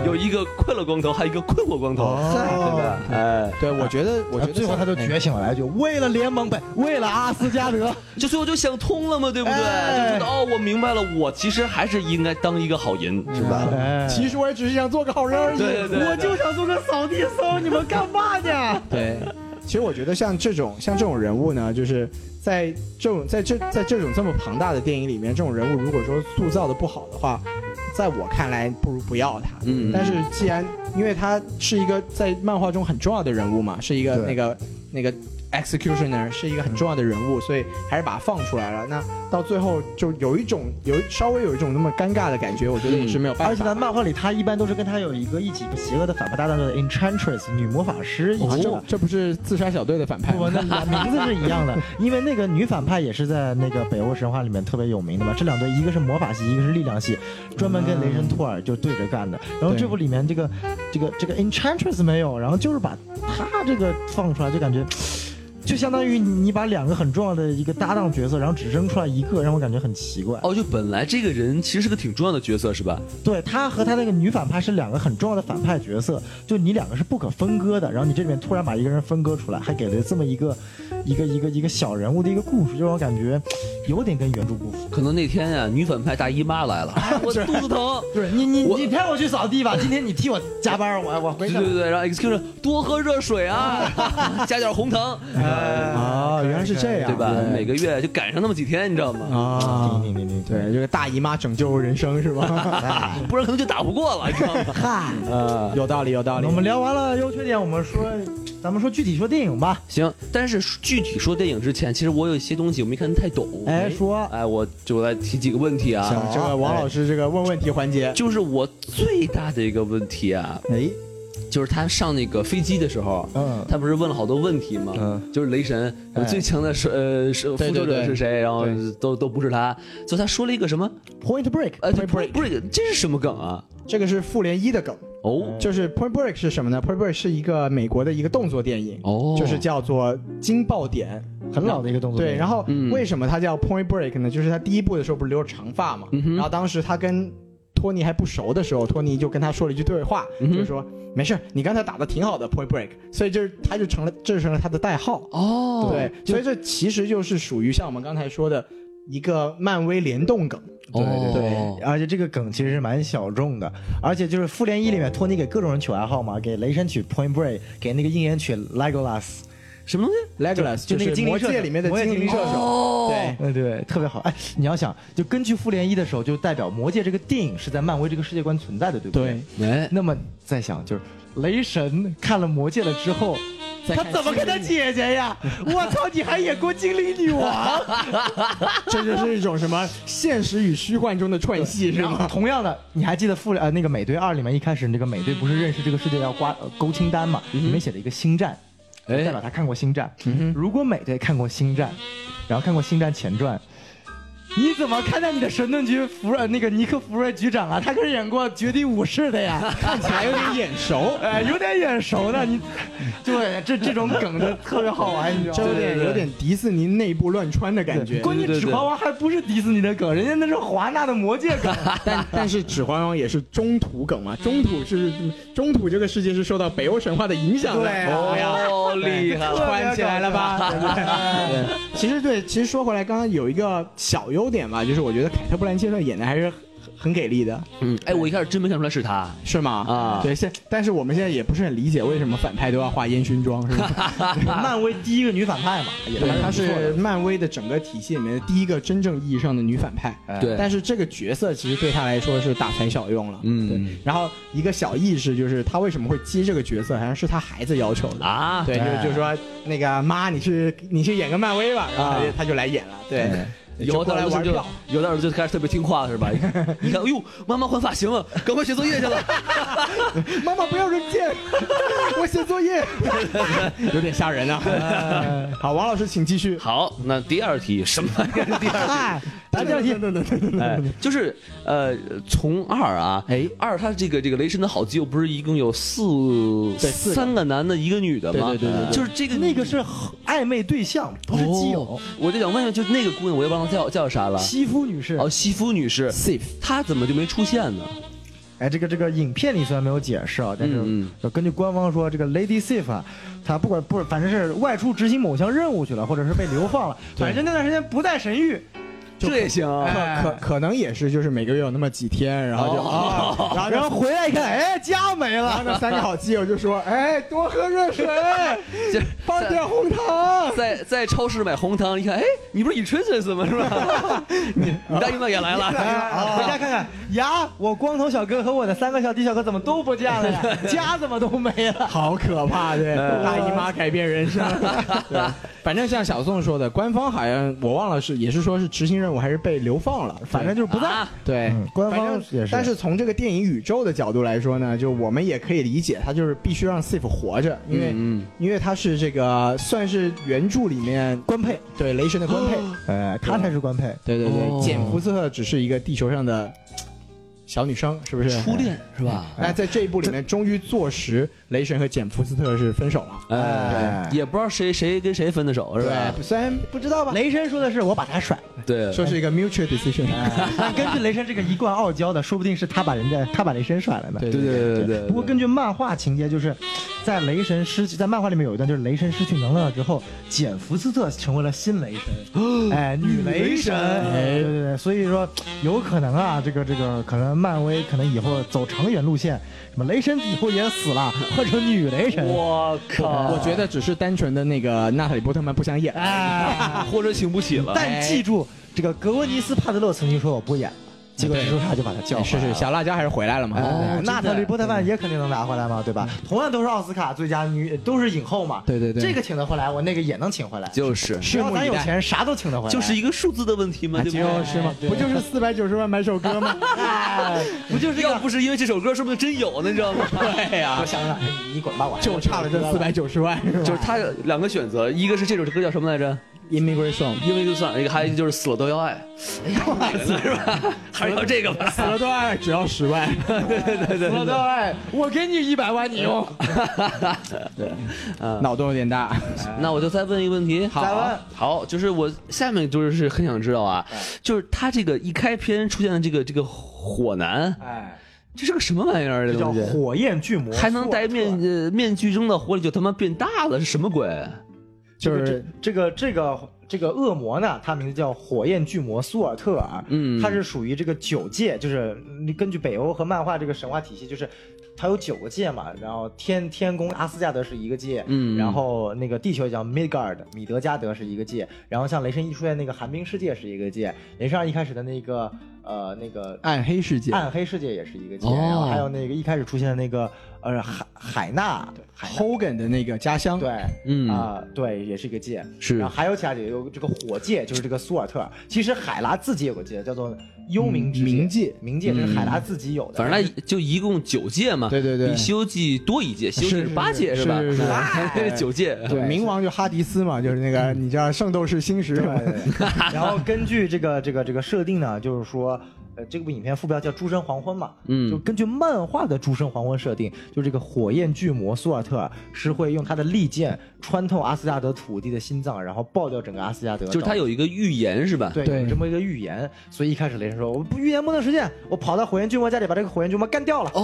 [SPEAKER 1] 对，有一个快乐光头，还有一个困惑光头，对吧？哎，
[SPEAKER 2] 哦对，我觉得，我觉得
[SPEAKER 3] 最后他就觉醒了，来一句：为了联盟，不，为了阿斯加德。
[SPEAKER 1] 就最后就想通了嘛，对不对？
[SPEAKER 3] 哎
[SPEAKER 1] 就觉得哦，我明白了，我其实还是应该当一个好人，
[SPEAKER 2] 嗯
[SPEAKER 1] 是吧？
[SPEAKER 3] 哎
[SPEAKER 2] 其实我也只是想做个好人而已。
[SPEAKER 1] 对对对，
[SPEAKER 3] 我就想做个扫地僧，你们干嘛呢？
[SPEAKER 2] 对，其实我觉得像这种像这种人物呢，就是在这种在这在这种这么庞大的电影里面，这种人物如果说塑造的不好的话，在我看来不如不要他。
[SPEAKER 1] 嗯
[SPEAKER 2] 但是既然因为他是一个在漫画中很重要的人物嘛，是一个
[SPEAKER 3] 对
[SPEAKER 2] 那个那个 executioner 是一个很重要的人物，所以还是把它放出来了。那到最后就有一种有一稍微有一种那么尴尬的感觉，我觉得也是没有办法。
[SPEAKER 3] 而且在漫画里，他一般都是跟他有一个一起邪恶的反派搭档的 Enchantress 女魔法师一
[SPEAKER 2] 啊
[SPEAKER 3] 起
[SPEAKER 2] 这
[SPEAKER 3] 的。
[SPEAKER 2] 这不是自杀小队的反派
[SPEAKER 3] 我
[SPEAKER 2] 吗？
[SPEAKER 3] 那俩名字是一样的，因为那个女反派也是在那个北欧神话里面特别有名的嘛。这两队，一个是魔法系，一个是力量系，专门跟雷神托尔就对着干的。
[SPEAKER 2] 嗯
[SPEAKER 3] 然后这部里面这个这个这个 Enchantress 没有，然后就是把他这个放出来，就感觉。就相当于你你把两个很重要的一个搭档角色，然后只扔出来一个，让我感觉很奇怪。
[SPEAKER 1] 哦，就本来这个人其实是个挺重要的角色，是吧？
[SPEAKER 3] 对他和他那个女反派是两个很重要的反派角色，就你两个是不可分割的。然后你这里面突然把一个人分割出来，还给了这么一个一个一个一个小人物的一个故事，就让我感觉有点跟原著不符。
[SPEAKER 1] 可能那天呀，女反派大姨妈来了，哎 我肚子疼。
[SPEAKER 3] 就是你你
[SPEAKER 1] 我
[SPEAKER 3] 你陪我去扫地吧，今天你替我加班，我我回
[SPEAKER 1] 对
[SPEAKER 3] 去。
[SPEAKER 1] 对对，然后 excuse 多喝热水 啊，加点红糖，
[SPEAKER 2] 哦，原来是这样，
[SPEAKER 1] 对吧？
[SPEAKER 2] 对
[SPEAKER 1] 每个月就赶上那么几天，你知道吗？
[SPEAKER 2] 啊，
[SPEAKER 3] 你你你你
[SPEAKER 1] 嗯
[SPEAKER 2] 对，这个大姨妈拯救人生是 吧？
[SPEAKER 1] 不然可能就打不过了，你知道 吗？
[SPEAKER 3] 嗨，
[SPEAKER 1] 啊，
[SPEAKER 2] 有道理，有道理。
[SPEAKER 3] 我们聊完了优缺点，我们说，咱们说具体说电影吧。
[SPEAKER 1] 行。但是具体说电影之前，其实我有一些东西我没看太懂。
[SPEAKER 3] 哎，说
[SPEAKER 1] 哎，我就来提几个问题
[SPEAKER 2] 行
[SPEAKER 1] 啊，
[SPEAKER 2] 啊这个王老师这个问问题环节，
[SPEAKER 1] 就是我最大的一个问题啊，
[SPEAKER 2] 哎，
[SPEAKER 1] 就是他上那个飞机的时候，
[SPEAKER 3] 嗯
[SPEAKER 1] 他不是问了好多问题吗？
[SPEAKER 3] 嗯
[SPEAKER 1] 就是雷神，
[SPEAKER 3] 哎
[SPEAKER 1] 最强的是呃是复
[SPEAKER 2] 对
[SPEAKER 1] 仇者
[SPEAKER 2] 对
[SPEAKER 1] 是谁？然后
[SPEAKER 2] 对
[SPEAKER 1] 都都不是他，就他说了一个什么？
[SPEAKER 3] ，Point Break，
[SPEAKER 1] 呃
[SPEAKER 2] Point
[SPEAKER 1] ，break
[SPEAKER 2] Break
[SPEAKER 1] break，这是什么梗啊？
[SPEAKER 2] 这个是复联一的梗，
[SPEAKER 1] 哦
[SPEAKER 2] 就是 Point Break 是什么呢？Point Break 是一个美国的一个动作电影，
[SPEAKER 1] 哦，
[SPEAKER 2] 就是叫做惊爆点。
[SPEAKER 3] 很老的一个动作片。
[SPEAKER 2] 对，然后
[SPEAKER 1] 嗯
[SPEAKER 2] 为什么它叫 Point Break 呢？就是他第一部的时候不是留着长发嘛，
[SPEAKER 1] 嗯哼
[SPEAKER 2] 然后当时他跟托尼还不熟的时候，托尼就跟他说了一句对话，
[SPEAKER 1] 嗯哼
[SPEAKER 2] 就是说没事儿，你刚才打的挺好的 Point Break，所以就是他就成了这就成了他的代号。
[SPEAKER 1] 哦，
[SPEAKER 2] 对，所以这其实就是属于像我们刚才说的一个漫威联动梗。
[SPEAKER 1] 对
[SPEAKER 2] 哦
[SPEAKER 3] 对对对，而且这个梗其实是蛮小众的，而且就是复联一里面托尼给各种人取外号嘛，给雷神取 Point Break，给那个鹰眼取 Legolas，
[SPEAKER 1] 什么东西？
[SPEAKER 2] Legolas
[SPEAKER 3] 就那个
[SPEAKER 2] 是
[SPEAKER 3] 精灵
[SPEAKER 2] 魔
[SPEAKER 3] 射
[SPEAKER 2] 界
[SPEAKER 3] 手
[SPEAKER 2] 里面的
[SPEAKER 3] 魔界
[SPEAKER 2] 精
[SPEAKER 3] 精
[SPEAKER 2] 灵
[SPEAKER 3] 灵
[SPEAKER 2] 射
[SPEAKER 3] 射手
[SPEAKER 2] 手，对，
[SPEAKER 3] 嗯，对，特别好。哎，你要想，就根据复联一的时候，就代表《魔戒》这个电影是在漫威这个世界观存在的，对不
[SPEAKER 2] 对
[SPEAKER 1] 哎，
[SPEAKER 3] 那么再想，就是雷神看了《魔戒》了之后，
[SPEAKER 2] 再
[SPEAKER 3] 他
[SPEAKER 2] 看
[SPEAKER 3] 怎么看他姐姐呀？我操，你还演过精灵女王？
[SPEAKER 2] 这就是一种什么 现实与虚幻中的串戏，是
[SPEAKER 3] 然后
[SPEAKER 2] 吗？
[SPEAKER 3] 同样的，你还记得复联呃那个美队二里面一开始那个美队不是认识这个世界要刮、呃勾清单嘛？里面写了一个星战，
[SPEAKER 1] 哎
[SPEAKER 3] 代表他看过星战。
[SPEAKER 2] 哼
[SPEAKER 3] 如果美队看过星战，然后看过星战前传。你怎么看待你的神盾局福瑞那个尼克福瑞局长啊？他可是演过《绝地武士》的呀，
[SPEAKER 2] 看起来有点眼熟，
[SPEAKER 3] 哎，有点眼熟呢。你，对，这这种梗的特别好玩，你知道
[SPEAKER 2] 这
[SPEAKER 3] 吗
[SPEAKER 2] 有？点有点迪士尼内部乱穿的感觉。
[SPEAKER 3] 关键《
[SPEAKER 1] 对对
[SPEAKER 3] 指
[SPEAKER 1] 对
[SPEAKER 3] 环王》还不是迪士尼的梗，人家那是华纳的《魔戒》梗。
[SPEAKER 2] 但但是《指环王》也是中土梗嘛，中土是中土这个世界是受到北欧神话的影响的。
[SPEAKER 3] 对啊
[SPEAKER 2] 哎呀
[SPEAKER 1] 哦，厉害了，
[SPEAKER 2] 穿起来了吧？对不对？对其实对，其实说回来，刚刚有一个小优点吧，就是我觉得凯特·布兰切特演的还是很很给力的，
[SPEAKER 1] 嗯，哎，我一开始真没看出来是他，
[SPEAKER 2] 是吗？
[SPEAKER 1] 啊
[SPEAKER 2] 对，现但是我们现在也不是很理解为什么反派都要化烟熏妆， 是吧？
[SPEAKER 3] 漫威第一个女反派嘛，也
[SPEAKER 2] 对，她
[SPEAKER 3] 还不错
[SPEAKER 2] 是
[SPEAKER 3] 的
[SPEAKER 2] 漫威的整个体系里面的第一个真正意义上的女反派。
[SPEAKER 3] 哎
[SPEAKER 1] 对
[SPEAKER 2] 但是这个角色其实对她来说是大材小用了。
[SPEAKER 1] 嗯
[SPEAKER 2] 对。然后一个小意识就是她为什么会接这个角色，好像是她孩子要求的。
[SPEAKER 1] 啊，
[SPEAKER 2] 对，就
[SPEAKER 3] 哎
[SPEAKER 2] 就说那个妈，你去你去演个漫威吧，然后他就
[SPEAKER 1] 啊
[SPEAKER 2] 他就来演了，对，就
[SPEAKER 1] 有的
[SPEAKER 2] 过来
[SPEAKER 1] 儿子
[SPEAKER 2] 玩
[SPEAKER 1] 就
[SPEAKER 2] 票。
[SPEAKER 1] 有的儿子就开始特别听话 是吧？一看，哎呦，妈妈换发型了，赶快写作业去了。
[SPEAKER 2] 妈妈不要扔剑，我写作业，有点吓人啊。 好，王老师请继续。
[SPEAKER 1] 好，那第二题什么呀？ 第二
[SPEAKER 2] 哎，
[SPEAKER 3] 答第二题
[SPEAKER 2] 等等等等
[SPEAKER 1] 题，哎，就是呃，从二啊，
[SPEAKER 2] 哎，
[SPEAKER 1] 二他这个这个雷神的好基友不是一共有四
[SPEAKER 2] 对四个
[SPEAKER 1] 三个男的一个女的吗？
[SPEAKER 2] 对对对对对
[SPEAKER 1] 就是这个
[SPEAKER 3] 那个是暧昧对象，不是基友
[SPEAKER 1] 哦。我就想问一下，就那个姑娘，我也忘了叫叫啥了。
[SPEAKER 3] 西夫女士
[SPEAKER 1] 哦，，西夫女士，
[SPEAKER 2] ，safe，
[SPEAKER 1] 她怎么就没出现呢？
[SPEAKER 3] 哎，这个这个影片里虽然没有解释啊，但
[SPEAKER 1] 嗯
[SPEAKER 3] 是根据官方说，这个 Lady Sif 啊，她不管不是，反正是外出执行某项任务去了，或者是被流放了，
[SPEAKER 2] 对
[SPEAKER 3] 反正那段时间不在神域，
[SPEAKER 1] 这也行啊
[SPEAKER 2] 可可可能也是就是每个月有那么几天，然后就啊，然后
[SPEAKER 3] 然后回来一看，哎，家没
[SPEAKER 2] 然后
[SPEAKER 3] 了。
[SPEAKER 2] 那三个好基友就说，哎，多喝热水，
[SPEAKER 1] 就
[SPEAKER 2] 放点红糖。
[SPEAKER 1] 在在超市买红糖，一看，哎，你不是 Etrius 吗？ 是吧？你 你大姨妈也来了。啊
[SPEAKER 3] 哎回家看看呀！我光头小哥和我的三个小弟小哥怎么都不见了呀？家怎么都没了？
[SPEAKER 2] 好可怕！对，大姨妈改变人生。 对，反正像小宋说的，官方好像我忘了是也是说是执行任务还是被流放了，反
[SPEAKER 3] 反正
[SPEAKER 2] 正
[SPEAKER 3] 就是不在。
[SPEAKER 1] 啊
[SPEAKER 2] 对
[SPEAKER 3] 嗯官方
[SPEAKER 2] 反正
[SPEAKER 3] 也是
[SPEAKER 2] 但是从这个电影宇宙的角度来说呢，就我们也可以理解，他就是必须让 Sif 活着，因为、
[SPEAKER 1] 嗯嗯
[SPEAKER 2] 因为他是这个算是原著里面
[SPEAKER 3] 官配，
[SPEAKER 2] 对雷神的官 配，嗯
[SPEAKER 3] 哎，她才是官配。
[SPEAKER 2] 对对对，
[SPEAKER 1] 哦
[SPEAKER 2] 简·福斯特只是一个地球上的小女生，是不是？
[SPEAKER 1] 初。恋是吧？
[SPEAKER 2] 那在这一部里面，终于坐实雷神和简·福斯特是分手了。
[SPEAKER 1] 哎，啊也不知道谁谁跟谁分的手是吧？
[SPEAKER 2] 对，虽然不知道吧，
[SPEAKER 3] 啊雷神说的是我把他甩了，
[SPEAKER 1] 对，
[SPEAKER 2] 说是一个 mutual decision，哎
[SPEAKER 3] 但根据雷神这个一贯傲娇的，说不定是他把人家他把雷神甩了呢。
[SPEAKER 2] 对
[SPEAKER 1] 对对对对。
[SPEAKER 3] 不过根据漫画情节，就是在雷神失去，在漫画里面有一段，就是雷神失去能量之后，简福斯特成为了新雷神，哎，女雷神，哎，对对对，所以说有可能啊，这个这个可能漫威可能以后走长远路线，什么雷神以后也死了，换成女雷神，
[SPEAKER 1] 哎我靠！
[SPEAKER 2] 我觉得只是单纯的那个娜塔莉波特曼不想演。
[SPEAKER 3] 哎，
[SPEAKER 1] 或者请不起了。哎
[SPEAKER 3] 但记住，这个格温尼斯帕德洛曾经说我不演了，结果蜘蛛侠就把他叫回
[SPEAKER 2] 哎
[SPEAKER 3] 来了
[SPEAKER 2] 是是，哦小辣椒还是回来了嘛？
[SPEAKER 3] 哎
[SPEAKER 2] 对
[SPEAKER 3] 娜塔莉波特曼也肯定能拿回来嘛，对吧？同样都是奥斯卡最佳女，都是影后嘛。
[SPEAKER 2] 对对对
[SPEAKER 3] 这个请得回来，我那个也能请回来。
[SPEAKER 1] 就是哎
[SPEAKER 3] 只要
[SPEAKER 2] 拭目
[SPEAKER 3] 咱
[SPEAKER 2] 以
[SPEAKER 3] 有
[SPEAKER 2] 待
[SPEAKER 3] 钱，啥都请得回来。
[SPEAKER 1] 就是一个数字的问题嘛，对不
[SPEAKER 2] 就
[SPEAKER 1] 对？
[SPEAKER 2] 是嘛，
[SPEAKER 3] 对
[SPEAKER 2] 不就是四百九十万买首歌吗？
[SPEAKER 3] 哎，
[SPEAKER 1] 不就是要不是因为这首歌，说不定真有呢，你知 道吗？对呀
[SPEAKER 3] 我想想，你你滚吧，我还是
[SPEAKER 2] 就差了这四百九十万，是吧
[SPEAKER 1] 就是他有两个选择，一个是这首歌叫什么来着？
[SPEAKER 2] ？Immigrant Song，
[SPEAKER 1] 因为就算了一哎个，还有一个就是死了都要爱。哎呀，哪个呢是吧？还是要这个吧。
[SPEAKER 2] 死了都爱，只要十万。
[SPEAKER 1] 对对
[SPEAKER 2] 死了都
[SPEAKER 3] 哎
[SPEAKER 2] 爱，我给你一百万，你用。对， 脑洞有点大。
[SPEAKER 1] 那我就再问一个问题，好
[SPEAKER 2] 再问哎
[SPEAKER 1] 好，就是我下面就是很想知道啊，就是他这个一开篇出现的这个这个火男，
[SPEAKER 3] 哎，
[SPEAKER 1] 这是个什么玩意儿
[SPEAKER 3] 这
[SPEAKER 1] 的
[SPEAKER 3] 叫
[SPEAKER 1] 东西？
[SPEAKER 3] 火焰巨魔，
[SPEAKER 1] 还能戴面呃面具扔到火里就他妈变大了，是什么鬼？
[SPEAKER 3] 就是这个这个这个恶魔呢，他名字叫火焰巨魔苏尔特尔，
[SPEAKER 1] 嗯
[SPEAKER 3] 他是属于这个九界，就是你根据北欧和漫画这个神话体系，就是它有九个界嘛，然后天天宫阿斯加德是一个界，
[SPEAKER 1] 嗯
[SPEAKER 3] 然后那个地球也叫 Midgard 米德加德是一个界，然后像雷神一出现那个寒冰世界是一个界，雷神二一开始的那个呃那个
[SPEAKER 1] 啊
[SPEAKER 2] 暗黑世界，
[SPEAKER 3] 暗黑世界也是一个界，
[SPEAKER 1] 哦
[SPEAKER 3] 然后还有那个一开始出现的那个呃海海纳海纳
[SPEAKER 2] Hogan 的那个家乡，
[SPEAKER 3] 对，
[SPEAKER 1] 嗯
[SPEAKER 3] 啊、对，也是一个界，
[SPEAKER 1] 是
[SPEAKER 3] 然后还有其他界，有这个火界，就是这个苏尔特尔。其实海拉自己有个界，叫做幽冥之
[SPEAKER 2] 冥界
[SPEAKER 1] 嗯
[SPEAKER 3] 冥界这是海拉自己有的。
[SPEAKER 1] 反正他就一共九届嘛，
[SPEAKER 2] 对对对
[SPEAKER 1] 比《西游记》多一届，《西游记》
[SPEAKER 2] 是是
[SPEAKER 1] 八届
[SPEAKER 2] 是
[SPEAKER 1] 吧？
[SPEAKER 2] 是是是
[SPEAKER 1] 哎 九届，
[SPEAKER 2] 对，冥王就哈迪斯嘛，就是那个你知道圣斗士星矢嘛，
[SPEAKER 3] 嗯对对 对然后根据这个这个这个设定呢，就是说，呃，这部影片副标叫《诸神黄昏》嘛，
[SPEAKER 1] 嗯
[SPEAKER 3] 就根据漫画的《诸神黄昏》设定，就这个火焰巨魔苏尔特尔是会用他的利剑穿透阿斯加德土地的心脏，然后爆掉整个阿斯加德岛。
[SPEAKER 1] 就是他有一个预言是吧？
[SPEAKER 3] 对，
[SPEAKER 2] 对
[SPEAKER 3] 有这么一个预言，所以一开始雷神说：“我不预言不能实现，我跑到火焰巨魔家里把这个火焰巨魔干掉了。
[SPEAKER 2] 嗯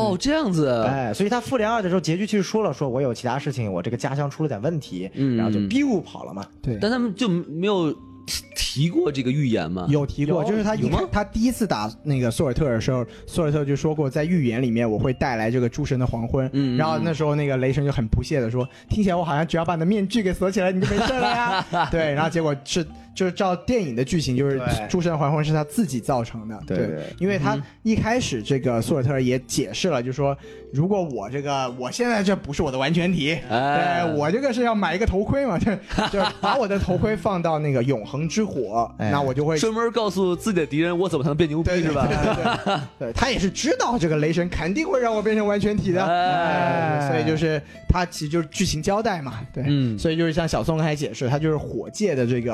[SPEAKER 1] 哦，这样子，
[SPEAKER 3] 哎，所以他复联二的时候结局其实说了，说我有其他事情，我这个家乡出了点问题，
[SPEAKER 1] 嗯
[SPEAKER 3] 然后就 biu 跑了嘛。
[SPEAKER 2] 对
[SPEAKER 1] 但他们就没有提提过这个预言吗？
[SPEAKER 2] 有提过，
[SPEAKER 3] 有
[SPEAKER 2] 就是他一
[SPEAKER 1] 有吗
[SPEAKER 2] 开他第一次打那个索尔特尔的时候，索尔特就说过，在预言里面我会带来这个诸神的黄昏。
[SPEAKER 1] 嗯嗯
[SPEAKER 2] 然后那时候那个雷神就很不屑的说，听起来我好像只要把你的面具给锁起来，你就没事了呀。 对，然后结果是就是照电影的剧情，就是
[SPEAKER 3] 对
[SPEAKER 2] 诸神黄昏是他自己造成的。
[SPEAKER 3] 对对
[SPEAKER 2] 因为他一开始这个索尔特尔也解释了，就说如果我这个我现在这不是我的完全体，
[SPEAKER 1] 哎
[SPEAKER 2] 对我这个是要买一个头盔嘛，就就是把我的头盔放到那个永恒之火，
[SPEAKER 3] 哎
[SPEAKER 2] 那我就会
[SPEAKER 1] 专门告诉自己的敌人我怎么才能变牛逼
[SPEAKER 2] 对
[SPEAKER 1] 是吧？
[SPEAKER 2] 对对对，他也是知道这个雷神肯定会让我变成完全体的，
[SPEAKER 1] 哎
[SPEAKER 2] 哎所以就是他其实就是剧情交代嘛，对，
[SPEAKER 1] 嗯
[SPEAKER 2] 所以就是像小宋刚才解释，他就是火界的这个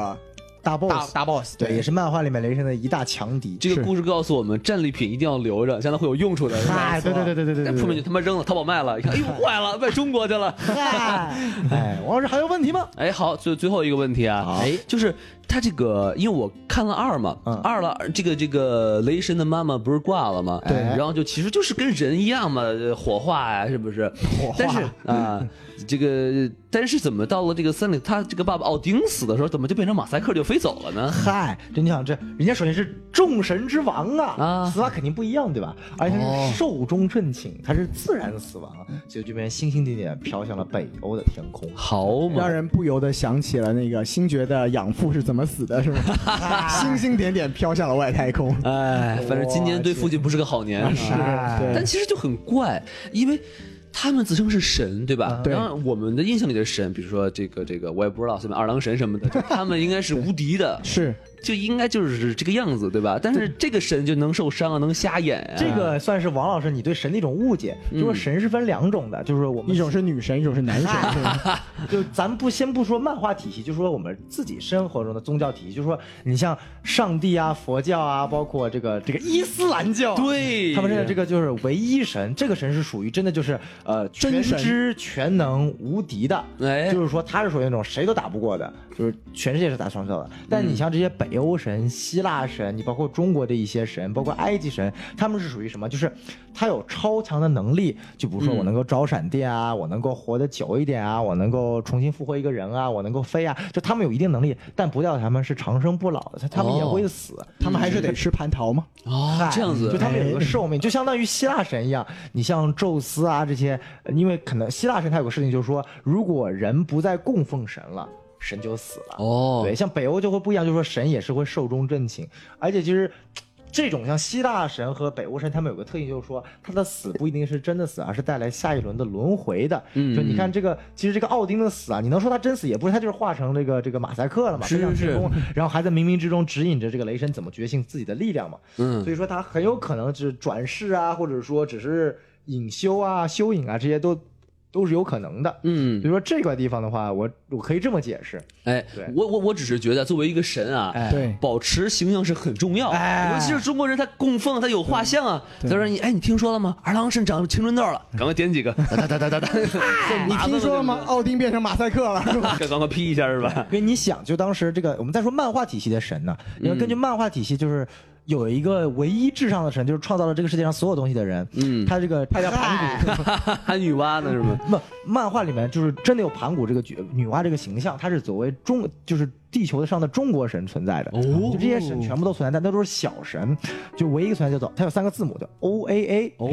[SPEAKER 2] 大
[SPEAKER 3] 大 boss，
[SPEAKER 2] 大 boss，
[SPEAKER 3] 对，也
[SPEAKER 2] 是
[SPEAKER 3] 是漫画里面雷神的一大强敌。
[SPEAKER 1] 这个故事告诉我们，战利品一定要留着，将来会有用处的。是吧
[SPEAKER 3] 哎，对对对对对对
[SPEAKER 1] 那
[SPEAKER 3] 对，
[SPEAKER 1] 后面就他妈扔了，淘宝卖了，一看，哎呦，坏了，卖中国去了。
[SPEAKER 3] 哎，王老师还有问题吗？
[SPEAKER 1] 哎，好，最最后一个问题啊，哎，就是他这个，因为我看了二嘛，
[SPEAKER 3] 嗯
[SPEAKER 1] 二了，这个这个雷神的妈妈不是挂了吗？
[SPEAKER 3] 对
[SPEAKER 1] 然后就其实就是跟人一样嘛，呃火化呀、是不是？
[SPEAKER 2] 火化
[SPEAKER 1] 但是啊、这个但是怎么到了这个森林，他这个爸爸奥丁死的时候，怎么就变成马赛克就飞走了 呢？
[SPEAKER 3] 嗨，这你想这，人家首先是众神之王啊，
[SPEAKER 1] 啊
[SPEAKER 3] 死法肯定不一样，对吧？而且
[SPEAKER 1] 哦
[SPEAKER 3] 是寿终正寝，他是自然死亡，所以就变成星星点点飘向了北欧的天空。
[SPEAKER 1] 好嘛
[SPEAKER 2] 让，人不由得想起了那个星爵的养父是怎么死的，是吗？ 星星点点飘向了外太空，
[SPEAKER 1] 哎，反正今年对父亲不是个好年。
[SPEAKER 2] 是，
[SPEAKER 3] 哎
[SPEAKER 2] 对
[SPEAKER 1] 但其实就很怪，因为他们自称是神，对
[SPEAKER 3] 嗯
[SPEAKER 1] 吧？
[SPEAKER 2] 对，
[SPEAKER 1] 然后我们的印象里的神，比如说这个这个，我也不知道，什么二郎神什 么的，就他们应该是无敌的
[SPEAKER 2] 是
[SPEAKER 1] 就应该就是这个样子，对吧？但是这个神就能受伤啊，能瞎眼啊。
[SPEAKER 3] 这个算是王老师你对神的一种误解，就说神是分两种的，就是我
[SPEAKER 2] 嗯
[SPEAKER 3] 们
[SPEAKER 2] 一种是女神，一种是男神，是吧？
[SPEAKER 3] 就咱不先不说漫画体系，就说我们自己生活中的宗教体系，就说你像上帝啊、佛教啊，包括这个这个伊斯兰教，，
[SPEAKER 1] 对，
[SPEAKER 3] 他们认为这个就是唯一神，这个神是属于真的就是呃全
[SPEAKER 2] 真神
[SPEAKER 3] 知全能无敌的，
[SPEAKER 1] 哎
[SPEAKER 3] 就是说他是属于那种谁都打不过的，就是全世界是打双跳的。但你
[SPEAKER 1] 嗯
[SPEAKER 3] 像这些北欧神、希腊神，你包括中国的一些神，包括埃及神，他们是属于什么？就是他有超强的能力，就比如说
[SPEAKER 1] 嗯
[SPEAKER 3] 我能够招闪电啊，我能够活得久一点啊，我能够重新复活一个人啊，我能够飞啊，就他们有一定能力，但不代表他们是长生不老的，他他们也
[SPEAKER 1] 哦
[SPEAKER 3] 会死。
[SPEAKER 2] 他们还是得吃蟠桃吗？
[SPEAKER 1] 哦
[SPEAKER 3] 嗨，
[SPEAKER 1] 这样子哎
[SPEAKER 3] 就，他们有一个寿命，就相当于希腊神一样。你像宙斯啊这些，呃因为可能希腊神他有个事情，就是说，如果人不再供奉神了，神就死了。
[SPEAKER 1] 哦
[SPEAKER 3] 对，像北欧就会不一样，就是说神也是会寿终正寝，而且其实。这种像希腊神和北欧神，他们有个特性，就是说他的死不一定是真的死，而是带来下一轮的轮回的。
[SPEAKER 1] 嗯
[SPEAKER 3] 就你看这个，其实这个奥丁的死啊，你能说他真死也不是，他就是化成这个这个马赛克了嘛，
[SPEAKER 2] 是
[SPEAKER 3] 飞上
[SPEAKER 2] 是
[SPEAKER 3] 天空，然后还在冥冥之中指引着这个雷神怎么觉醒自己的力量嘛。
[SPEAKER 1] 嗯
[SPEAKER 3] 所以说他很有可能是转世啊，或者说只是隐修啊、修隐啊，这些都都是有可能的。
[SPEAKER 1] 嗯
[SPEAKER 3] 所以，说这块地方的话，我我可以这么解释，
[SPEAKER 1] 哎
[SPEAKER 3] 对，
[SPEAKER 1] 我我我只是觉得作为一个神啊，
[SPEAKER 3] 哎
[SPEAKER 2] 对
[SPEAKER 1] 保持形象是很重要，
[SPEAKER 3] 哎嗯
[SPEAKER 1] 尤其是中国人，他供奉他有画像啊。他说你，哎，你听说了吗？二郎神长青春痘了，赶快点 几个，哒哒哒哒哒哒，很
[SPEAKER 3] 哎
[SPEAKER 2] 你
[SPEAKER 1] 哎麻烦
[SPEAKER 2] 听
[SPEAKER 1] 的
[SPEAKER 2] 说了吗
[SPEAKER 1] 这？个？
[SPEAKER 2] 奥丁变成马赛克了，是吧？
[SPEAKER 1] 赶快 P 一下是 吧？
[SPEAKER 3] 因为你想，就当时这个我们再说漫画体系的神呢，
[SPEAKER 1] 嗯
[SPEAKER 3] 因为根据漫画体系就是。有一个唯一至上的神，就是创造了这个世界上所有东西的人。
[SPEAKER 1] 嗯
[SPEAKER 3] 他这个他叫盘古，
[SPEAKER 1] 韩女娲呢是吗？
[SPEAKER 3] 不，漫画里面就是真的有盘古这个角女娲这个形象，她是作为中就是地球上的中国神存在的。
[SPEAKER 1] 哦
[SPEAKER 3] 就这些神全部都存在，但都是小神，就唯一一个存在叫做它有三个字母叫 O A A，哎
[SPEAKER 1] 哦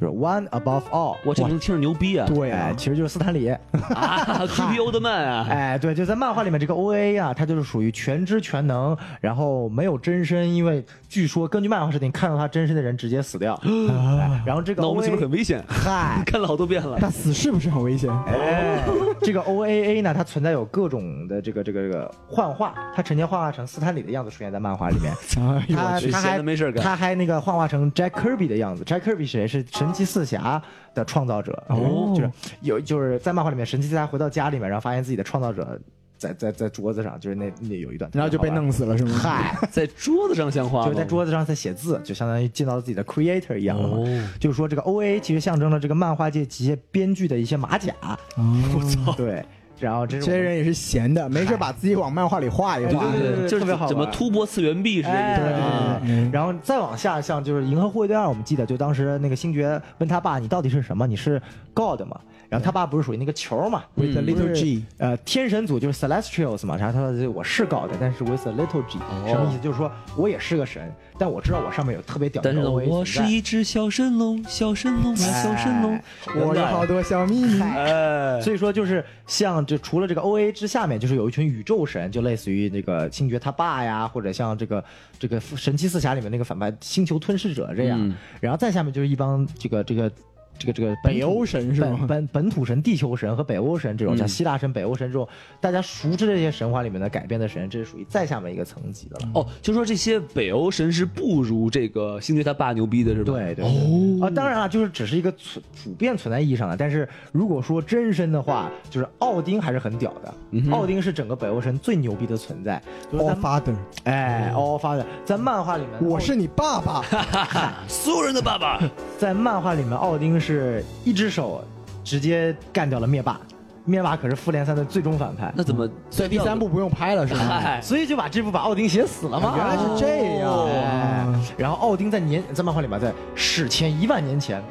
[SPEAKER 3] 就是 One Above All。
[SPEAKER 1] 我这
[SPEAKER 3] 哇
[SPEAKER 1] 名字听着牛逼啊！
[SPEAKER 2] 对
[SPEAKER 3] 哎，
[SPEAKER 2] 啊，
[SPEAKER 3] 其实就是斯坦李。
[SPEAKER 1] 啊，科比欧特曼啊，
[SPEAKER 3] 哎，对，就在漫画里面，这个 O A 啊，它就是属于全知全能，然后没有真身，因为据说根据漫画设定，看到他真身的人直接死掉。哎然后这个
[SPEAKER 1] 哦那我
[SPEAKER 3] O
[SPEAKER 1] 们是
[SPEAKER 3] A
[SPEAKER 1] 不是很危险？
[SPEAKER 3] 嗨，
[SPEAKER 1] 看了好多遍了。
[SPEAKER 2] 那死是不是很危险？
[SPEAKER 3] 哎， 这个 O A A 呢，它存在有各种的这个这个这个幻化，它曾经幻化成斯坦李的样子出现在漫画里 面。
[SPEAKER 2] 哎呦
[SPEAKER 3] 他
[SPEAKER 1] 去
[SPEAKER 3] 他
[SPEAKER 1] 闲
[SPEAKER 3] 还
[SPEAKER 1] 得没事儿干
[SPEAKER 3] 他还那个幻化成 Jack Kirby 的样子。Jack Kirby 谁是神奇四侠的创造者？
[SPEAKER 2] 哦
[SPEAKER 3] 就是有就是在漫画里面，神奇四侠回到家里面，然后发现自己的创造者在在在桌子上，就是那那有一 段，
[SPEAKER 2] 然后就被。弄死了，是吗？
[SPEAKER 3] 嗨，
[SPEAKER 1] 在桌子上像话吗？
[SPEAKER 3] 就是在桌子上在写字，就相当于见到了自己的 creator 一样了嘛。
[SPEAKER 1] 哦
[SPEAKER 3] 就是说，这个 O A 其实象征了这个漫画界及编剧的一些马甲。
[SPEAKER 2] 我
[SPEAKER 1] 哦
[SPEAKER 2] 操！
[SPEAKER 3] 对，然后这
[SPEAKER 2] 这
[SPEAKER 3] 是
[SPEAKER 2] 些人也是闲的，没事把自己往漫画里画一画。
[SPEAKER 1] 哎
[SPEAKER 3] 对对对
[SPEAKER 1] 啊就是
[SPEAKER 3] 特别好玩
[SPEAKER 1] 怎么突破次元壁是这意思
[SPEAKER 3] 哎
[SPEAKER 1] 啊？
[SPEAKER 3] 对对对对然后再往下，像就是《银河护卫队二》，我们记得就当时那个星爵问他爸：“你到底是什么？你是 God 吗？”然后他爸不是属于那个球嘛
[SPEAKER 1] 嗯
[SPEAKER 2] With a little
[SPEAKER 3] 就是
[SPEAKER 2] G
[SPEAKER 3] 呃，天神组就是 Celestials 嘛。然后他说：“我是 God，但是 with a little G，、什
[SPEAKER 1] 哦
[SPEAKER 3] 么意思？就是说我也是个神，但我知道我上面有特别屌的
[SPEAKER 1] 但是呢，
[SPEAKER 3] OA
[SPEAKER 1] 我是
[SPEAKER 3] 存在
[SPEAKER 1] 一只小神龙，小神龙啊，小神龙
[SPEAKER 3] 哎，
[SPEAKER 2] 我有好多小秘密。
[SPEAKER 1] 哎，
[SPEAKER 3] 所以说，就是像这除了这个 O A 之下面，就是有一群宇宙神，就类似于那个星爵他爸呀，或者像这个这个神奇四侠里面那个反派星球吞噬者这样。
[SPEAKER 1] 嗯
[SPEAKER 3] 然后再下面就是一帮这个这个这个这个本土
[SPEAKER 2] 北欧神是
[SPEAKER 3] 本
[SPEAKER 2] 吗？嗯
[SPEAKER 3] 本本土神、地球神和北欧神这种，像希腊神、北欧神这种大家熟知的这些神话里面的改编的神，这是属于再下面一个层级的了。
[SPEAKER 1] 哦，就说这些北欧神是不如这个星爵他爸牛逼的是吧？
[SPEAKER 3] 对对哦啊，当然了，就是只是一个存普遍存在意义上的，但是如果说真身的话，就是奥丁还是很屌的，
[SPEAKER 2] 嗯
[SPEAKER 3] 奥丁是整个北欧神最牛逼的存在，就是在
[SPEAKER 2] All，Oh, Father，
[SPEAKER 3] 哎 all father 在漫画里面，
[SPEAKER 2] 我是你爸爸。
[SPEAKER 1] 啊所有人的爸爸，
[SPEAKER 3] 在漫画里面，奥丁是一只手直接干掉了灭霸，灭霸可是复联三的最终反派，
[SPEAKER 1] 那怎么？
[SPEAKER 2] 所以第三部不用拍了，是吗？哦
[SPEAKER 1] 哎，
[SPEAKER 3] 所以就把这部把奥丁写死了嘛。
[SPEAKER 2] 原来是这样
[SPEAKER 3] 哎
[SPEAKER 2] 啊，
[SPEAKER 3] 然后奥丁在年在漫画里面，在史前一万年前，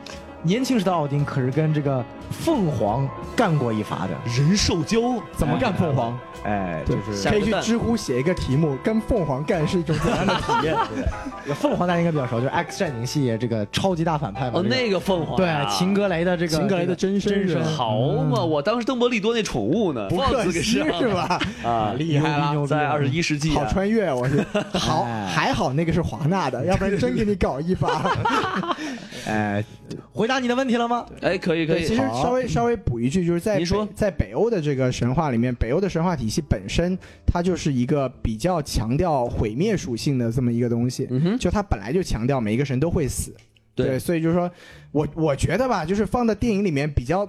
[SPEAKER 3] 年轻时的奥丁可是跟这个凤凰干过一发的。
[SPEAKER 1] 人兽交，哦
[SPEAKER 2] 怎么干凤凰？
[SPEAKER 3] 哎，就
[SPEAKER 2] 对，
[SPEAKER 3] 是
[SPEAKER 1] 下
[SPEAKER 2] 可
[SPEAKER 1] 个
[SPEAKER 2] 以去
[SPEAKER 1] 蛋
[SPEAKER 2] 知乎写一个题目，跟凤凰干是一种怎样的体验？
[SPEAKER 3] 这个凤凰大家应该比较熟，就是 X 战警系列这个超级大反派
[SPEAKER 2] 哎
[SPEAKER 3] 嘛。
[SPEAKER 1] 哦，
[SPEAKER 3] 这个
[SPEAKER 1] 那个凤凰啊，
[SPEAKER 3] 对秦格雷的这个
[SPEAKER 2] 秦格雷的真身
[SPEAKER 3] 真
[SPEAKER 2] 是吧嗯
[SPEAKER 3] 身
[SPEAKER 1] 好嘛，我当时邓伯利多那宠物呢，
[SPEAKER 2] 不
[SPEAKER 1] 帽
[SPEAKER 2] 可
[SPEAKER 1] 子给
[SPEAKER 2] 惜
[SPEAKER 1] 上了
[SPEAKER 2] 是？吧？
[SPEAKER 1] 啊，
[SPEAKER 2] 厉害了
[SPEAKER 3] 牛逼牛逼
[SPEAKER 1] 在二十一世纪啊，
[SPEAKER 2] 好穿越，我 是好，还好那个是华纳的，要不然真给你搞一发。
[SPEAKER 3] 哎，回答你的问题了吗？
[SPEAKER 1] 哎，可以可
[SPEAKER 2] 对，
[SPEAKER 1] 以，
[SPEAKER 2] 其实稍微稍微补一句，就是在
[SPEAKER 1] 您说
[SPEAKER 2] 北在北欧的这个神话里面，北欧的神话体系本身它就是一个比较强调毁灭属性的这么一个东西，
[SPEAKER 1] 嗯哼
[SPEAKER 2] 就它本来就强调每一个神都会死，
[SPEAKER 1] 对
[SPEAKER 2] 所以就是说我我觉得吧，就是放在电影里面比较。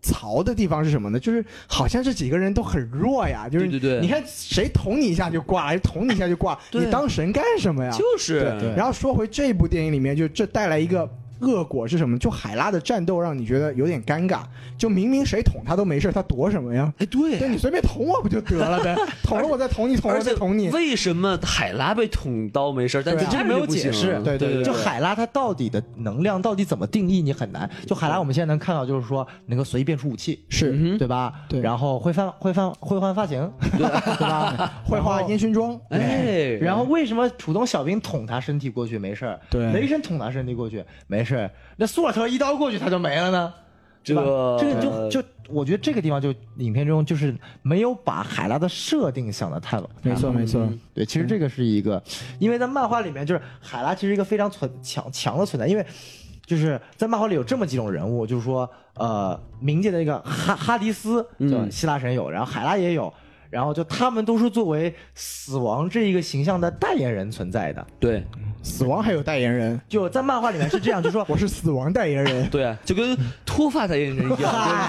[SPEAKER 2] 槽的地方是什么呢？就是好像这几个人都很弱呀，就是
[SPEAKER 1] 对对对
[SPEAKER 2] 你看谁捅你一下就挂，谁捅你一下就挂，
[SPEAKER 1] 对
[SPEAKER 2] 你当神干什么呀？
[SPEAKER 1] 就是
[SPEAKER 3] 对
[SPEAKER 2] 然后说回这部电影里面，就这带来一个恶果是什么？就海拉的战斗让你觉得有点尴尬，就明明谁捅他都没事，他躲什么呀？
[SPEAKER 1] 哎对
[SPEAKER 2] 对你随便捅我不就得 了呗？捅了我再捅你，捅了
[SPEAKER 1] 而
[SPEAKER 2] 我再
[SPEAKER 1] 且
[SPEAKER 2] 捅你。
[SPEAKER 1] 为什么海拉被捅刀没事儿，但
[SPEAKER 2] 对
[SPEAKER 1] 是
[SPEAKER 2] 啊
[SPEAKER 1] 这
[SPEAKER 3] 没有解释
[SPEAKER 2] 对对对
[SPEAKER 3] 就海拉它到底的能量到底怎么定义，你很难。就海拉我们现在能看到，就是说能够随意变出武器，
[SPEAKER 2] 是
[SPEAKER 1] 嗯
[SPEAKER 3] 对吧？
[SPEAKER 2] 对
[SPEAKER 3] 然后会换会换会换发型， 对吧？
[SPEAKER 2] 会画
[SPEAKER 3] 然后
[SPEAKER 2] 烟。熏妆，
[SPEAKER 1] 哎，
[SPEAKER 3] 然后为什么普通小兵捅他身体过去没事儿，
[SPEAKER 2] 对
[SPEAKER 3] 雷神捅他身体过去没事儿，那索尔特一刀过去他就没了呢？
[SPEAKER 1] 这个
[SPEAKER 3] 这个
[SPEAKER 2] 呃
[SPEAKER 3] 就就我觉得这个地方就影片中就是没有把海拉的设定想的太完
[SPEAKER 2] 没错没错，
[SPEAKER 3] 对，其实这个是一个，因为在漫画里面就是海拉其实一个非常存强强的存在，因为就是在漫画里有这么几种人物，就是说呃，冥界的那个哈哈迪斯，对，希腊神有，然后海拉也有。然后就他们都是作为死亡这一个形象的代言人存在的，
[SPEAKER 1] 对
[SPEAKER 2] 死亡还有代言人，
[SPEAKER 3] 就在漫画里面是这样，就 说
[SPEAKER 2] 我是死亡代 言人，
[SPEAKER 1] 对啊，就跟脱发代 言人一样，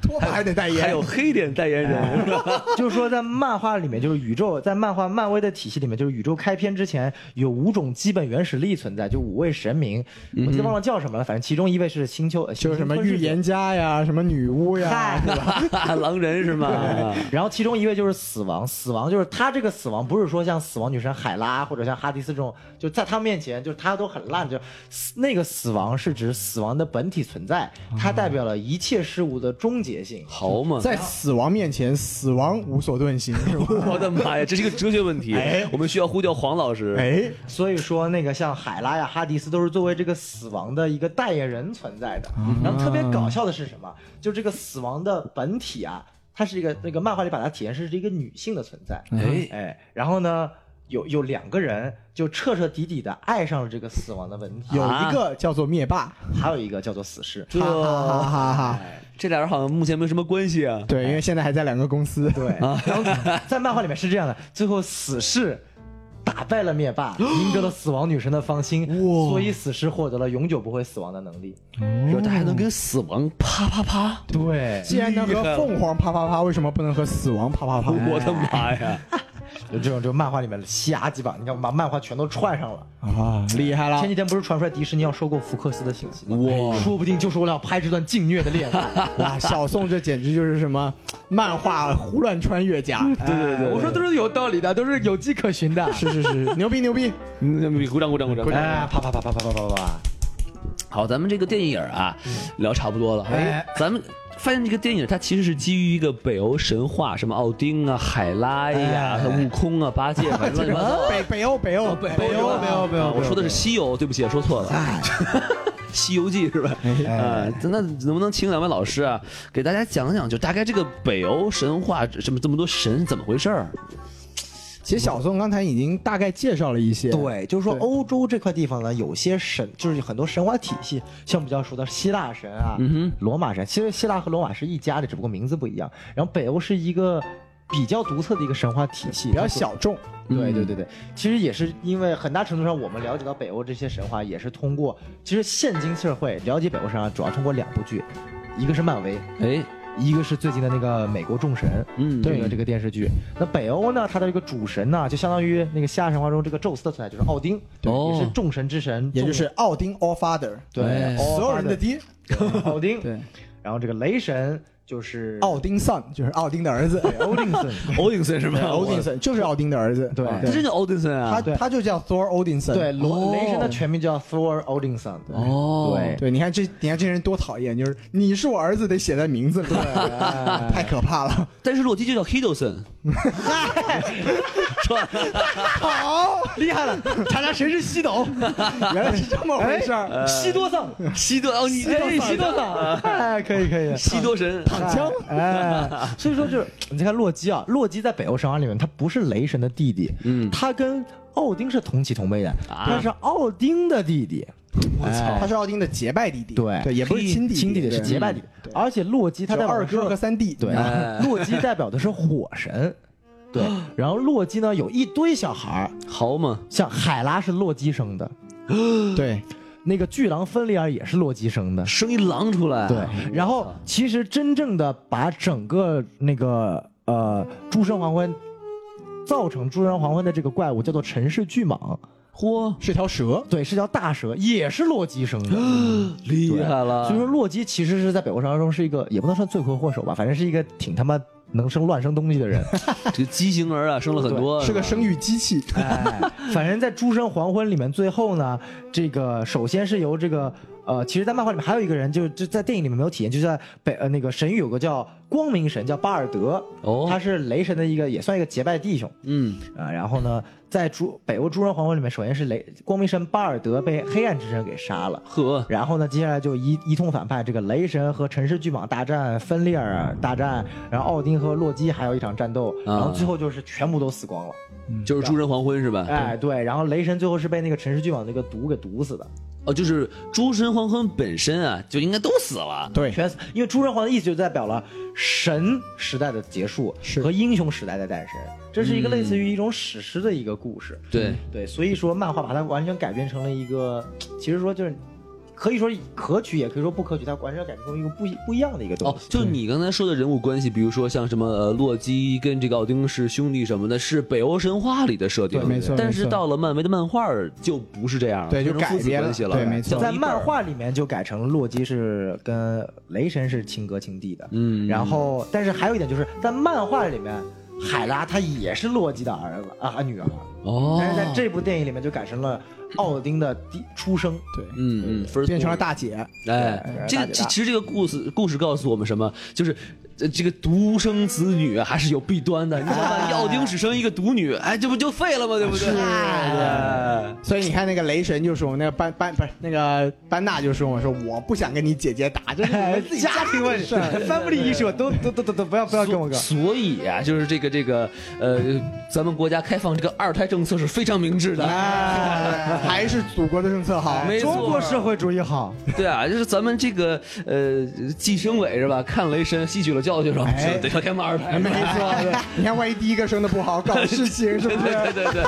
[SPEAKER 2] 脱发还得代言，
[SPEAKER 1] 还有黑脸代言人，是吧
[SPEAKER 3] 就是说，在漫画里面，就是宇宙，在漫画漫威的体系里面，就是宇宙开篇之前有五种基本原始力存在，就五位神明，我记得忘了叫什么了，反正其中一位是星球，
[SPEAKER 2] 就是什么预
[SPEAKER 3] 言。
[SPEAKER 2] 言 家呀，什么女巫呀， 对吧？ 啊
[SPEAKER 1] 狼人是吗？
[SPEAKER 3] 然后其中一位就是死亡，死亡就是他这个死亡不是说像死亡女神海拉或者像哈迪斯这种，就在他面前就是他都很烂，就死那个死亡是指死亡的本体存在，
[SPEAKER 2] 哦
[SPEAKER 3] 它代表了一切事物的终结性。
[SPEAKER 1] 好嘛，
[SPEAKER 2] 在死亡面前，死亡无所遁形， 是吧？
[SPEAKER 1] 我的妈呀，这是一个哲学问题，我们需要呼叫黄老师。
[SPEAKER 2] 哎，
[SPEAKER 3] 所以说那个像海拉呀、哈迪斯都是作为这个死亡的一个代言人存在的。
[SPEAKER 2] 啊
[SPEAKER 3] 然后特别搞笑的是什么？就这个死亡的本体啊，它是一个那个漫画里把它体现是一个女性的存在。
[SPEAKER 2] 嗯
[SPEAKER 1] 哎
[SPEAKER 3] 哎，然后呢，有有两个人就彻彻底底的爱上了这个死亡的本体，
[SPEAKER 2] 有一
[SPEAKER 1] 啊
[SPEAKER 2] 个叫做灭霸，
[SPEAKER 3] 还有一个叫做死侍。
[SPEAKER 1] 这
[SPEAKER 2] 哈哈哈。
[SPEAKER 1] 这俩人好像目前没什么关系啊。
[SPEAKER 2] 对，因为现在还在两个公司。
[SPEAKER 3] 对，哎然后在漫画里面是这样的，最后死侍。打败了 灭霸，赢得了死亡女神的芳心，
[SPEAKER 2] 哇
[SPEAKER 3] 所以死侍获得了永久不会死亡的能力。
[SPEAKER 1] 说他还能跟死亡啪啪啪，
[SPEAKER 3] 对，
[SPEAKER 2] 既然能和凤凰啪啪啪，为什么不能和死亡啪啪啪？
[SPEAKER 1] 我的妈呀！
[SPEAKER 3] 就这种就漫画里面的瞎鸡巴，你看我把漫画全都串上了。
[SPEAKER 2] 啊，厉害了
[SPEAKER 3] 前！几天不是传出来迪士尼要收购福克斯的信息吗？哎
[SPEAKER 1] 哇
[SPEAKER 3] 说不定就是为了要拍这段禁虐的恋爱。
[SPEAKER 2] 哇，小宋这简直就是什么漫画胡乱穿越家。
[SPEAKER 1] 对对对，
[SPEAKER 3] 我说都是有道理的，都是有迹可循的。
[SPEAKER 2] 是是是，牛逼牛逼！
[SPEAKER 1] 嗯鼓掌鼓掌鼓掌！
[SPEAKER 3] 哎，啪啪啪啪啪啪啪啪！
[SPEAKER 1] 好，咱们这个电影啊，聊差不多了。
[SPEAKER 2] 哎，
[SPEAKER 1] 咱们发现这个电影它其实是基于一个北欧神话，什么奥丁啊、海拉呀、悟空啊、八 戒，反正乱七八糟。
[SPEAKER 2] 北北欧北
[SPEAKER 1] 哦
[SPEAKER 2] 欧北欧北欧北
[SPEAKER 1] 啊
[SPEAKER 2] 欧，
[SPEAKER 1] 我说的是西游，对不起，说错了。
[SPEAKER 3] 哎
[SPEAKER 1] 西游记是吧？啊，那能不能请两位老师啊，给大家讲讲，就大概这个北欧神话这么这么多神怎么回事儿？
[SPEAKER 2] 其实小宋刚才已经大概介绍了一些，
[SPEAKER 3] 对，就是说
[SPEAKER 2] 对
[SPEAKER 3] 欧洲这块地方呢，有些神就是很多神话体系，像比较熟的希腊神啊、罗马神，其实希腊和罗马是一家的，只不过名字不一样。然后北欧是一个比较独特的一个神话体系，
[SPEAKER 2] 比较
[SPEAKER 3] 它是
[SPEAKER 2] 小众。
[SPEAKER 3] 对对对对，其实也是因为很大程度上，我们了解到北欧这些神话，也是通过其实现今社会了解北欧神话，主要通过两部剧，一个是漫威，
[SPEAKER 1] 哎，
[SPEAKER 3] 一个是最近的那个美国众神，
[SPEAKER 1] 嗯，
[SPEAKER 3] 这个这个电视剧。那北欧呢，它的这个主神呢，就相当于那个希腊神话中这个宙斯的存在，就是奥丁，
[SPEAKER 1] 对
[SPEAKER 3] 也是众神之神，
[SPEAKER 2] 哦也
[SPEAKER 3] 众
[SPEAKER 2] 就是奥丁 All Father，
[SPEAKER 3] 对
[SPEAKER 2] 所有人的爹，
[SPEAKER 3] 奥 丁。
[SPEAKER 2] 对，
[SPEAKER 3] 然后这个雷神就是
[SPEAKER 2] 奥丁 Son 就是奥丁的儿子，
[SPEAKER 3] 欧丁森，
[SPEAKER 1] 欧丁森是吧？
[SPEAKER 2] 奥丁森就是奥丁的儿子，
[SPEAKER 3] 对
[SPEAKER 1] 他真叫欧丁森
[SPEAKER 2] 他
[SPEAKER 1] 啊？
[SPEAKER 3] 对
[SPEAKER 2] 他就叫 Thor Odinson，
[SPEAKER 3] 对，
[SPEAKER 1] 哦
[SPEAKER 3] 罗雷神的全名叫 Thor Odinson，对
[SPEAKER 1] 哦
[SPEAKER 3] 对
[SPEAKER 2] 对，你看这，你看这人多讨厌，就是你是我儿子，得写在名字里， 太可怕了。
[SPEAKER 1] 但是洛基就叫 Hiddleston，是吧？
[SPEAKER 2] 好，
[SPEAKER 3] 厉害了，查查谁是西斗，
[SPEAKER 2] 原来是这么回事儿，
[SPEAKER 3] 呃西多藏，
[SPEAKER 1] 西多哦，你
[SPEAKER 3] 哎，西多藏，哎，可以可以，
[SPEAKER 1] 啊西多神，
[SPEAKER 2] 躺枪。
[SPEAKER 3] 哎，所以说就是你看 洛基啊，洛基在北欧神话里面，他不是雷神的弟弟，
[SPEAKER 1] 嗯
[SPEAKER 3] 他跟奥丁是同起同辈的，
[SPEAKER 1] 啊
[SPEAKER 3] 他是奥丁的弟弟，
[SPEAKER 2] 我操，他是奥丁的结拜弟弟，
[SPEAKER 3] 对
[SPEAKER 2] 对，也不是亲弟，
[SPEAKER 3] 亲弟弟是结拜弟弟，而且洛基他代
[SPEAKER 2] 的
[SPEAKER 3] 表
[SPEAKER 2] 二
[SPEAKER 3] 的是
[SPEAKER 2] 哥和三弟，啊
[SPEAKER 3] 对
[SPEAKER 1] 哎，
[SPEAKER 3] 洛基代表的是火神，对，然后洛基呢有一堆小孩儿，
[SPEAKER 1] 好嘛？
[SPEAKER 3] 像海拉是洛基生的，嗯
[SPEAKER 2] 对，
[SPEAKER 3] 那个巨狼芬利尔也是洛基生的，
[SPEAKER 1] 生一狼出来，
[SPEAKER 3] 对，然后其实真正的把整个那个呃《诸神黄昏》造成《诸神黄昏》的这个怪物叫做陈氏巨蟒，
[SPEAKER 1] 嚯，
[SPEAKER 2] 是条蛇，
[SPEAKER 3] 对，是条大蛇，也是洛基生的。
[SPEAKER 1] 厉害了！
[SPEAKER 3] 所以说，洛基其实是在北欧神话中是一个，也不能算罪魁祸首吧，反正是一个挺他妈能生乱生东西的人。
[SPEAKER 1] 这个畸形儿啊，生了很多，
[SPEAKER 2] 是个生育机器，
[SPEAKER 3] 哎，反正在《诸神黄昏》里面，最后呢，这个首先是由这个呃，其实，在漫画里面还有一个人，就就在电影里面没有体现，就在北呃那个神域有个叫光明神，叫巴尔德，
[SPEAKER 1] 哦
[SPEAKER 3] 他是雷神的一个也算一个结拜弟兄
[SPEAKER 1] 嗯，
[SPEAKER 3] 啊、然后呢，在诸北欧诸神黄昏里面，首先是雷光明神巴尔德被黑暗之神给杀了。
[SPEAKER 1] 呵，
[SPEAKER 3] 然后呢，接下来就一一通反派，这个雷神和城市巨蟒大战，芬利尔大战，然后奥丁和洛基还有一场战斗，然后最后就是全部都死光了。
[SPEAKER 1] 就是诸神黄昏是吧？
[SPEAKER 3] 哎，对，然后雷神最后是被那个城市巨蟒那个毒给毒死的，
[SPEAKER 1] 哦，就是诸神黄昏本身啊，就应该都死了。
[SPEAKER 2] 对，
[SPEAKER 3] 全死。因为诸神黄的意思就代表了神时代的结束
[SPEAKER 2] 是
[SPEAKER 3] 和英雄时代的诞生，这是一个类似于一种史诗的一个故事。
[SPEAKER 1] 对，
[SPEAKER 3] 对，所以说漫画把它完全改编成了一个，其实说就是可以说可取，也可以说不可取，它完全改编成一个不一不一样的一个东
[SPEAKER 1] 哦
[SPEAKER 3] 西。，
[SPEAKER 1] 就你刚才说的人物关系，比如说像什么呃，洛基跟这个奥丁是兄弟什么的，是北欧神话里的设定，
[SPEAKER 2] 对没错
[SPEAKER 1] 但是
[SPEAKER 2] 没错
[SPEAKER 1] 到了漫威的漫画儿就不是这样了，
[SPEAKER 2] 对就
[SPEAKER 1] 变成父子
[SPEAKER 2] 改编
[SPEAKER 1] 关系
[SPEAKER 2] 了
[SPEAKER 1] 了，
[SPEAKER 2] 对没错
[SPEAKER 1] 像
[SPEAKER 3] 在
[SPEAKER 1] 一
[SPEAKER 3] 漫画里面就改成洛基是跟雷神是亲哥亲弟的，
[SPEAKER 1] 嗯
[SPEAKER 3] 然后但是还有一点就是在漫画里面，海拉她也是洛基的儿子啊女儿，
[SPEAKER 1] 哦，
[SPEAKER 3] 但是在这部电影里面就改成了奥丁的第出生，
[SPEAKER 2] 对，
[SPEAKER 1] 嗯嗯，分
[SPEAKER 2] 变成了大姐，
[SPEAKER 1] 哎，
[SPEAKER 3] 对
[SPEAKER 1] 这个
[SPEAKER 3] 大姐
[SPEAKER 1] 这
[SPEAKER 3] 大
[SPEAKER 1] 其实这个故事故事告诉我们什么？就是呃这个独生子女啊还是有弊端的。你想
[SPEAKER 3] 哎
[SPEAKER 1] 把奥丁只生一个独女，哎，这不就废了吗？对不对？哎
[SPEAKER 2] 所以你看那个雷神就说，那个班班不是那个班纳就说我说我不想跟你姐姐打，这是你
[SPEAKER 3] 哎
[SPEAKER 2] 们自己家庭问题。
[SPEAKER 3] ，family issue 都都都都都不要不要跟我哥。
[SPEAKER 1] 所以啊，就是这个这个呃，咱们国家开放这个二胎政策是非常明智的。
[SPEAKER 2] 哎，还是祖国的政策好。
[SPEAKER 1] 没错
[SPEAKER 3] 中国社会主义好，
[SPEAKER 1] 对啊，就是咱们这个呃，计生委是吧？看雷神吸取了教训了，
[SPEAKER 2] 哎
[SPEAKER 1] 得要开放二胎。
[SPEAKER 2] 没错，对 你看万一第一个生的不好，搞事情是
[SPEAKER 1] 对
[SPEAKER 2] 不是？
[SPEAKER 1] 对对对，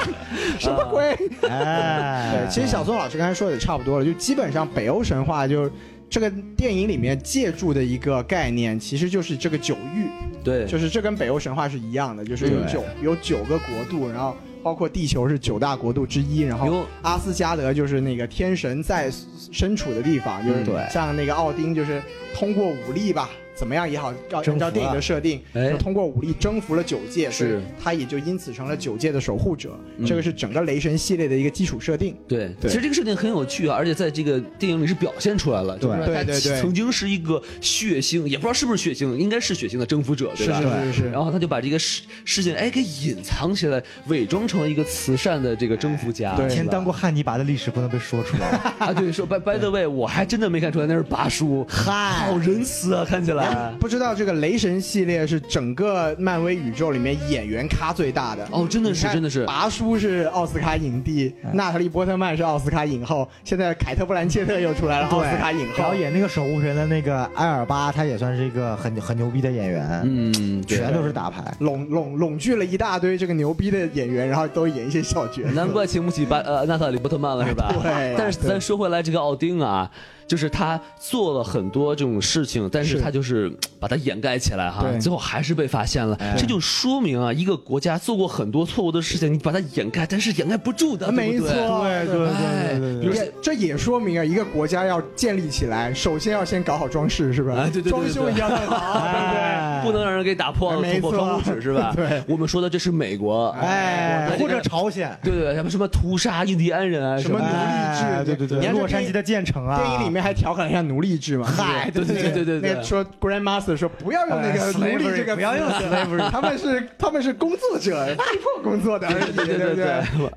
[SPEAKER 2] 什么鬼？
[SPEAKER 3] 哎
[SPEAKER 1] 嗯
[SPEAKER 2] 对，其实小宋老师刚才说的也差不多了，就基本上北欧神话就是这个电影里面借助的一个概念，其实就是这个九域，
[SPEAKER 1] 对，
[SPEAKER 2] 就是这跟北欧神话是一样的，就是有
[SPEAKER 3] 对
[SPEAKER 2] 九有九个国度，然后包括地球是九大国度之一，然后
[SPEAKER 1] 哟
[SPEAKER 2] 阿斯加德就是那个天神在身处的地方，就是
[SPEAKER 1] 嗯对
[SPEAKER 2] 像那个奥丁就是通过武力吧。怎么样也好，照
[SPEAKER 3] 征
[SPEAKER 2] 按
[SPEAKER 3] 服
[SPEAKER 2] 照
[SPEAKER 3] 了
[SPEAKER 2] 电影的设定，
[SPEAKER 1] 哎
[SPEAKER 2] 就通过武力征服了九界，所以
[SPEAKER 1] 是嗯
[SPEAKER 2] 他也就因此成了九界的守护者。这个是整个雷神系列的一个基础设定。
[SPEAKER 1] 对，
[SPEAKER 2] 对
[SPEAKER 1] 其实这个设定很有趣啊，而且在这个电影里是表现出来了，就是
[SPEAKER 2] 对
[SPEAKER 1] 他
[SPEAKER 2] 对对对
[SPEAKER 1] 曾经是一个血腥，也不知道是不是血腥，应该是血腥的征服者，对吧？
[SPEAKER 2] 是是是是
[SPEAKER 1] 然后他就把这个事事情哎给隐藏起来，伪装成一个慈善的这个征服家。
[SPEAKER 2] 对
[SPEAKER 3] 以前当
[SPEAKER 1] 啊过
[SPEAKER 3] 过汉尼拔的历史不能被说出 来。
[SPEAKER 1] 啊，对，说 by by the way，我还真的没看出来那是拔叔，
[SPEAKER 2] 嗨
[SPEAKER 1] 好仁慈啊，看起来。
[SPEAKER 2] 不知道这个雷神系列是整个漫威宇宙里面演员咖最大的
[SPEAKER 1] 哦真的是
[SPEAKER 2] 你看
[SPEAKER 1] 真的是
[SPEAKER 2] 拔叔是哎奥斯卡影帝，娜塔莉波特曼是奥斯卡影后，现在凯特布兰切特又出来了，奥斯卡影
[SPEAKER 3] 然
[SPEAKER 2] 后
[SPEAKER 3] 后。演那个守护神的那个埃尔巴，他也算是一个很很牛逼的演员，
[SPEAKER 1] 嗯，对。
[SPEAKER 3] 全都是打牌。
[SPEAKER 2] 拢拢拢聚了一大堆这个牛逼的演员，然后都演一些小角色。
[SPEAKER 1] 难怪请不起巴呃娜塔莉波特曼了是吧？
[SPEAKER 2] 对
[SPEAKER 1] 但是
[SPEAKER 2] 对
[SPEAKER 1] 咱说回来，这个奥丁啊，就是他做了很多这种事情，但是
[SPEAKER 2] 是
[SPEAKER 1] 他就是嘖把它掩盖起来哈，
[SPEAKER 2] 对
[SPEAKER 1] 最后还是被发现了。这就说明啊，一个国家做过很多错误的事情，你把它掩盖，但是掩盖不住的，
[SPEAKER 2] 没
[SPEAKER 1] 对不
[SPEAKER 2] 错，
[SPEAKER 1] 对
[SPEAKER 2] 对
[SPEAKER 1] 哎，比如说
[SPEAKER 2] 也这也说明啊，一个国家要建立起来，首先要先搞好装饰，是吧？
[SPEAKER 1] 哎对对对对
[SPEAKER 2] 装修一定要做好，对不对？
[SPEAKER 3] 哎
[SPEAKER 1] 不能让人给打破捅
[SPEAKER 2] 没
[SPEAKER 1] 破
[SPEAKER 2] 错
[SPEAKER 1] 窗户纸是吧？
[SPEAKER 2] 对，
[SPEAKER 1] 我们说的这是美国，
[SPEAKER 3] 哎，或者朝鲜，
[SPEAKER 1] 对对对，什么什么屠杀印第安人啊，
[SPEAKER 2] 什么奴
[SPEAKER 1] 的
[SPEAKER 2] 隶
[SPEAKER 3] 哎
[SPEAKER 2] 制，
[SPEAKER 3] 对对对
[SPEAKER 2] 你看这
[SPEAKER 3] 洛杉矶的建成啊，
[SPEAKER 2] 电影里面还调侃了一下奴隶制嘛？嗨
[SPEAKER 1] 对对对对对
[SPEAKER 2] 那个说 Grandmaster 说不要用那
[SPEAKER 3] 哎
[SPEAKER 2] 个奴隶
[SPEAKER 3] slavery，
[SPEAKER 2] 这个词，
[SPEAKER 3] 不要用 slavery
[SPEAKER 2] 他们是他们是工作者，被迫工作的而已，
[SPEAKER 1] 对对
[SPEAKER 2] 不
[SPEAKER 1] 对
[SPEAKER 2] 对？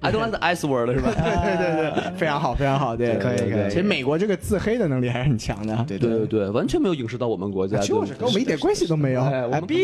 [SPEAKER 1] ，I don't like the ice world 是吧？
[SPEAKER 2] 对对对，非常好，非常好，对，
[SPEAKER 3] 可以
[SPEAKER 2] 对
[SPEAKER 3] 可以
[SPEAKER 2] 其实美国这个自黑的能力还是很强的，对
[SPEAKER 1] 对对对，完全没有影射到我们国家，
[SPEAKER 2] 就是
[SPEAKER 1] 对不对
[SPEAKER 2] 跟我们一点关系都没有。
[SPEAKER 1] 哎，我
[SPEAKER 2] 哎
[SPEAKER 1] 们
[SPEAKER 3] 逼。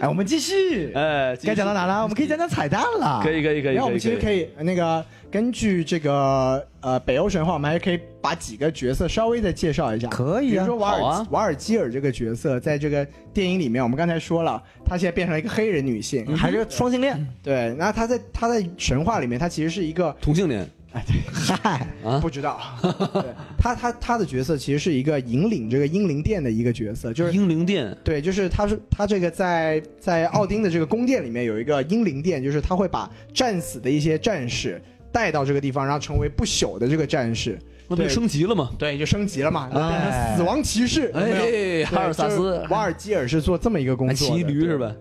[SPEAKER 3] 哎，我们继续。
[SPEAKER 1] 哎，
[SPEAKER 3] 该讲到哪了？我们可以讲讲彩蛋了。
[SPEAKER 1] 可以可以可以，
[SPEAKER 2] 然后我们其实可
[SPEAKER 1] 以
[SPEAKER 2] 以那个根据这个呃北欧神话，我们还可以把几个角色稍微的介绍一下。
[SPEAKER 3] 可以啊
[SPEAKER 2] 比如说瓦尔、
[SPEAKER 1] 好啊
[SPEAKER 2] 瓦尔基尔这个角色，在这个电影里面，我们刚才说了，她现在变成了一个黑人女性，
[SPEAKER 3] 嗯还是双性恋？
[SPEAKER 2] 对，那她在她在神话里面，她其实是一个
[SPEAKER 1] 同性恋
[SPEAKER 2] 哎，对，
[SPEAKER 3] 嗨，
[SPEAKER 1] 啊
[SPEAKER 2] 不知道，对她她她的角色其实是一个引领这个英灵殿的一个角色，就是
[SPEAKER 1] 英灵殿
[SPEAKER 2] 对，就是他是他这个在在奥丁的这个宫殿里面有一个英灵殿，就是他会把战死的一些战士带到这个地方，然后成为不朽的这个战士。
[SPEAKER 1] 那不就
[SPEAKER 2] 对
[SPEAKER 1] 升级了吗？
[SPEAKER 2] 对，就升级了嘛，变成死亡骑士。有没有
[SPEAKER 1] 哎，
[SPEAKER 2] 对
[SPEAKER 1] 哈尔萨
[SPEAKER 2] 就是
[SPEAKER 1] 斯，
[SPEAKER 2] 瓦尔基尔是做这么一个工
[SPEAKER 1] 还
[SPEAKER 2] 作
[SPEAKER 1] 骑
[SPEAKER 2] 的，
[SPEAKER 1] 驴是吧？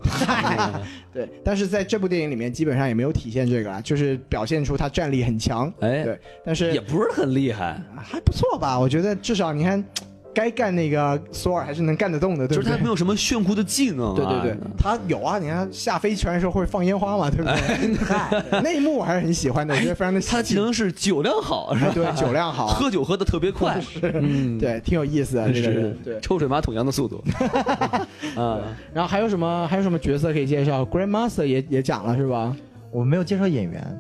[SPEAKER 2] 对， 但是在这部电影里面，基本上也没有体现这个啊，就是表现出他战力很强，
[SPEAKER 1] 哎
[SPEAKER 2] 对，但是
[SPEAKER 1] 也不是很厉害，
[SPEAKER 2] 还不错吧？我觉得至少你看，该干那个索尔还是能干得动的，对
[SPEAKER 1] 就
[SPEAKER 2] 不
[SPEAKER 1] 是
[SPEAKER 2] 对
[SPEAKER 1] 他？没有什么炫酷的技能啊。
[SPEAKER 2] 对对对，他有啊，你看下飞拳的时候会放烟花嘛，对不 对？那一幕我还是很喜欢的，我觉得非常的喜
[SPEAKER 1] 哎他的技
[SPEAKER 2] 庆。
[SPEAKER 1] 能是酒量好，是
[SPEAKER 2] 哎
[SPEAKER 1] 吧？
[SPEAKER 2] 对，酒量好，
[SPEAKER 1] 喝酒喝的特别快， 嗯，
[SPEAKER 2] 对，挺有意思的这个
[SPEAKER 1] 是
[SPEAKER 2] 人。对，
[SPEAKER 1] 抽水马桶一样的速度。啊，
[SPEAKER 2] 然后还有什么还有什么角色可以介绍？Grandmaster 也也讲了是吧？
[SPEAKER 3] 我没有介绍演员，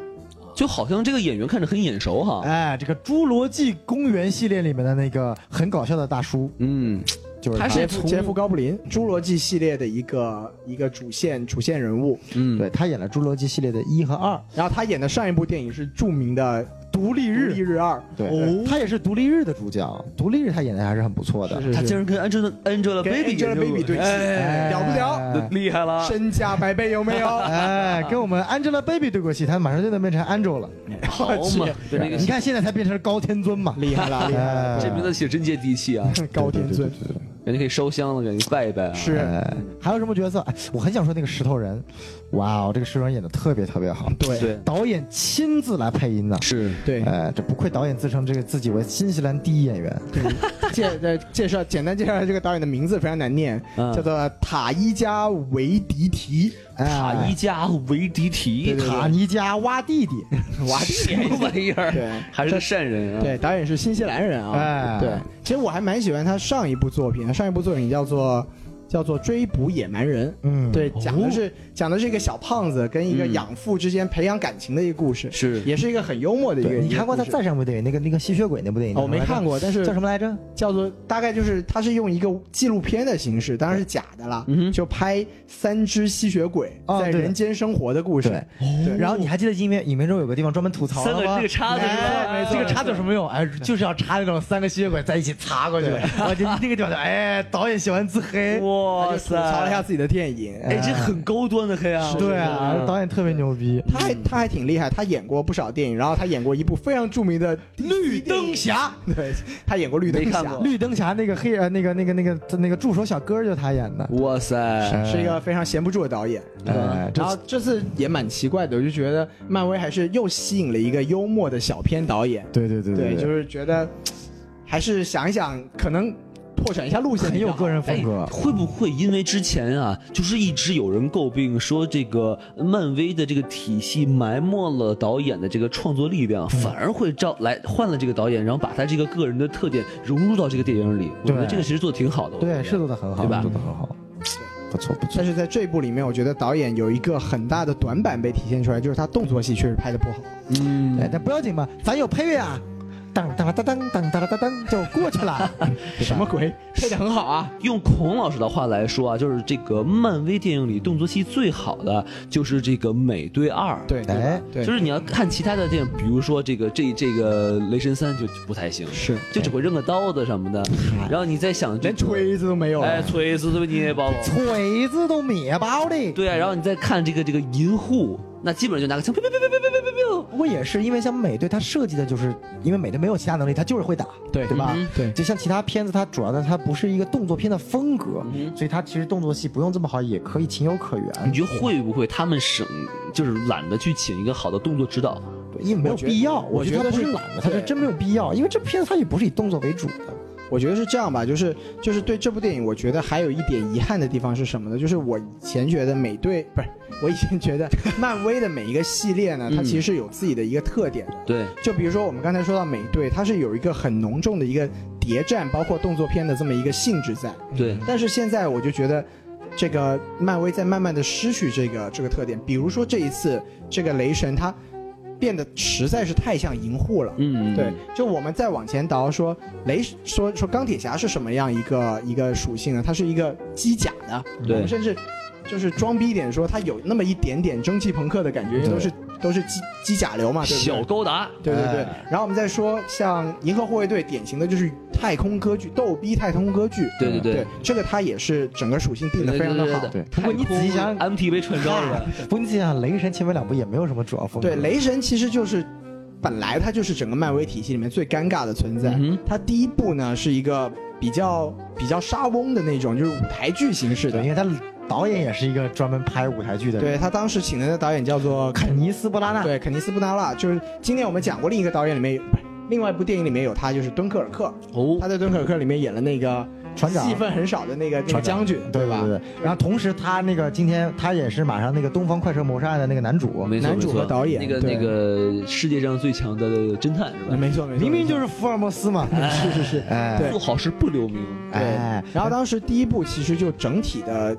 [SPEAKER 1] 就好像这个演员看着很眼熟哈。
[SPEAKER 3] 哎，这个《侏罗纪公园》系列里面的那个很搞笑的大叔，
[SPEAKER 1] 嗯，
[SPEAKER 3] 就是
[SPEAKER 1] 他
[SPEAKER 2] 杰
[SPEAKER 1] 是
[SPEAKER 2] 夫
[SPEAKER 1] 从嗯
[SPEAKER 2] 杰夫高布林，《侏罗纪》系列的一个一个主线主线人物。
[SPEAKER 1] 嗯，
[SPEAKER 3] 对，他演了《侏罗纪》系列的一和二，
[SPEAKER 2] 然后他演的上一部电影是著名的《独立
[SPEAKER 3] 日
[SPEAKER 2] 独立日二》，
[SPEAKER 3] 对，
[SPEAKER 1] 哦
[SPEAKER 3] 他也是独立日的主角，独立日他演的还是很不错的，
[SPEAKER 2] 是是
[SPEAKER 1] 他竟然跟 Angel
[SPEAKER 2] 跟
[SPEAKER 1] Angelababy 研究
[SPEAKER 2] Angelababy 对戏
[SPEAKER 1] 哎，
[SPEAKER 2] 了不了
[SPEAKER 1] 那厉害了，
[SPEAKER 2] 身价百倍 有没有？
[SPEAKER 3] 哎，跟我们 Angelababy 对过戏，他马上就能变成 Angel 了。
[SPEAKER 1] 好嘛，
[SPEAKER 2] 对
[SPEAKER 1] 那个
[SPEAKER 3] 你看现在他变成高天尊嘛，
[SPEAKER 2] 厉害了，厉害了，
[SPEAKER 1] 这名字起得真接地气啊，
[SPEAKER 2] 高天尊
[SPEAKER 3] 对对对对
[SPEAKER 1] 感觉可以烧香了，感觉拜一拜啊。
[SPEAKER 2] 嗯是
[SPEAKER 3] 哎，还有什么角色？哎，我很想说那个石头人，哇哦，这个石头人演的特别特别好，
[SPEAKER 2] 对
[SPEAKER 1] 对，
[SPEAKER 3] 导演亲自来配音呢。
[SPEAKER 1] 是，
[SPEAKER 2] 对。
[SPEAKER 3] 哎，这不愧导演自称这个自己为新西兰第一演员，
[SPEAKER 2] 介呃介绍简单介绍一下这个导演的名字非常难念，
[SPEAKER 1] 嗯
[SPEAKER 2] 叫做塔伊加维迪提，呃
[SPEAKER 1] 塔伊加维迪提，
[SPEAKER 3] 塔尼加挖弟弟，
[SPEAKER 2] 哇，
[SPEAKER 1] 什么玩意儿？
[SPEAKER 2] 对
[SPEAKER 1] 还是个善人啊。
[SPEAKER 2] 对，导演是新西兰人啊。
[SPEAKER 3] 哎
[SPEAKER 2] 对，其实我还蛮喜欢他上一部作品，他上一部作品叫做叫做《追捕野蛮人》。
[SPEAKER 3] 嗯，
[SPEAKER 2] 对，讲的是、讲的是一个小胖子跟一个养父之间培养感情的一个故事，
[SPEAKER 1] 是
[SPEAKER 2] 也是一个很幽默的一个。
[SPEAKER 3] 对，你
[SPEAKER 2] 一个
[SPEAKER 3] 看过他
[SPEAKER 2] 故事
[SPEAKER 3] 再上部电影那个那个吸血鬼那部电影？
[SPEAKER 2] 哦，我没看过，但是
[SPEAKER 3] 叫什么来着？
[SPEAKER 2] 叫做大概就是它是用一个纪录片的形式，当然是假的啦，
[SPEAKER 1] 嗯哼
[SPEAKER 2] 就拍三只吸血鬼
[SPEAKER 3] 哦
[SPEAKER 2] 在
[SPEAKER 3] 对
[SPEAKER 2] 人间生活的故事。
[SPEAKER 3] 对
[SPEAKER 2] 对
[SPEAKER 3] 然后你还记得影片影片中有个地方专门吐槽
[SPEAKER 1] 三
[SPEAKER 3] 了
[SPEAKER 1] 个
[SPEAKER 3] 吗
[SPEAKER 1] 这个叉子是吧
[SPEAKER 3] 哎
[SPEAKER 1] 没错
[SPEAKER 3] 这个叉子有什么用？哎，就是要插那种三个吸血鬼在一起插过去，然后就那个地方就哎，导演喜欢自黑，
[SPEAKER 2] 哎他
[SPEAKER 1] 哇
[SPEAKER 2] 就吐槽了一下，自己的电影。嗯
[SPEAKER 1] 哎，这很高端的黑啊！
[SPEAKER 3] 对啊，
[SPEAKER 1] 演
[SPEAKER 3] 导演特别牛逼。
[SPEAKER 2] 他还他还挺厉害，他演过不少电影，然后他演过一部非常著名的《绿
[SPEAKER 3] 灯侠，
[SPEAKER 2] 对他演过《绿灯
[SPEAKER 1] 没
[SPEAKER 2] 侠
[SPEAKER 1] 看》过，
[SPEAKER 3] 绿灯侠那个黑呃那个那个那个那个助手小哥就是他演
[SPEAKER 2] 嗯
[SPEAKER 3] 的，
[SPEAKER 1] 哇塞，
[SPEAKER 2] 是一个非常闲不住的导演。
[SPEAKER 3] 哎
[SPEAKER 1] 呃
[SPEAKER 2] 嗯
[SPEAKER 3] 这
[SPEAKER 2] 然后这次也蛮奇怪的，我就觉得漫威还是又吸引了一个幽默的小片导演。
[SPEAKER 3] 对对对
[SPEAKER 2] 对，就是觉得还是想一想，可能拓展一下路线
[SPEAKER 3] 很
[SPEAKER 2] 比较
[SPEAKER 3] 有
[SPEAKER 2] 好，
[SPEAKER 3] 个人风格。
[SPEAKER 1] 哎会不会因为之前啊，就是一直有人诟病说这个漫威的这个体系埋没了导演的这个创作力量，
[SPEAKER 3] 嗯
[SPEAKER 1] 反而会照来换了这个导演，然后把他这个个人的特点融入到这个电影里。我觉得
[SPEAKER 3] 对
[SPEAKER 1] 这个其实做的挺好的。我觉
[SPEAKER 3] 对，
[SPEAKER 1] 得
[SPEAKER 3] 是做的很好，
[SPEAKER 1] 对吧
[SPEAKER 3] 做的很好，不错不错
[SPEAKER 2] 但。是在这部里面，我觉得导演有一个很大的短板被体现出来，就是他动作戏确实拍的不好。
[SPEAKER 1] 嗯，
[SPEAKER 3] 哎，但不要紧嘛，咱有配乐啊，当当当当当当当当就过去 了。
[SPEAKER 2] 什么鬼？配的很好啊！
[SPEAKER 1] 用孔老师的话来说啊，就是这个漫威电影里动作戏最好的就是这个《美队二》。
[SPEAKER 2] 对，对
[SPEAKER 3] 哎
[SPEAKER 2] 对，
[SPEAKER 1] 就是你要看其他的电影，比如说这个这这个雷神三就不太行，
[SPEAKER 2] 是
[SPEAKER 1] 就只会扔个刀子什么的，然后你再想这
[SPEAKER 2] 连
[SPEAKER 1] 个
[SPEAKER 2] 锤子都没有了。
[SPEAKER 1] 哎锤子对捏包，
[SPEAKER 3] 锤子都灭包的。
[SPEAKER 1] 对啊，然后你再看这个这个银护，那基本上就拿个枪，别别别别别别别别，
[SPEAKER 3] 不过也是因为像美队，他设计的就是，因为美队没有其他能力，他就是会打，
[SPEAKER 2] 对
[SPEAKER 3] 对吧？
[SPEAKER 1] 嗯
[SPEAKER 2] 对
[SPEAKER 3] 就像其他片子，它主要的它不是一个动作片的风格，所以它其实动作戏不用这么好，也可以情有可
[SPEAKER 1] 你
[SPEAKER 3] 原，
[SPEAKER 1] 觉得会不会他们省就是懒得去请一个好的动作指导？
[SPEAKER 3] 对因为没有
[SPEAKER 2] 我觉得
[SPEAKER 3] 必要。
[SPEAKER 2] 我
[SPEAKER 3] 我
[SPEAKER 2] 觉
[SPEAKER 3] 觉得
[SPEAKER 2] 得
[SPEAKER 3] 它不
[SPEAKER 2] 是
[SPEAKER 3] 是懒的，它是
[SPEAKER 2] 对
[SPEAKER 3] 真没有必要，因为这片子它也不是以动作为主的。
[SPEAKER 2] 我觉得是这样吧，就是就是对这部电影，我觉得还有一点遗憾的地方是什么呢？就是我以前觉得美队不是，我以前觉得漫威的每一个系列呢，它
[SPEAKER 1] 嗯
[SPEAKER 2] 其实是有自己的一个特点的。
[SPEAKER 1] 对，
[SPEAKER 2] 就比如说我们刚才说到美队，它是有一个很浓重的一个谍战，包括动作片的这么一个性质在。
[SPEAKER 1] 对
[SPEAKER 2] 但是现在我就觉得，这个漫威在慢慢的失去这个这个特点。比如说这一次，这个雷神他变得实在是太像银护了。
[SPEAKER 1] 嗯，
[SPEAKER 2] 对，就我们再往前倒说，雷说说钢铁侠是什么样一个一个属性呢？它是一个机甲的，
[SPEAKER 1] 对
[SPEAKER 2] 我们甚至就是装逼一点说，它有那么一点点蒸汽朋克的感觉，因为都是都是机机甲流嘛，对不对
[SPEAKER 1] 小高达，
[SPEAKER 2] 对对对
[SPEAKER 3] 哎，
[SPEAKER 2] 然后我们再说，像《银河护卫队》典型的就是太空歌剧，逗逼太空歌剧。
[SPEAKER 1] 对对对
[SPEAKER 2] 对，这个它也是整个属性定的非常的好。
[SPEAKER 3] 对
[SPEAKER 1] 不过你仔细想，MTV 串烧是吧？
[SPEAKER 3] 啊不过你想想，雷神前面两部也没有什么主要风格，
[SPEAKER 2] 对，雷神其实就是本来它就是整个漫威体系里面最尴尬的存在。
[SPEAKER 1] 嗯哼
[SPEAKER 2] 它第一部呢是一个比较比较沙翁的那种，就是舞台剧形式的
[SPEAKER 3] 对，因。为他导演也是一个专门拍舞台剧的人，
[SPEAKER 2] 对他当时请的那导演叫做
[SPEAKER 3] 肯尼斯·布拉纳，
[SPEAKER 2] 对肯尼斯布达拉，就是今天我们讲过另一个导演里面有，不是另外一部电影里面有他，就是《敦刻尔克》，
[SPEAKER 1] 哦
[SPEAKER 2] 他在《敦刻尔克》里面演了那个
[SPEAKER 3] 船长
[SPEAKER 2] 戏份很少的那个那个
[SPEAKER 3] 船长
[SPEAKER 2] 将军，
[SPEAKER 3] 对
[SPEAKER 2] 吧？
[SPEAKER 3] 对对。然后同时他那个今天他也是马上那个《东方快车谋杀案》的那个男主，
[SPEAKER 1] 没错
[SPEAKER 2] 男主
[SPEAKER 1] 没错
[SPEAKER 2] 和导演
[SPEAKER 1] 那个
[SPEAKER 2] 对
[SPEAKER 1] 那个世界上最强的侦探是吧？
[SPEAKER 2] 嗯没错没错，
[SPEAKER 3] 明明就是是福尔摩斯嘛，
[SPEAKER 2] 是是是，
[SPEAKER 3] 哎，
[SPEAKER 2] 对
[SPEAKER 1] 做好事不留名，
[SPEAKER 2] 对
[SPEAKER 3] 哎。
[SPEAKER 2] 然后当时第一部其实就整体的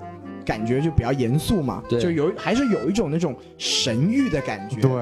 [SPEAKER 2] 感觉就比较严肃嘛，
[SPEAKER 1] 对
[SPEAKER 2] 就有还是有一种那种神域的感觉，。
[SPEAKER 3] 对，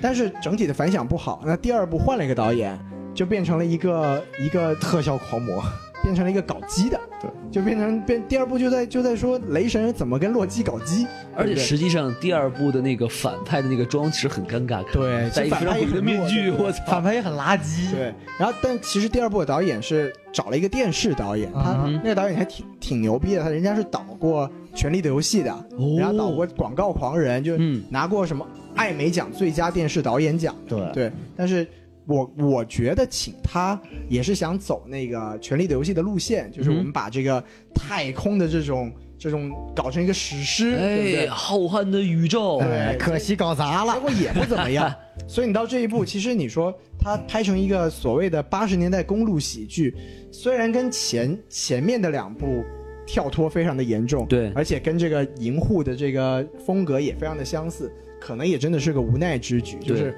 [SPEAKER 2] 但是整体的反响不好，那第二部换了一个导演，就变成了一个一个
[SPEAKER 3] 特效狂魔，
[SPEAKER 2] 变成了一个搞基的，
[SPEAKER 3] 对，
[SPEAKER 2] 就变成变第二部就在就在说雷神怎么跟洛基搞基，
[SPEAKER 1] 而且
[SPEAKER 2] 对不对
[SPEAKER 1] 实际上第二部的那个反派的那个装其实很尴尬，
[SPEAKER 2] 对
[SPEAKER 1] 戴一个
[SPEAKER 2] 其实反派也
[SPEAKER 1] 鬼的
[SPEAKER 2] 很
[SPEAKER 1] 面具，
[SPEAKER 2] 弱
[SPEAKER 1] 我操
[SPEAKER 3] 反！派也很垃圾。
[SPEAKER 2] 对，然后但其实第二部的导演是找了一个电视导演，他、
[SPEAKER 3] 嗯
[SPEAKER 1] 哼
[SPEAKER 2] 那个导演还挺挺牛逼的，他人家是导过《权力的游戏》的，
[SPEAKER 1] 哦
[SPEAKER 2] 然后导过《广告狂人》，就
[SPEAKER 1] 嗯
[SPEAKER 2] 拿过什么艾美奖最佳电视导演奖。
[SPEAKER 3] 对
[SPEAKER 2] 对，但是我我觉得请他也是想走那个《权力的游戏》的路线，就是我
[SPEAKER 1] 嗯
[SPEAKER 2] 们把这个太空的这种这种搞成一个史诗，对不
[SPEAKER 1] 哎，
[SPEAKER 2] 对？
[SPEAKER 1] 浩瀚的宇宙，
[SPEAKER 3] 哎
[SPEAKER 2] 对
[SPEAKER 3] 可惜搞砸
[SPEAKER 2] 结
[SPEAKER 3] 了。
[SPEAKER 2] 果也不怎 么样。所以你到这一步，其实你说它拍成一个所谓的八十年代公路喜剧，虽然跟前前面的两部跳脱非常的严重，
[SPEAKER 1] 对
[SPEAKER 2] 而且跟这个银护的这个风格也非常的相似，可能也真的是个无奈之举，就是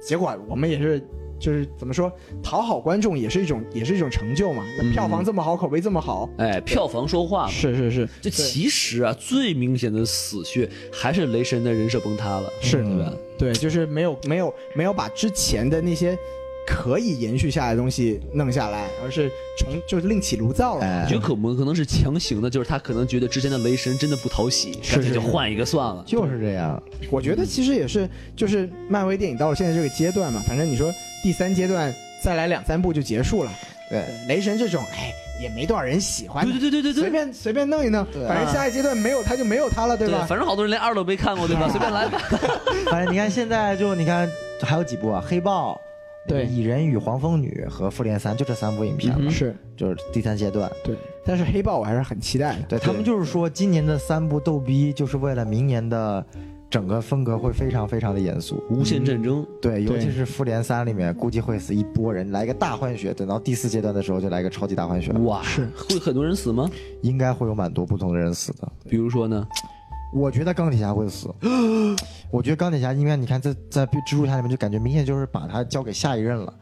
[SPEAKER 2] 结果我们也是。就是怎么说，讨好观众也是一种，也是一种成就嘛。那票房这么好，口碑这么好，
[SPEAKER 1] 哎，票房说话嘛。
[SPEAKER 2] 是是是，
[SPEAKER 1] 这其实啊，最明显的死穴还是雷神的人设崩塌了，
[SPEAKER 2] 是
[SPEAKER 3] 嗯
[SPEAKER 1] 对吧？
[SPEAKER 2] 对，就是没有没有没有把之前的那些可以延续下来的东西弄下来，而是重就是另起炉灶了。
[SPEAKER 3] 哎
[SPEAKER 1] 我觉得可能可能是强行的，就是他可能觉得之前的雷神真的不讨喜，
[SPEAKER 2] 是
[SPEAKER 1] 干脆
[SPEAKER 2] 是
[SPEAKER 1] 就是换一个算了。
[SPEAKER 3] 就是这样，
[SPEAKER 2] 我觉得其实也是，就是漫威电影到了现在这个阶段嘛，反正你说第三阶段再来两三部就结束了。
[SPEAKER 3] 对，
[SPEAKER 2] 雷神这种，哎，也没多少人喜欢的。
[SPEAKER 1] 对对对对对
[SPEAKER 2] 随便随便弄一弄，反正下一阶段没有他就没有他了，对
[SPEAKER 1] 对
[SPEAKER 2] 吧？
[SPEAKER 1] 反正好多人连二都没看过，对吧？随便来吧。
[SPEAKER 3] 反正你看现在就你看还有几部啊，《黑豹》、
[SPEAKER 2] 对
[SPEAKER 3] 蚁人与黄蜂女》和《复联三》，就这三部影片
[SPEAKER 1] 嗯
[SPEAKER 3] 了，
[SPEAKER 1] 哼
[SPEAKER 2] 是
[SPEAKER 3] 就是第三阶段。
[SPEAKER 2] 对，但是黑豹我还是很期待的。
[SPEAKER 3] 对他们就是说，今年的三部逗逼，就是为了明年的整个风格会非常非常的严肃。
[SPEAKER 1] 无限战争，
[SPEAKER 3] 对，尤其
[SPEAKER 2] 对
[SPEAKER 3] 是复联三里面，估计会死一波人，来个大换血。等到第四阶段的时候，就来个超级大换血了，
[SPEAKER 2] 嗯
[SPEAKER 1] 哇，会很多人死吗？
[SPEAKER 3] 应该会有蛮多不同的人死的。
[SPEAKER 1] 比如说呢？
[SPEAKER 3] 我觉得钢铁侠会 死，我觉得钢铁侠，因为你看在在蜘蛛侠里面就感觉明显就是把他交给下一任了，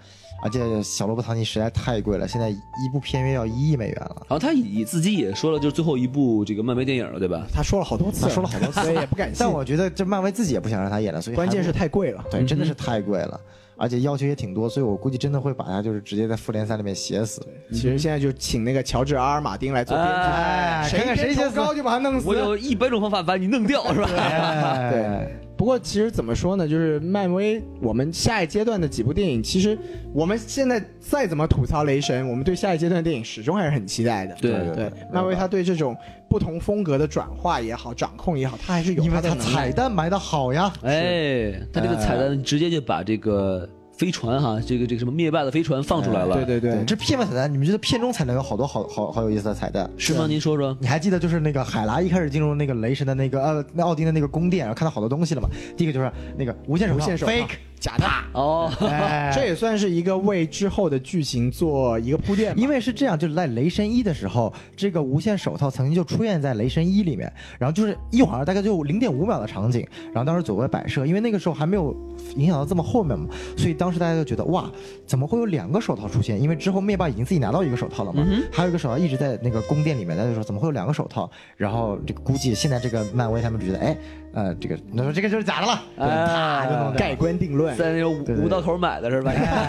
[SPEAKER 3] 而且小罗伯·唐尼实在太贵了，现在一部片约要一亿美元了。
[SPEAKER 1] 然后他也自己也说了，就是最后一部这个漫威电影了，对吧？
[SPEAKER 2] 他说了好多次，
[SPEAKER 3] 他说了好多次
[SPEAKER 2] 所以也不敢信。
[SPEAKER 3] 但我觉得这漫威自己也不想让他演了，所以还
[SPEAKER 2] 关键是嗯太贵了。
[SPEAKER 3] 对，真的是太贵了，而且要求也挺多，所以我估计真的会把他就是直接在复联三里面写死。
[SPEAKER 2] 其实现在就请那个乔治阿尔马丁来做编剧，
[SPEAKER 1] 哎
[SPEAKER 3] 看看谁
[SPEAKER 2] 片
[SPEAKER 3] 先
[SPEAKER 2] 酬
[SPEAKER 3] 死
[SPEAKER 2] 高就把他弄死
[SPEAKER 1] 我。有一百种方法把你弄掉，是吧？
[SPEAKER 3] 哎，
[SPEAKER 2] 不过其实怎么说呢，就是漫威我们下一阶段的几部电影，其实我们现在再怎么吐槽雷神，我们对下一阶段的电影始终还是很期待的。
[SPEAKER 1] 对
[SPEAKER 3] 对
[SPEAKER 2] 对
[SPEAKER 3] 对，
[SPEAKER 2] 漫威他对这种不同风格的转化也好，掌控也好，他还是有
[SPEAKER 3] 因为
[SPEAKER 2] 他的
[SPEAKER 3] 他
[SPEAKER 2] 能
[SPEAKER 3] 彩
[SPEAKER 2] 耐。
[SPEAKER 3] 蛋埋的好呀，
[SPEAKER 1] 哎，他这个彩蛋直接就把这个飞船哈，这个这个什么灭霸的飞船放出来了，
[SPEAKER 3] 哎
[SPEAKER 2] 对对对，
[SPEAKER 3] 这片外彩蛋，你们觉得片中彩蛋有好多好好好有意思的彩蛋？
[SPEAKER 1] 是吗？您说说。
[SPEAKER 3] 你还记得就是那个海拉一开始进入那个雷神的那个呃那奥丁的那个宫殿，然后看到好多东西了嘛？第一个就是那个无限手
[SPEAKER 2] 无
[SPEAKER 3] 套
[SPEAKER 2] 限手
[SPEAKER 3] fake，
[SPEAKER 2] 假的，
[SPEAKER 1] 哦，
[SPEAKER 3] 哎，
[SPEAKER 2] 这也算是一个为之后的剧情做一个铺垫吧。
[SPEAKER 3] 因为是这样，就是在雷神一的时候，这个无限手套曾经就出现在雷神一里面，然后就是一会儿大概就零点五秒的场景，然后当时左为摆设，因为那个时候还没有影响到这么后面嘛，所以当时大家就觉得哇，怎么会有两个手套出现？因为之后灭霸已经自己拿到一个手套了嘛，还有一个手套一直在那个宫殿里面，大家就说怎么会有两个手套？然后这个估计现在这个漫威他们就觉得哎，呃，这个那说这个就是假的了，对啪就弄掉
[SPEAKER 2] 哎盖
[SPEAKER 3] 了。
[SPEAKER 2] 棺定论，
[SPEAKER 1] 哎在那个五
[SPEAKER 3] 对对对
[SPEAKER 1] 五道口买的是吧？
[SPEAKER 3] 哎然后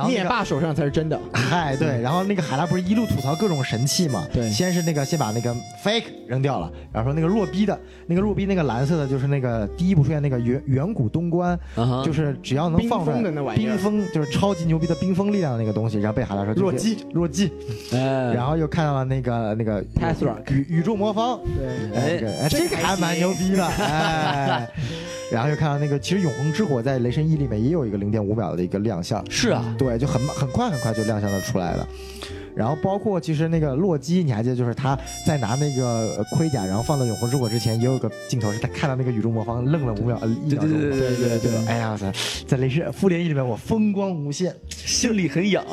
[SPEAKER 3] 那
[SPEAKER 2] 灭
[SPEAKER 3] 个
[SPEAKER 2] 霸手上才是真的。
[SPEAKER 3] 嗨，哎对，然后那个海拉不是一路吐槽各种神器嘛？
[SPEAKER 2] 对
[SPEAKER 3] 先是那个先把那个 fake 扔掉了，然后说那个弱逼的，那个弱逼那个蓝色的，就是那个第一部出现那个远远古东关，
[SPEAKER 1] 啊哈
[SPEAKER 3] 就是只要能放出来
[SPEAKER 2] 冰封的那玩意儿
[SPEAKER 3] 冰封就是超级牛逼的冰封力量的那个东西，然后被海拉说
[SPEAKER 2] 弱
[SPEAKER 3] 就是
[SPEAKER 2] 鸡
[SPEAKER 3] 弱鸡，
[SPEAKER 1] 哎，
[SPEAKER 3] 然后又看到了那个那个
[SPEAKER 2] Tesseract
[SPEAKER 3] 宇宇宙魔方，
[SPEAKER 2] 对
[SPEAKER 3] 哎哎，这个哎这个还蛮牛逼的，
[SPEAKER 4] 哎，
[SPEAKER 3] 然后又看到那个，其实《永恒之火》在《雷神一》里面也有一个零点五秒的一个亮相，
[SPEAKER 1] 是啊，
[SPEAKER 3] 对，就很很快很快就亮相的出来了。然后包括其实那个洛基，你还记得就是他在拿那个呃盔甲，然后放到永恒之火之前，也有个镜头是他看到那个宇宙魔方愣了五秒，呃一
[SPEAKER 1] 对对
[SPEAKER 3] 秒钟。
[SPEAKER 1] 对对对对
[SPEAKER 3] 就
[SPEAKER 1] 对，
[SPEAKER 3] 哎呀我操，在雷神复联一里面我风光无限，
[SPEAKER 1] 心里很痒，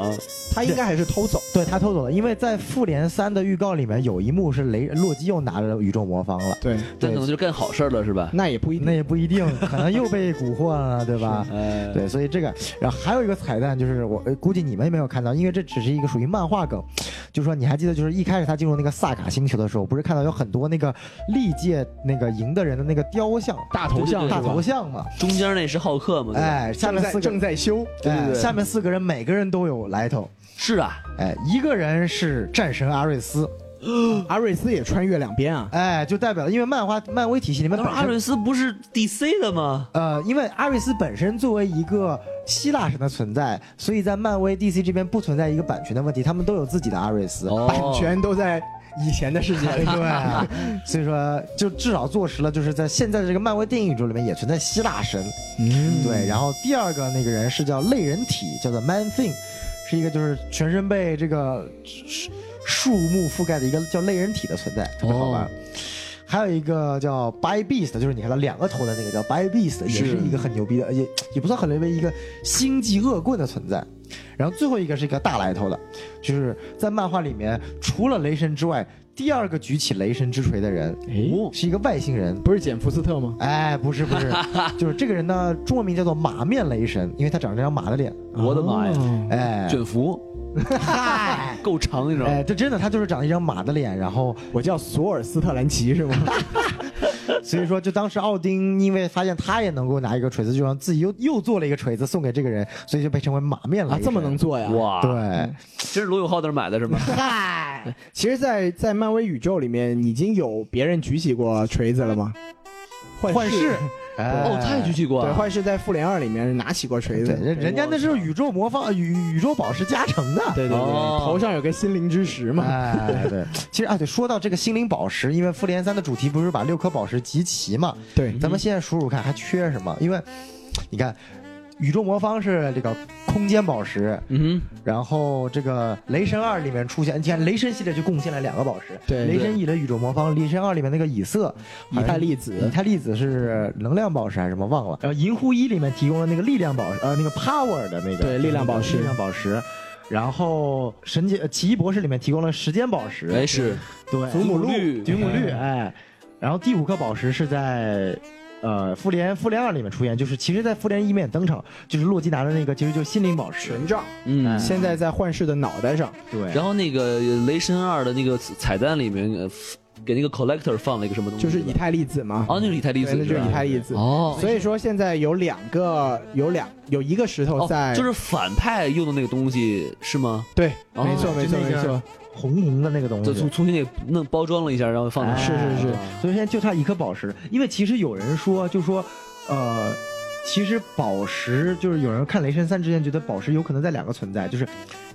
[SPEAKER 2] 他应该还是偷走。
[SPEAKER 3] 对他偷走了，因为在复联三的预告里面有一幕是雷洛基又拿着宇宙魔方 了，
[SPEAKER 2] 对，
[SPEAKER 1] 但可能就干好事儿了，是吧？
[SPEAKER 2] 那也不一
[SPEAKER 3] 那
[SPEAKER 2] 定。
[SPEAKER 3] 也不一定，可能又被蛊惑了，对吧？
[SPEAKER 1] 哎，
[SPEAKER 3] 嗯对，所以这个，然后还有一个彩蛋，就是我呃估计你们没有看到，因为这只是一个属于漫画梗，就说你还记得，就是一开始他进入那个萨卡星球的时候，不是看到有很多那个历届那个赢的人的那个雕像、
[SPEAKER 2] 大头像
[SPEAKER 1] 对对对
[SPEAKER 3] 大
[SPEAKER 2] 是吧
[SPEAKER 3] 头像嘛？
[SPEAKER 1] 中间那是浩克嘛？对吧，
[SPEAKER 3] 哎，下
[SPEAKER 2] 正
[SPEAKER 3] 面
[SPEAKER 2] 在
[SPEAKER 3] 四个
[SPEAKER 2] 正在修，
[SPEAKER 3] 哎，下面四个人每个人都有来头，
[SPEAKER 1] 是啊，
[SPEAKER 3] 哎，一个人是战神阿瑞斯，
[SPEAKER 2] 阿瑞斯也穿越两边啊。
[SPEAKER 3] 哎，就代表因为漫画漫威体系里面
[SPEAKER 1] 当
[SPEAKER 3] 本
[SPEAKER 1] 时阿
[SPEAKER 3] 身
[SPEAKER 1] 瑞斯不是 DC 的吗？
[SPEAKER 3] 呃，因为阿瑞斯本身作为一个希腊神的存在，所以在漫威 DC 这边不存在一个版权的问题，他们都有自己的阿瑞斯。
[SPEAKER 1] 哦
[SPEAKER 2] 版权都在以前的世界 里。
[SPEAKER 3] 对，所以说就至少坐实了，就是在现在的这个漫威电影宇宙里面也存在希腊神。
[SPEAKER 1] 哦
[SPEAKER 2] 嗯
[SPEAKER 3] 对，然后第二个那个人是叫类人体，叫做 Man Thing，是一个就是全身被这个树树木覆盖的一个叫类人体的存在，特别好玩。还有一个叫 By Beast，就是你看到两个头的那个叫 By Beast，也是一个很牛逼的，也也不算很牛逼，一个星际恶棍的存在。然后最后一个是一个大来头的，就是在漫画里面除了雷神之外，第二个举起雷神之锤的人
[SPEAKER 2] 诶
[SPEAKER 3] 是一个外星人，
[SPEAKER 2] 不是简福斯特吗？
[SPEAKER 3] 哎，不是 不是，就是这个人呢，中文名叫做马面雷神，因为他长着张马的脸。
[SPEAKER 1] 我的妈呀，
[SPEAKER 2] 哦
[SPEAKER 3] 哎，
[SPEAKER 1] 卷福
[SPEAKER 3] 嗨，
[SPEAKER 1] 够长，你知道吗？
[SPEAKER 3] 哎，这真的他就是长一张马的脸，然后
[SPEAKER 2] 我叫索尔斯特兰奇是吗？
[SPEAKER 3] 所以说，就当时奥丁因为发现他也能够拿一个锤子，就让自己又又做了一个锤子送给这个人，所以就被称为马面雷
[SPEAKER 2] 啊
[SPEAKER 3] 神。，
[SPEAKER 2] 这么能做呀？啊
[SPEAKER 1] 哇，
[SPEAKER 3] 对，
[SPEAKER 1] 这是罗永浩那儿买的是吗？
[SPEAKER 3] 嗨，
[SPEAKER 2] 其实在，在漫威宇宙里面，已经有别人举起过锤子了吗？
[SPEAKER 3] 幻视，哎
[SPEAKER 1] 哦，他也举起过
[SPEAKER 2] 对，
[SPEAKER 1] 啊，
[SPEAKER 2] 幻视在复联二里面拿起过锤
[SPEAKER 3] 对，
[SPEAKER 2] 子，
[SPEAKER 3] 人人家那是宇宙魔方宇宇宙宝石加成的。
[SPEAKER 2] 对对对，
[SPEAKER 1] 哦
[SPEAKER 2] 头上有个心灵之石嘛。
[SPEAKER 3] 哎，对，其实啊，对，说到这个心灵宝石，因为复联三的主题不是把六颗宝石集齐嘛，
[SPEAKER 2] 对，
[SPEAKER 3] 咱们现在数数看还缺什么？因为你看，宇宙魔方是这个空间宝石，
[SPEAKER 1] 嗯
[SPEAKER 3] 然后这个雷神二里面出现，你看雷神系列就贡献了两个宝石，
[SPEAKER 2] 对
[SPEAKER 3] 雷神一的宇宙魔方，雷神二里面那个以色，
[SPEAKER 2] 以太粒
[SPEAKER 3] 以
[SPEAKER 2] 子，
[SPEAKER 3] 太粒子是能量宝石还是什么忘了？然后嗯呃银护一里面提供了那个力量宝石，呃，那个 power 的那个
[SPEAKER 2] 对力量宝石
[SPEAKER 3] 力量宝石。然后神奇呃奇异博士里面提供了时间宝石，
[SPEAKER 1] 哼，哎是
[SPEAKER 3] 对，
[SPEAKER 1] 祖母绿
[SPEAKER 3] 祖母绿，哎，然后第五颗宝石是在。呃，复联复联二里面出现，就是其实，在复联一里面登场，就是洛基拿的那个，其实就是心灵宝石。
[SPEAKER 2] 权杖，
[SPEAKER 1] 嗯。
[SPEAKER 2] 现在在幻视的脑袋上。
[SPEAKER 3] 对，
[SPEAKER 1] 然后那个雷神二的那个彩蛋里面，呃给那个 collector 放了一个什么东西？
[SPEAKER 2] 就是以太粒子嘛，
[SPEAKER 1] 哦，那是以太粒
[SPEAKER 2] 对，
[SPEAKER 1] 子，
[SPEAKER 2] 那就是
[SPEAKER 1] 吧
[SPEAKER 2] 以太粒子。
[SPEAKER 1] 哦
[SPEAKER 2] 所以说现在有两个，有两有一个石头在，
[SPEAKER 1] 哦，就是反派用的那个东西是吗？
[SPEAKER 2] 对，
[SPEAKER 1] 哦
[SPEAKER 2] 没错
[SPEAKER 3] 就
[SPEAKER 2] 没错
[SPEAKER 3] 那
[SPEAKER 2] 没
[SPEAKER 3] 个
[SPEAKER 2] 错，
[SPEAKER 3] 红红的那个东
[SPEAKER 1] 就
[SPEAKER 3] 西，
[SPEAKER 1] 重重新给弄包装了一下，然后放进
[SPEAKER 3] 哎
[SPEAKER 1] 去。
[SPEAKER 2] 是是是
[SPEAKER 3] 所以现在就差一颗宝石。因为其实有人说，就说，呃，其实宝石就是有人看《雷神三》之前觉得宝石有可能在两个存在，就是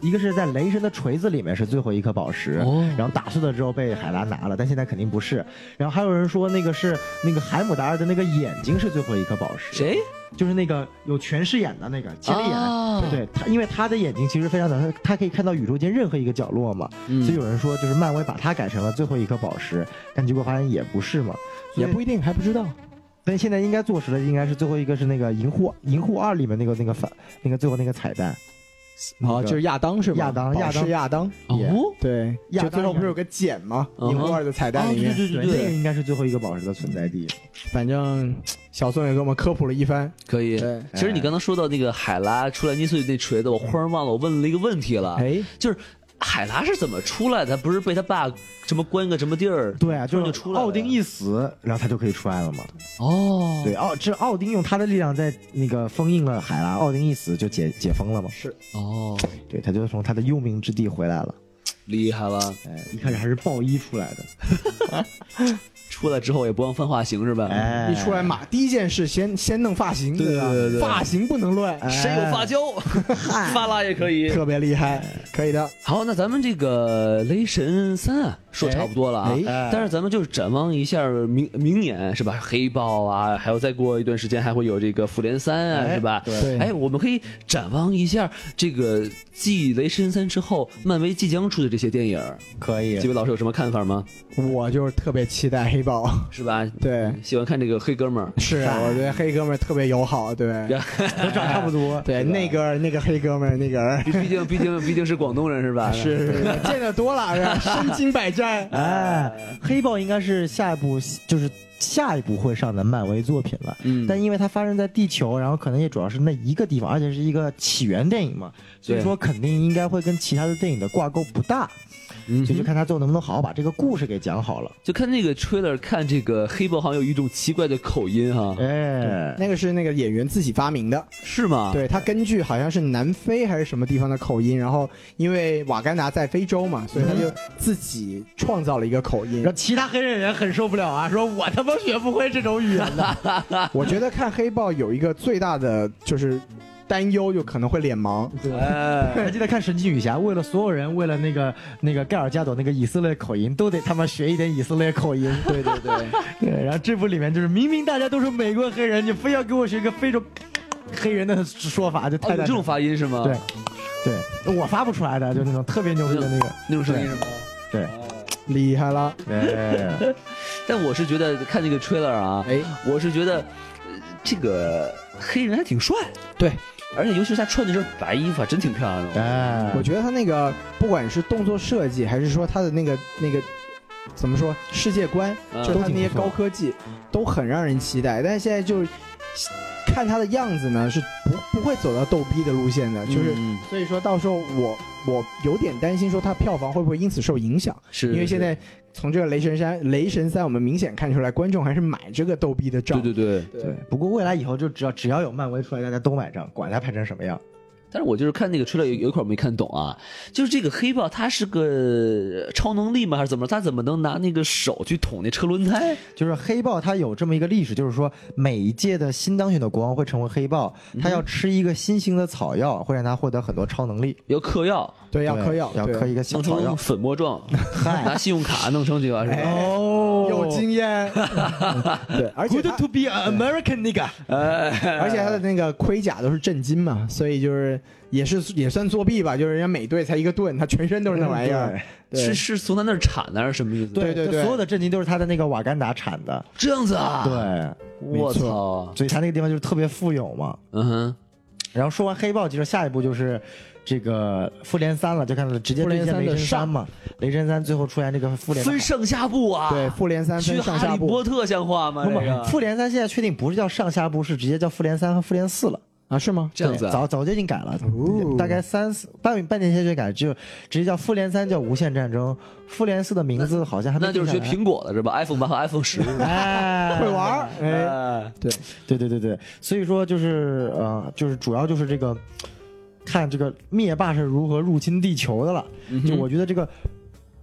[SPEAKER 3] 一个是在雷神的锤子里面是最后一颗宝石，
[SPEAKER 1] 哦
[SPEAKER 3] 然后打碎了之后被海拉拿了，但现在肯定不是。然后还有人说那个是那个海姆达尔的那个眼睛是最后一颗宝石，？
[SPEAKER 1] 谁？
[SPEAKER 3] 就是那个有全视眼的那个切了眼。
[SPEAKER 1] 啊
[SPEAKER 3] 对对他，因为他的眼睛其实非常短，他他可以看到宇宙间任何一个角落嘛，
[SPEAKER 1] 嗯
[SPEAKER 3] 所以有人说就是漫威把它改成了最后一颗宝石，但结果发现也不是嘛，
[SPEAKER 2] 也不一定还不知道。
[SPEAKER 3] 但现在应该坐实了，应该是最后一个是那个银护银护二里面那个那个反那个最后那个彩蛋，
[SPEAKER 2] 哦，就是亚当是吧？
[SPEAKER 3] 亚当
[SPEAKER 2] 宝
[SPEAKER 3] 亚当
[SPEAKER 2] 石亚当，
[SPEAKER 3] 也
[SPEAKER 1] 哦，
[SPEAKER 2] 对，
[SPEAKER 3] 亚
[SPEAKER 2] 就
[SPEAKER 3] 当
[SPEAKER 2] 最后不是有个茧吗？
[SPEAKER 1] 嗯哼哦
[SPEAKER 2] 银幕二的彩蛋里面，
[SPEAKER 1] 对对
[SPEAKER 3] 对，那个应该是最后一个宝石的存在地。
[SPEAKER 2] 反正小宋也给我们科普了一番。
[SPEAKER 1] 可以。
[SPEAKER 2] 对
[SPEAKER 1] 其实你刚才说到那个海拉出来捏碎那锤子，我忽然忘了我问了一个问题了，
[SPEAKER 2] 哎，
[SPEAKER 1] 就是海拉是怎么出来的？不是被他爸什么关个什么地儿？
[SPEAKER 3] 对啊，就
[SPEAKER 1] 突然就
[SPEAKER 3] 是
[SPEAKER 1] 出来了
[SPEAKER 3] 奥丁一死，然后他就可以出来了嘛。
[SPEAKER 1] 哦
[SPEAKER 3] 对，奥这奥丁用他的力量在那个封印了海拉，奥丁一死就解解封了嘛。是，
[SPEAKER 1] 哦，
[SPEAKER 3] 对，他就从他的幽冥之地回来了。
[SPEAKER 1] 厉害了！
[SPEAKER 3] 哎，一开始还是暴衣出来的，
[SPEAKER 1] 出来之后也不忘犯发型是吧？
[SPEAKER 3] 哎，
[SPEAKER 2] 一出来马第一件事先先弄发型，
[SPEAKER 1] 对
[SPEAKER 2] 吧
[SPEAKER 1] 对对对哎
[SPEAKER 2] 发型不能乱，
[SPEAKER 1] 谁有发胶，发蜡也可以。
[SPEAKER 2] 特别厉害，可以的。
[SPEAKER 1] 好，那咱们这个雷神三啊，说差不多了啊
[SPEAKER 3] 哎。
[SPEAKER 1] 哎但是咱们就是展望一下明明年是吧？黑豹啊，还有再过一段时间还会有这个复联三啊，
[SPEAKER 5] 哎
[SPEAKER 1] 是吧？
[SPEAKER 5] 对
[SPEAKER 1] 哎，我们可以展望一下这个继《雷神三》之后，漫威即将出的这些电影儿，
[SPEAKER 5] 可以
[SPEAKER 1] 几位老师有什么看法吗？
[SPEAKER 2] 我就是特别期待黑豹，
[SPEAKER 1] 是吧？
[SPEAKER 2] 对，
[SPEAKER 1] 喜欢看这个黑哥们儿。
[SPEAKER 2] 是啊我对黑哥们儿特别友好， 对，
[SPEAKER 5] 都长差不多。
[SPEAKER 2] 对，那个儿那个黑哥们儿那个儿
[SPEAKER 1] 毕竟，毕竟，毕竟是广东人是吧？
[SPEAKER 2] 是 是是见得多了， 是吧身经百战。
[SPEAKER 3] 哎，黑豹应该是下一部，就是下一部会上的漫威作品了。
[SPEAKER 1] 嗯，
[SPEAKER 3] 但因为它发生在地球，然后可能也主要是那一个地方，而且是一个起源电影嘛，所以
[SPEAKER 1] 对
[SPEAKER 3] 说肯定应该会跟其他的电影的挂钩不大，
[SPEAKER 1] 嗯
[SPEAKER 3] 就是看他最后能不能好好把这个故事给讲好了。
[SPEAKER 1] 就看那个 trailer，看这个黑豹好像有一种奇怪的口音哈，
[SPEAKER 3] 哎，
[SPEAKER 2] 那个是那个演员自己发明的，
[SPEAKER 1] 是吗？，
[SPEAKER 2] 对他根据好像是南非还是什么地方的口音，然后因为瓦干达在非洲嘛，所以他就自己创造了一个口音
[SPEAKER 3] 让。其他黑人人很受不了啊，说我他妈学不会这种语言的。
[SPEAKER 2] 我觉得看黑豹有一个最大的就是担忧，就可能会脸盲。
[SPEAKER 1] 哎，
[SPEAKER 3] 还记得看《神奇女侠》，为了所有人，为了那个那个盖尔加朵那个以色列口音，都得他妈学一点以色列口音。
[SPEAKER 2] 对对对，
[SPEAKER 3] 对，然后这部里面就是明明大家都是美国黑人，你非要给我学个非洲黑人的说法，就
[SPEAKER 1] 哦，
[SPEAKER 3] 太
[SPEAKER 1] 有
[SPEAKER 3] 难
[SPEAKER 1] 这
[SPEAKER 3] 听
[SPEAKER 1] 种
[SPEAKER 3] 了、
[SPEAKER 1] 发音是吗？
[SPEAKER 3] 对对，我发不出来的，就那种特别牛逼的那个。
[SPEAKER 1] 那种声音是吗？
[SPEAKER 3] 对
[SPEAKER 2] 厉害了！
[SPEAKER 3] 对，
[SPEAKER 1] 但我是觉得看这个 trailer 啊，
[SPEAKER 2] 哎，
[SPEAKER 1] 我是觉得呃这个黑人还挺帅，
[SPEAKER 2] 对，
[SPEAKER 1] 而且尤其是他穿的身白衣服啊，真挺漂亮的。
[SPEAKER 3] 哎，
[SPEAKER 2] 我觉得他那个不管是动作设计，还是说他的那个那个怎么说世界观，
[SPEAKER 1] 嗯
[SPEAKER 2] 就是他那些
[SPEAKER 3] 都挺不错
[SPEAKER 2] 高科技，都很让人期待。但是现在就是看他的样子呢，是不不会走到逗逼的路线的，就是。
[SPEAKER 1] 嗯
[SPEAKER 2] 所以说到时候我我有点担心，说它票房会不会因此受影响？
[SPEAKER 1] 是
[SPEAKER 2] 因为现在从这个雷神三雷神三，我们明显看出来观众还是买这个逗逼的
[SPEAKER 1] 对
[SPEAKER 2] 账。
[SPEAKER 1] 对对，
[SPEAKER 2] 对
[SPEAKER 3] 对，不过未来以后就只要只要有漫威出来，大家都买账，管他拍成什么样。
[SPEAKER 1] 但是我就是看那个 trailer 有有一块儿没看懂啊，就是这个黑豹他是个超能力吗？还是怎么？他怎么能拿那个手去捅那车轮胎？
[SPEAKER 3] 就是黑豹，它有这么一个历史，就是说每一届的新当选的国王会成为黑豹，
[SPEAKER 2] 嗯
[SPEAKER 3] 他要吃一个新型的草药，会让他获得很多超能力。
[SPEAKER 1] 要嗑药，
[SPEAKER 2] 对，要嗑药，
[SPEAKER 3] 要
[SPEAKER 2] 对
[SPEAKER 3] 嗑一个小
[SPEAKER 1] 弄
[SPEAKER 3] 草药
[SPEAKER 1] 成。粉末状，拿信用卡弄成这玩意儿是
[SPEAKER 2] 哎
[SPEAKER 1] 吧？
[SPEAKER 3] 哦
[SPEAKER 2] 有经验。对，而且
[SPEAKER 3] Good
[SPEAKER 2] 它
[SPEAKER 3] to be an American nigga。
[SPEAKER 1] 哎
[SPEAKER 2] 而且他的那个盔甲都是震金
[SPEAKER 1] 呃
[SPEAKER 2] 嘛，所以就是也是也算作弊吧，就是人家美队才一个盾，他全身都是那玩意儿。对
[SPEAKER 1] 是是从他那儿产的还是什么意思？
[SPEAKER 2] 对对
[SPEAKER 3] 就
[SPEAKER 2] 对
[SPEAKER 3] 所有的震惊都是他的那个瓦干达产的。
[SPEAKER 1] 这样子啊？，
[SPEAKER 3] 对，
[SPEAKER 1] 我
[SPEAKER 2] 没错
[SPEAKER 1] 操，
[SPEAKER 3] 所以他那个地方就是特别富有嘛。
[SPEAKER 1] 嗯哼，
[SPEAKER 3] 然后说完黑豹，其实下一步就是这个复联三了，就看到直接
[SPEAKER 2] 复联
[SPEAKER 3] 对
[SPEAKER 2] 三
[SPEAKER 3] 线
[SPEAKER 2] 的
[SPEAKER 3] 雷神三嘛。雷神三最后出现这个复联的
[SPEAKER 1] 分上下部啊？
[SPEAKER 2] 对，，复联三
[SPEAKER 1] 去
[SPEAKER 2] 分上
[SPEAKER 1] 哈
[SPEAKER 2] 下
[SPEAKER 1] 利
[SPEAKER 2] 部
[SPEAKER 1] 波特像话吗？
[SPEAKER 3] 不
[SPEAKER 1] 啊这
[SPEAKER 3] 不，
[SPEAKER 1] 个
[SPEAKER 3] 复联三现在确定不是叫上下部，是直接叫复联三和复联四了。
[SPEAKER 2] 啊，是吗？
[SPEAKER 1] 这样子啊？
[SPEAKER 3] 早早就已经改了，
[SPEAKER 2] 哦
[SPEAKER 3] 大概三四半半年前就改，就直接叫复联三叫无限战争，复联四的名字好像还没
[SPEAKER 1] 那就是学
[SPEAKER 3] 定下来
[SPEAKER 1] 苹果的是吧？iPhone 八和 iPhone 十。
[SPEAKER 3] 哎，
[SPEAKER 2] 会玩儿，哎，
[SPEAKER 1] 哎，
[SPEAKER 3] 对对对对，所以说就是呃，就是主要就是这个，看这个灭霸是如何入侵地球的了。
[SPEAKER 1] 嗯
[SPEAKER 3] 就我觉得这个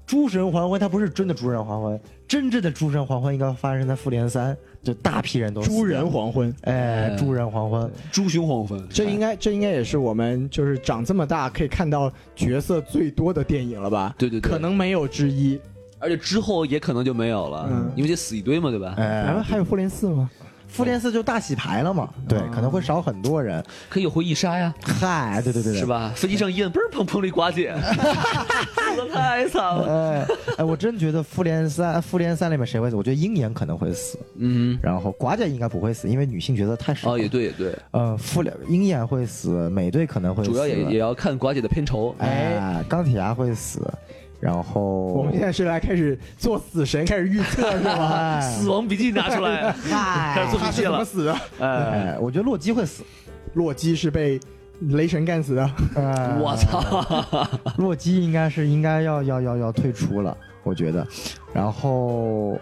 [SPEAKER 3] 诸神还魂，它不是真的诸神还魂，真正的诸神还魂应该发生在复联三，就大批人都死掉
[SPEAKER 2] 诸人，黄昏。
[SPEAKER 3] 哎
[SPEAKER 1] 哎，
[SPEAKER 3] 诸人还魂，
[SPEAKER 1] 猪熊黄昏，
[SPEAKER 2] 这应该这应该也是我们就是长这么大可以看到角色最多的电影了吧？
[SPEAKER 1] 对对对
[SPEAKER 2] 可能没有之一。
[SPEAKER 1] 而且之后也可能就没有了
[SPEAKER 2] 嗯，
[SPEAKER 1] 因为这死一堆嘛，对吧？
[SPEAKER 2] 然后
[SPEAKER 3] 哎，
[SPEAKER 2] 还有复联四吗？
[SPEAKER 3] 复联四就大洗牌了嘛，对，可能会少很多人。
[SPEAKER 1] 可以有回忆杀呀，
[SPEAKER 3] 嗨，对对对对，
[SPEAKER 1] 是？吧？飞机上一摁，嘣儿砰砰里寡 姐， 死的太惨了。
[SPEAKER 3] 哎哎，我真觉得复联三，复联三里面谁会死？我觉得鹰眼可能会死，
[SPEAKER 1] 嗯，
[SPEAKER 3] 然后寡姐应该不会死，因为女性角色太少。
[SPEAKER 1] 哦，也。对也对，
[SPEAKER 3] 呃，复联鹰眼会死，美队可能会死，
[SPEAKER 1] 主要也也要看寡姐的片酬。
[SPEAKER 3] 哎，钢铁侠会死，然后
[SPEAKER 1] 哦
[SPEAKER 2] 我们现在是来开始做死神，开始预测是 吗？
[SPEAKER 3] 哎
[SPEAKER 1] 死亡笔记拿出来，开始做
[SPEAKER 2] 他
[SPEAKER 1] 笔
[SPEAKER 2] 是
[SPEAKER 1] 记
[SPEAKER 2] 怎么
[SPEAKER 1] 了。
[SPEAKER 2] 死的？
[SPEAKER 1] 哎，
[SPEAKER 3] 哎，我觉得洛基会死。
[SPEAKER 2] 洛基是被雷神干死的。
[SPEAKER 3] 哎
[SPEAKER 1] 我！操！
[SPEAKER 3] 洛基应该是应该要要要要退出了，我觉得。然后，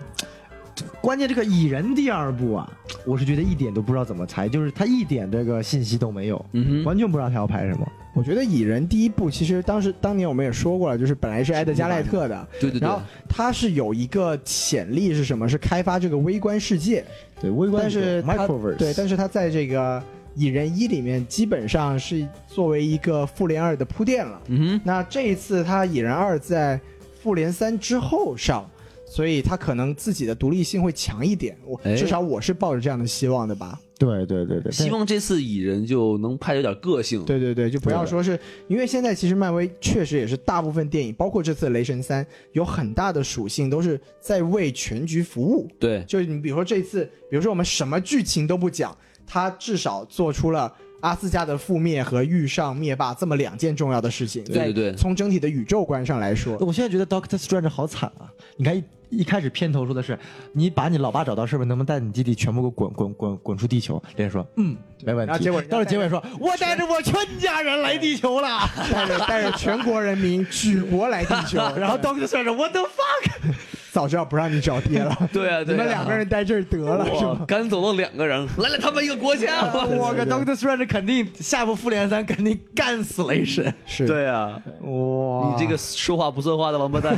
[SPEAKER 3] 关键这个蚁人第二部啊，我是觉得一点都不知道怎么裁，就是他一点这个信息都没有，
[SPEAKER 1] 嗯哼，
[SPEAKER 3] 完全不知道他要拍什么。
[SPEAKER 2] 我觉得蚁人第一部其实当时当年我们也说过了，就是本来是埃德加赖特的，
[SPEAKER 1] 对对对
[SPEAKER 2] 然后，他是有一个潜力是什么？是开发这个微观世界，
[SPEAKER 3] 对，微观
[SPEAKER 2] 但是他
[SPEAKER 3] microverse
[SPEAKER 2] 对，但
[SPEAKER 3] 是
[SPEAKER 2] 是他在这个蚁人一里面基本上是作为一个复联二的铺垫了。
[SPEAKER 1] 嗯哼，
[SPEAKER 2] 那这一次他蚁人二在复联三之后上，所以它可能自己的独立性会强一点。我
[SPEAKER 1] 哎
[SPEAKER 2] 至少我是抱着这样的希望的吧。
[SPEAKER 6] 对对对对，
[SPEAKER 1] 希望这次蚁人就能拍有点个性。
[SPEAKER 2] 对对对，就不要说是因为现在其实漫威确实也是大部分电影，包括这次《雷神三》，有很大的属性都是在为全局服务。
[SPEAKER 1] 对
[SPEAKER 2] 就是你比如说这次，比如说我们什么剧情都不讲，他至少做出了阿斯加的覆灭和遇上灭霸这么两件重要的事情。
[SPEAKER 1] 对对对
[SPEAKER 2] 从整体的宇宙观上 来说，
[SPEAKER 6] 我
[SPEAKER 3] 我现在觉得 Doctor Strange 好惨啊！你看一一开始片头说的是你把你老爸找到，是不是能不能带你弟弟全部给我滚滚滚滚出地球？雷神说嗯，没问
[SPEAKER 2] 然后
[SPEAKER 3] 题。
[SPEAKER 2] 结果人家
[SPEAKER 3] 到了结尾说，我带着我全家人来地球了。
[SPEAKER 2] 带着带着全国人民举国来地 球，
[SPEAKER 3] 然后 Doctor Strange what the fuck？
[SPEAKER 2] 早知道不让你找爹了，
[SPEAKER 1] 对啊，
[SPEAKER 2] 你
[SPEAKER 1] 对啊
[SPEAKER 2] 们两个人待这儿得了，是
[SPEAKER 1] 哇
[SPEAKER 2] 吧？
[SPEAKER 1] 赶走了两个人，来了他们一个国家。
[SPEAKER 3] 我个 Doctor Strange 肯定下部复联三肯定干死雷神。
[SPEAKER 2] 是，
[SPEAKER 1] 对啊，
[SPEAKER 3] 哇
[SPEAKER 1] 你这个说话不算话的王八蛋。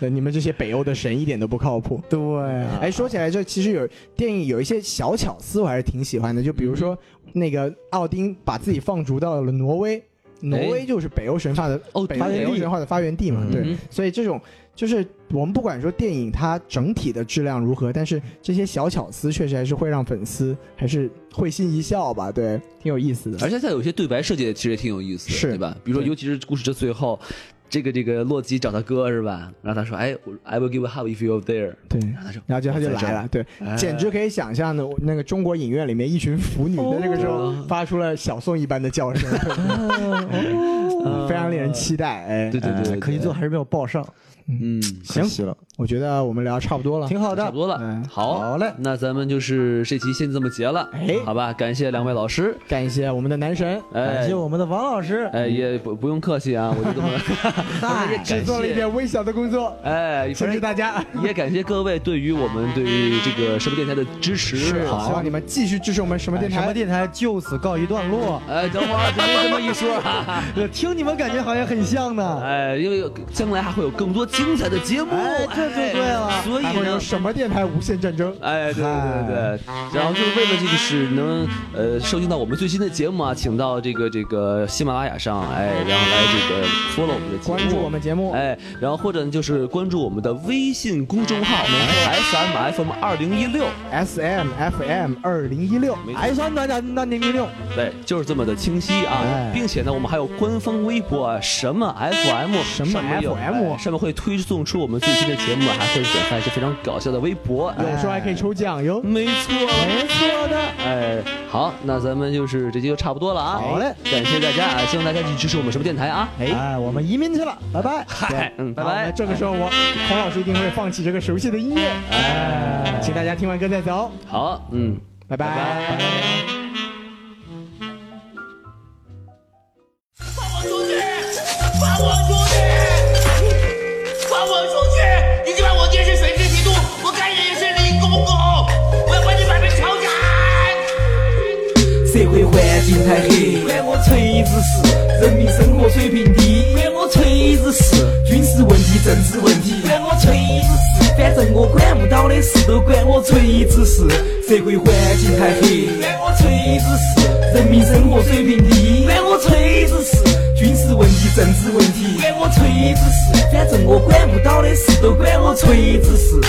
[SPEAKER 2] 对你们这些北欧的神一点都不靠谱。
[SPEAKER 3] 对啊，
[SPEAKER 2] 哎，说起来，这其实有电影有一些小巧思，我还是挺喜欢的。就比
[SPEAKER 1] 嗯
[SPEAKER 2] 如说，那个奥丁把自己放逐到了挪威，挪威就是北欧神话的
[SPEAKER 1] 哦
[SPEAKER 2] 北
[SPEAKER 1] 发源
[SPEAKER 2] 北欧
[SPEAKER 1] 地
[SPEAKER 2] 神话的发源地嘛。
[SPEAKER 6] 嗯
[SPEAKER 2] 对
[SPEAKER 1] 哎嗯，
[SPEAKER 2] 所以这种就是我们不管说电影它整体的质量如何，但是这些小巧思确实还是会让粉丝还是会心一笑吧。对，挺有意思的。
[SPEAKER 1] 而且它有些对白设计其实也挺有意思的，
[SPEAKER 2] 是
[SPEAKER 1] 对吧？比如说，
[SPEAKER 2] 对
[SPEAKER 1] 尤其是故事的最后，这个这个洛基找他哥是吧？然后他说：“哎我，I will give a hug if you're there。
[SPEAKER 2] 对，”
[SPEAKER 1] 然后他说
[SPEAKER 2] 然后就他就
[SPEAKER 1] 在这
[SPEAKER 2] 来
[SPEAKER 1] 儿
[SPEAKER 2] 了，对，
[SPEAKER 1] 哎
[SPEAKER 2] 简直可以想象的，那个中国影院里面一群腐女在那个时候
[SPEAKER 1] 哦
[SPEAKER 2] 发出了小宋一般的叫声， 非常令人期待。哎，：“
[SPEAKER 1] 哦对对对对，
[SPEAKER 3] 可惜最后还是没有报上，
[SPEAKER 1] 嗯，
[SPEAKER 2] 行
[SPEAKER 6] 可惜了，
[SPEAKER 2] 我觉得我们聊得差不多了，
[SPEAKER 3] 挺好
[SPEAKER 1] 差
[SPEAKER 3] 的
[SPEAKER 1] 不。多了
[SPEAKER 2] 嗯，
[SPEAKER 1] 好，
[SPEAKER 3] 好嘞
[SPEAKER 1] 那咱们就是这期先这么结了，
[SPEAKER 2] 哎
[SPEAKER 1] 好吧？感谢两位老师，
[SPEAKER 2] 感谢我们的男神，
[SPEAKER 1] 哎
[SPEAKER 3] 感谢。我们的王老师，
[SPEAKER 1] 哎，也不不用客气啊，我 就这么
[SPEAKER 3] 嗨，
[SPEAKER 2] 只做了一点微小的工作，
[SPEAKER 1] 哎，
[SPEAKER 2] 辛
[SPEAKER 1] 反
[SPEAKER 2] 苦
[SPEAKER 1] 正
[SPEAKER 2] 大家。
[SPEAKER 1] 也感谢各位对于我们对于这个什么电台的支持。
[SPEAKER 2] 希望你们继续支持我们什么电
[SPEAKER 3] 什
[SPEAKER 2] 台
[SPEAKER 3] 么。电台就此告一段落。
[SPEAKER 1] 哎，等会儿别这么一说，哈哈
[SPEAKER 3] 呃听你们感觉好像很像呢。
[SPEAKER 1] 哎，因为将来还会有更多精彩的节目，
[SPEAKER 3] 哎这就对了
[SPEAKER 1] 哎所以
[SPEAKER 2] 还会有
[SPEAKER 1] 呢。
[SPEAKER 2] 什么电台无限战争？
[SPEAKER 1] 哎，对对对对，然后就是为了这个是能呃收听到我们最新的节目啊，请到这个这个喜马拉雅上，哎，然后来这个 follow 我们的节目，
[SPEAKER 2] 关注我们节目
[SPEAKER 1] 哎，然后或者呢就是关注我们的微信公众号
[SPEAKER 2] 哎
[SPEAKER 1] S M F M 二零一六，
[SPEAKER 2] S M F M 二零一六，
[SPEAKER 1] 没错
[SPEAKER 3] 哎，酸暖暖暖零零六，
[SPEAKER 1] 对，哎就是这么的清晰啊，
[SPEAKER 2] 哎
[SPEAKER 1] 并且呢，我们还有官方微博啊，什么 FM，
[SPEAKER 2] 什么
[SPEAKER 1] 上面有
[SPEAKER 2] FM
[SPEAKER 1] 哎上面会推送出我们最新的节目，还会转发一些非常搞笑的微博。哎
[SPEAKER 2] 有时候还可以抽奖哟。
[SPEAKER 1] 没错，
[SPEAKER 3] 没错的。
[SPEAKER 1] 哎，好，那咱们就是这期就差不多了啊。
[SPEAKER 3] 好嘞，
[SPEAKER 1] 感谢大家啊，希望大家继续支持我们什么电台啊。哎，
[SPEAKER 3] 哎，我们移民去了，拜拜。
[SPEAKER 1] 嗨，嗯，拜
[SPEAKER 2] 好那
[SPEAKER 1] 拜。
[SPEAKER 2] 这个时候我孔老师一定会放起这个熟悉的音乐，哎，请大家听完歌再走，
[SPEAKER 1] 好，嗯。
[SPEAKER 2] 拜拜。拜拜
[SPEAKER 7] 放我出去！放我出去！放我出去！你就把我爹是谁是提督，我干爷爷是林公公，我要把你买卖抄斩！
[SPEAKER 8] 社会环境太黑，管我锤子事；人民生活水平低，管我锤子事；军事问题、政治问题，管我锤子事。反正我管不到的事都管我锤子事。社会环境太黑，管我锤子事；人民生活水平低，管我锤子事；军事问题、政治问题，管我锤子事。反正我管不到的事都管我锤子事。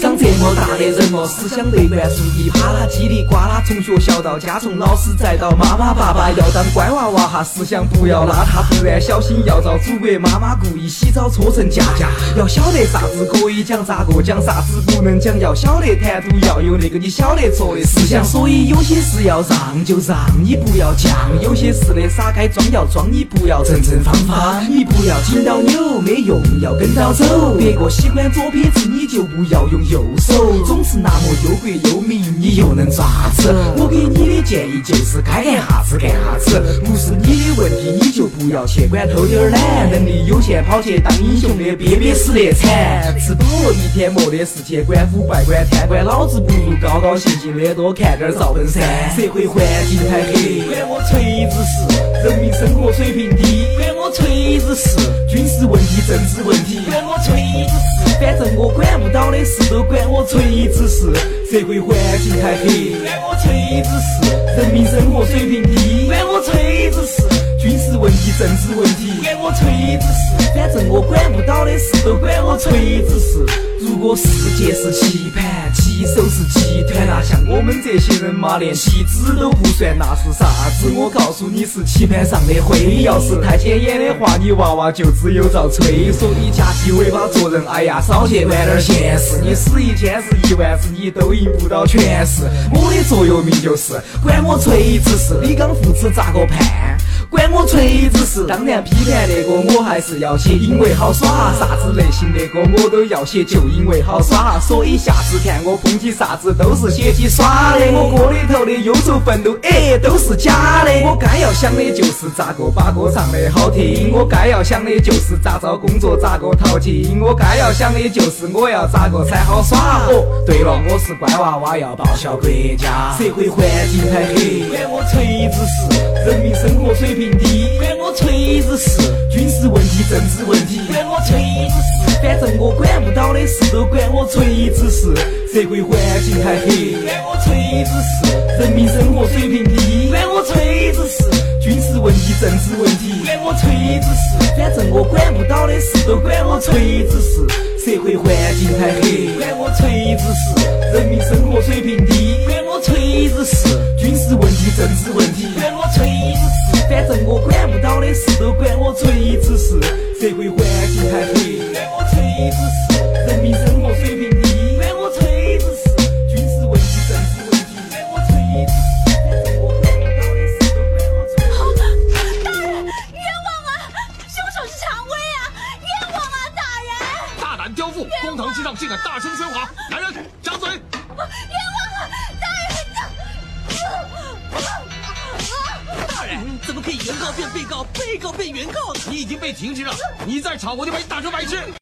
[SPEAKER 8] 长这么大的人了，思想得灌输一啪啦叽里呱啦，从学校到家，从老师再到妈妈爸爸，要当乖娃娃哈，思想不要邋遢，不然小心要遭祖国妈妈故意洗澡搓成家家。要晓得啥子可以讲，咋个讲，啥子不能讲，要晓得谈吐，要有那个你晓得做的思想。所以有些事要让就让，你不要犟；有些事呢傻该装要装，你不要正正方方，你不要紧到扭，没用，要跟到走。别个喜欢左撇子，你就不要用右手，总是那么忧国忧民，你又能咋子？我给你的建议就是该干啥子干啥子，不是你的问题，你就不要去管偷点儿懒，能力有限跑去当英雄的，憋憋死的惨。吃饱了一天没得事去管腐败管贪官，老子不如高高兴兴的多看点儿赵本山。社会环境太黑，管我锤子事；人民生活水平低，管我锤子事；军事问题、政治问题，管我锤子事。反正我管不到的事都管我锤子事。社会环境太黑，管我锤子事；人民生活水平低，管我锤子事；军事问题、政治问题，管我锤子事。反正我管不到的事都管我锤子事。如果世界是棋盘，棋手是集团，那像我们这些人嘛，连棋子都不算，那是啥子？我告诉你是棋盘上的灰。要是太显眼的话，你娃娃就只有遭吹。所以夹起尾巴做人，哎呀，少去玩点儿闲事。你死一千是一万次，你都赢不到全市。我的座右铭就是，管我锤子事，李刚父子咋个判？管我锤子事，当然批判那个我还是要写，因为好耍。啥子类型的歌我都要写，就因为好耍。所以下次看我抨击啥子都是写起耍的。我歌里头的忧愁愤怒，哎，都是假的。我该要想的就是咋个把歌唱得好听，我该要想的就是咋找工作咋个淘金，我该要想的就是我要咋个才好耍。哦，对了，我是乖娃娃，要报效国家，社会环境太黑，管我锤子事。人民生活水平低，管我锤子事；军事问题、政治问题，管我锤子事。反正我管不到的事都管我锤子事。社会环境太黑，管我锤子事；人民生活水平低，管我锤子事；军事问题、政治问题，管我锤子事。反正我管不到的事都管我锤子事。社会环境太黑，管我锤子事；人民生活水平低，管我锤子事；军事问题、政治问题，管我锤子事。反正我管不到的事都管我锤子事。社会环境太黑，管我锤子事；人民生活水平低，管我锤子事；军事问题、政治问题，管我锤子事。反正我管不到的事都管我锤。
[SPEAKER 9] 大人，哎冤枉啊！凶手是常威啊！冤枉啊，大人！
[SPEAKER 10] 大胆刁妇，公堂之上竟敢大声喧哗！男人，张嘴！
[SPEAKER 9] 冤枉啊，大人！
[SPEAKER 10] 大人，怎么可以原告变被告，被告变原告？你已经被停职了，你再吵我就把你打成白痴！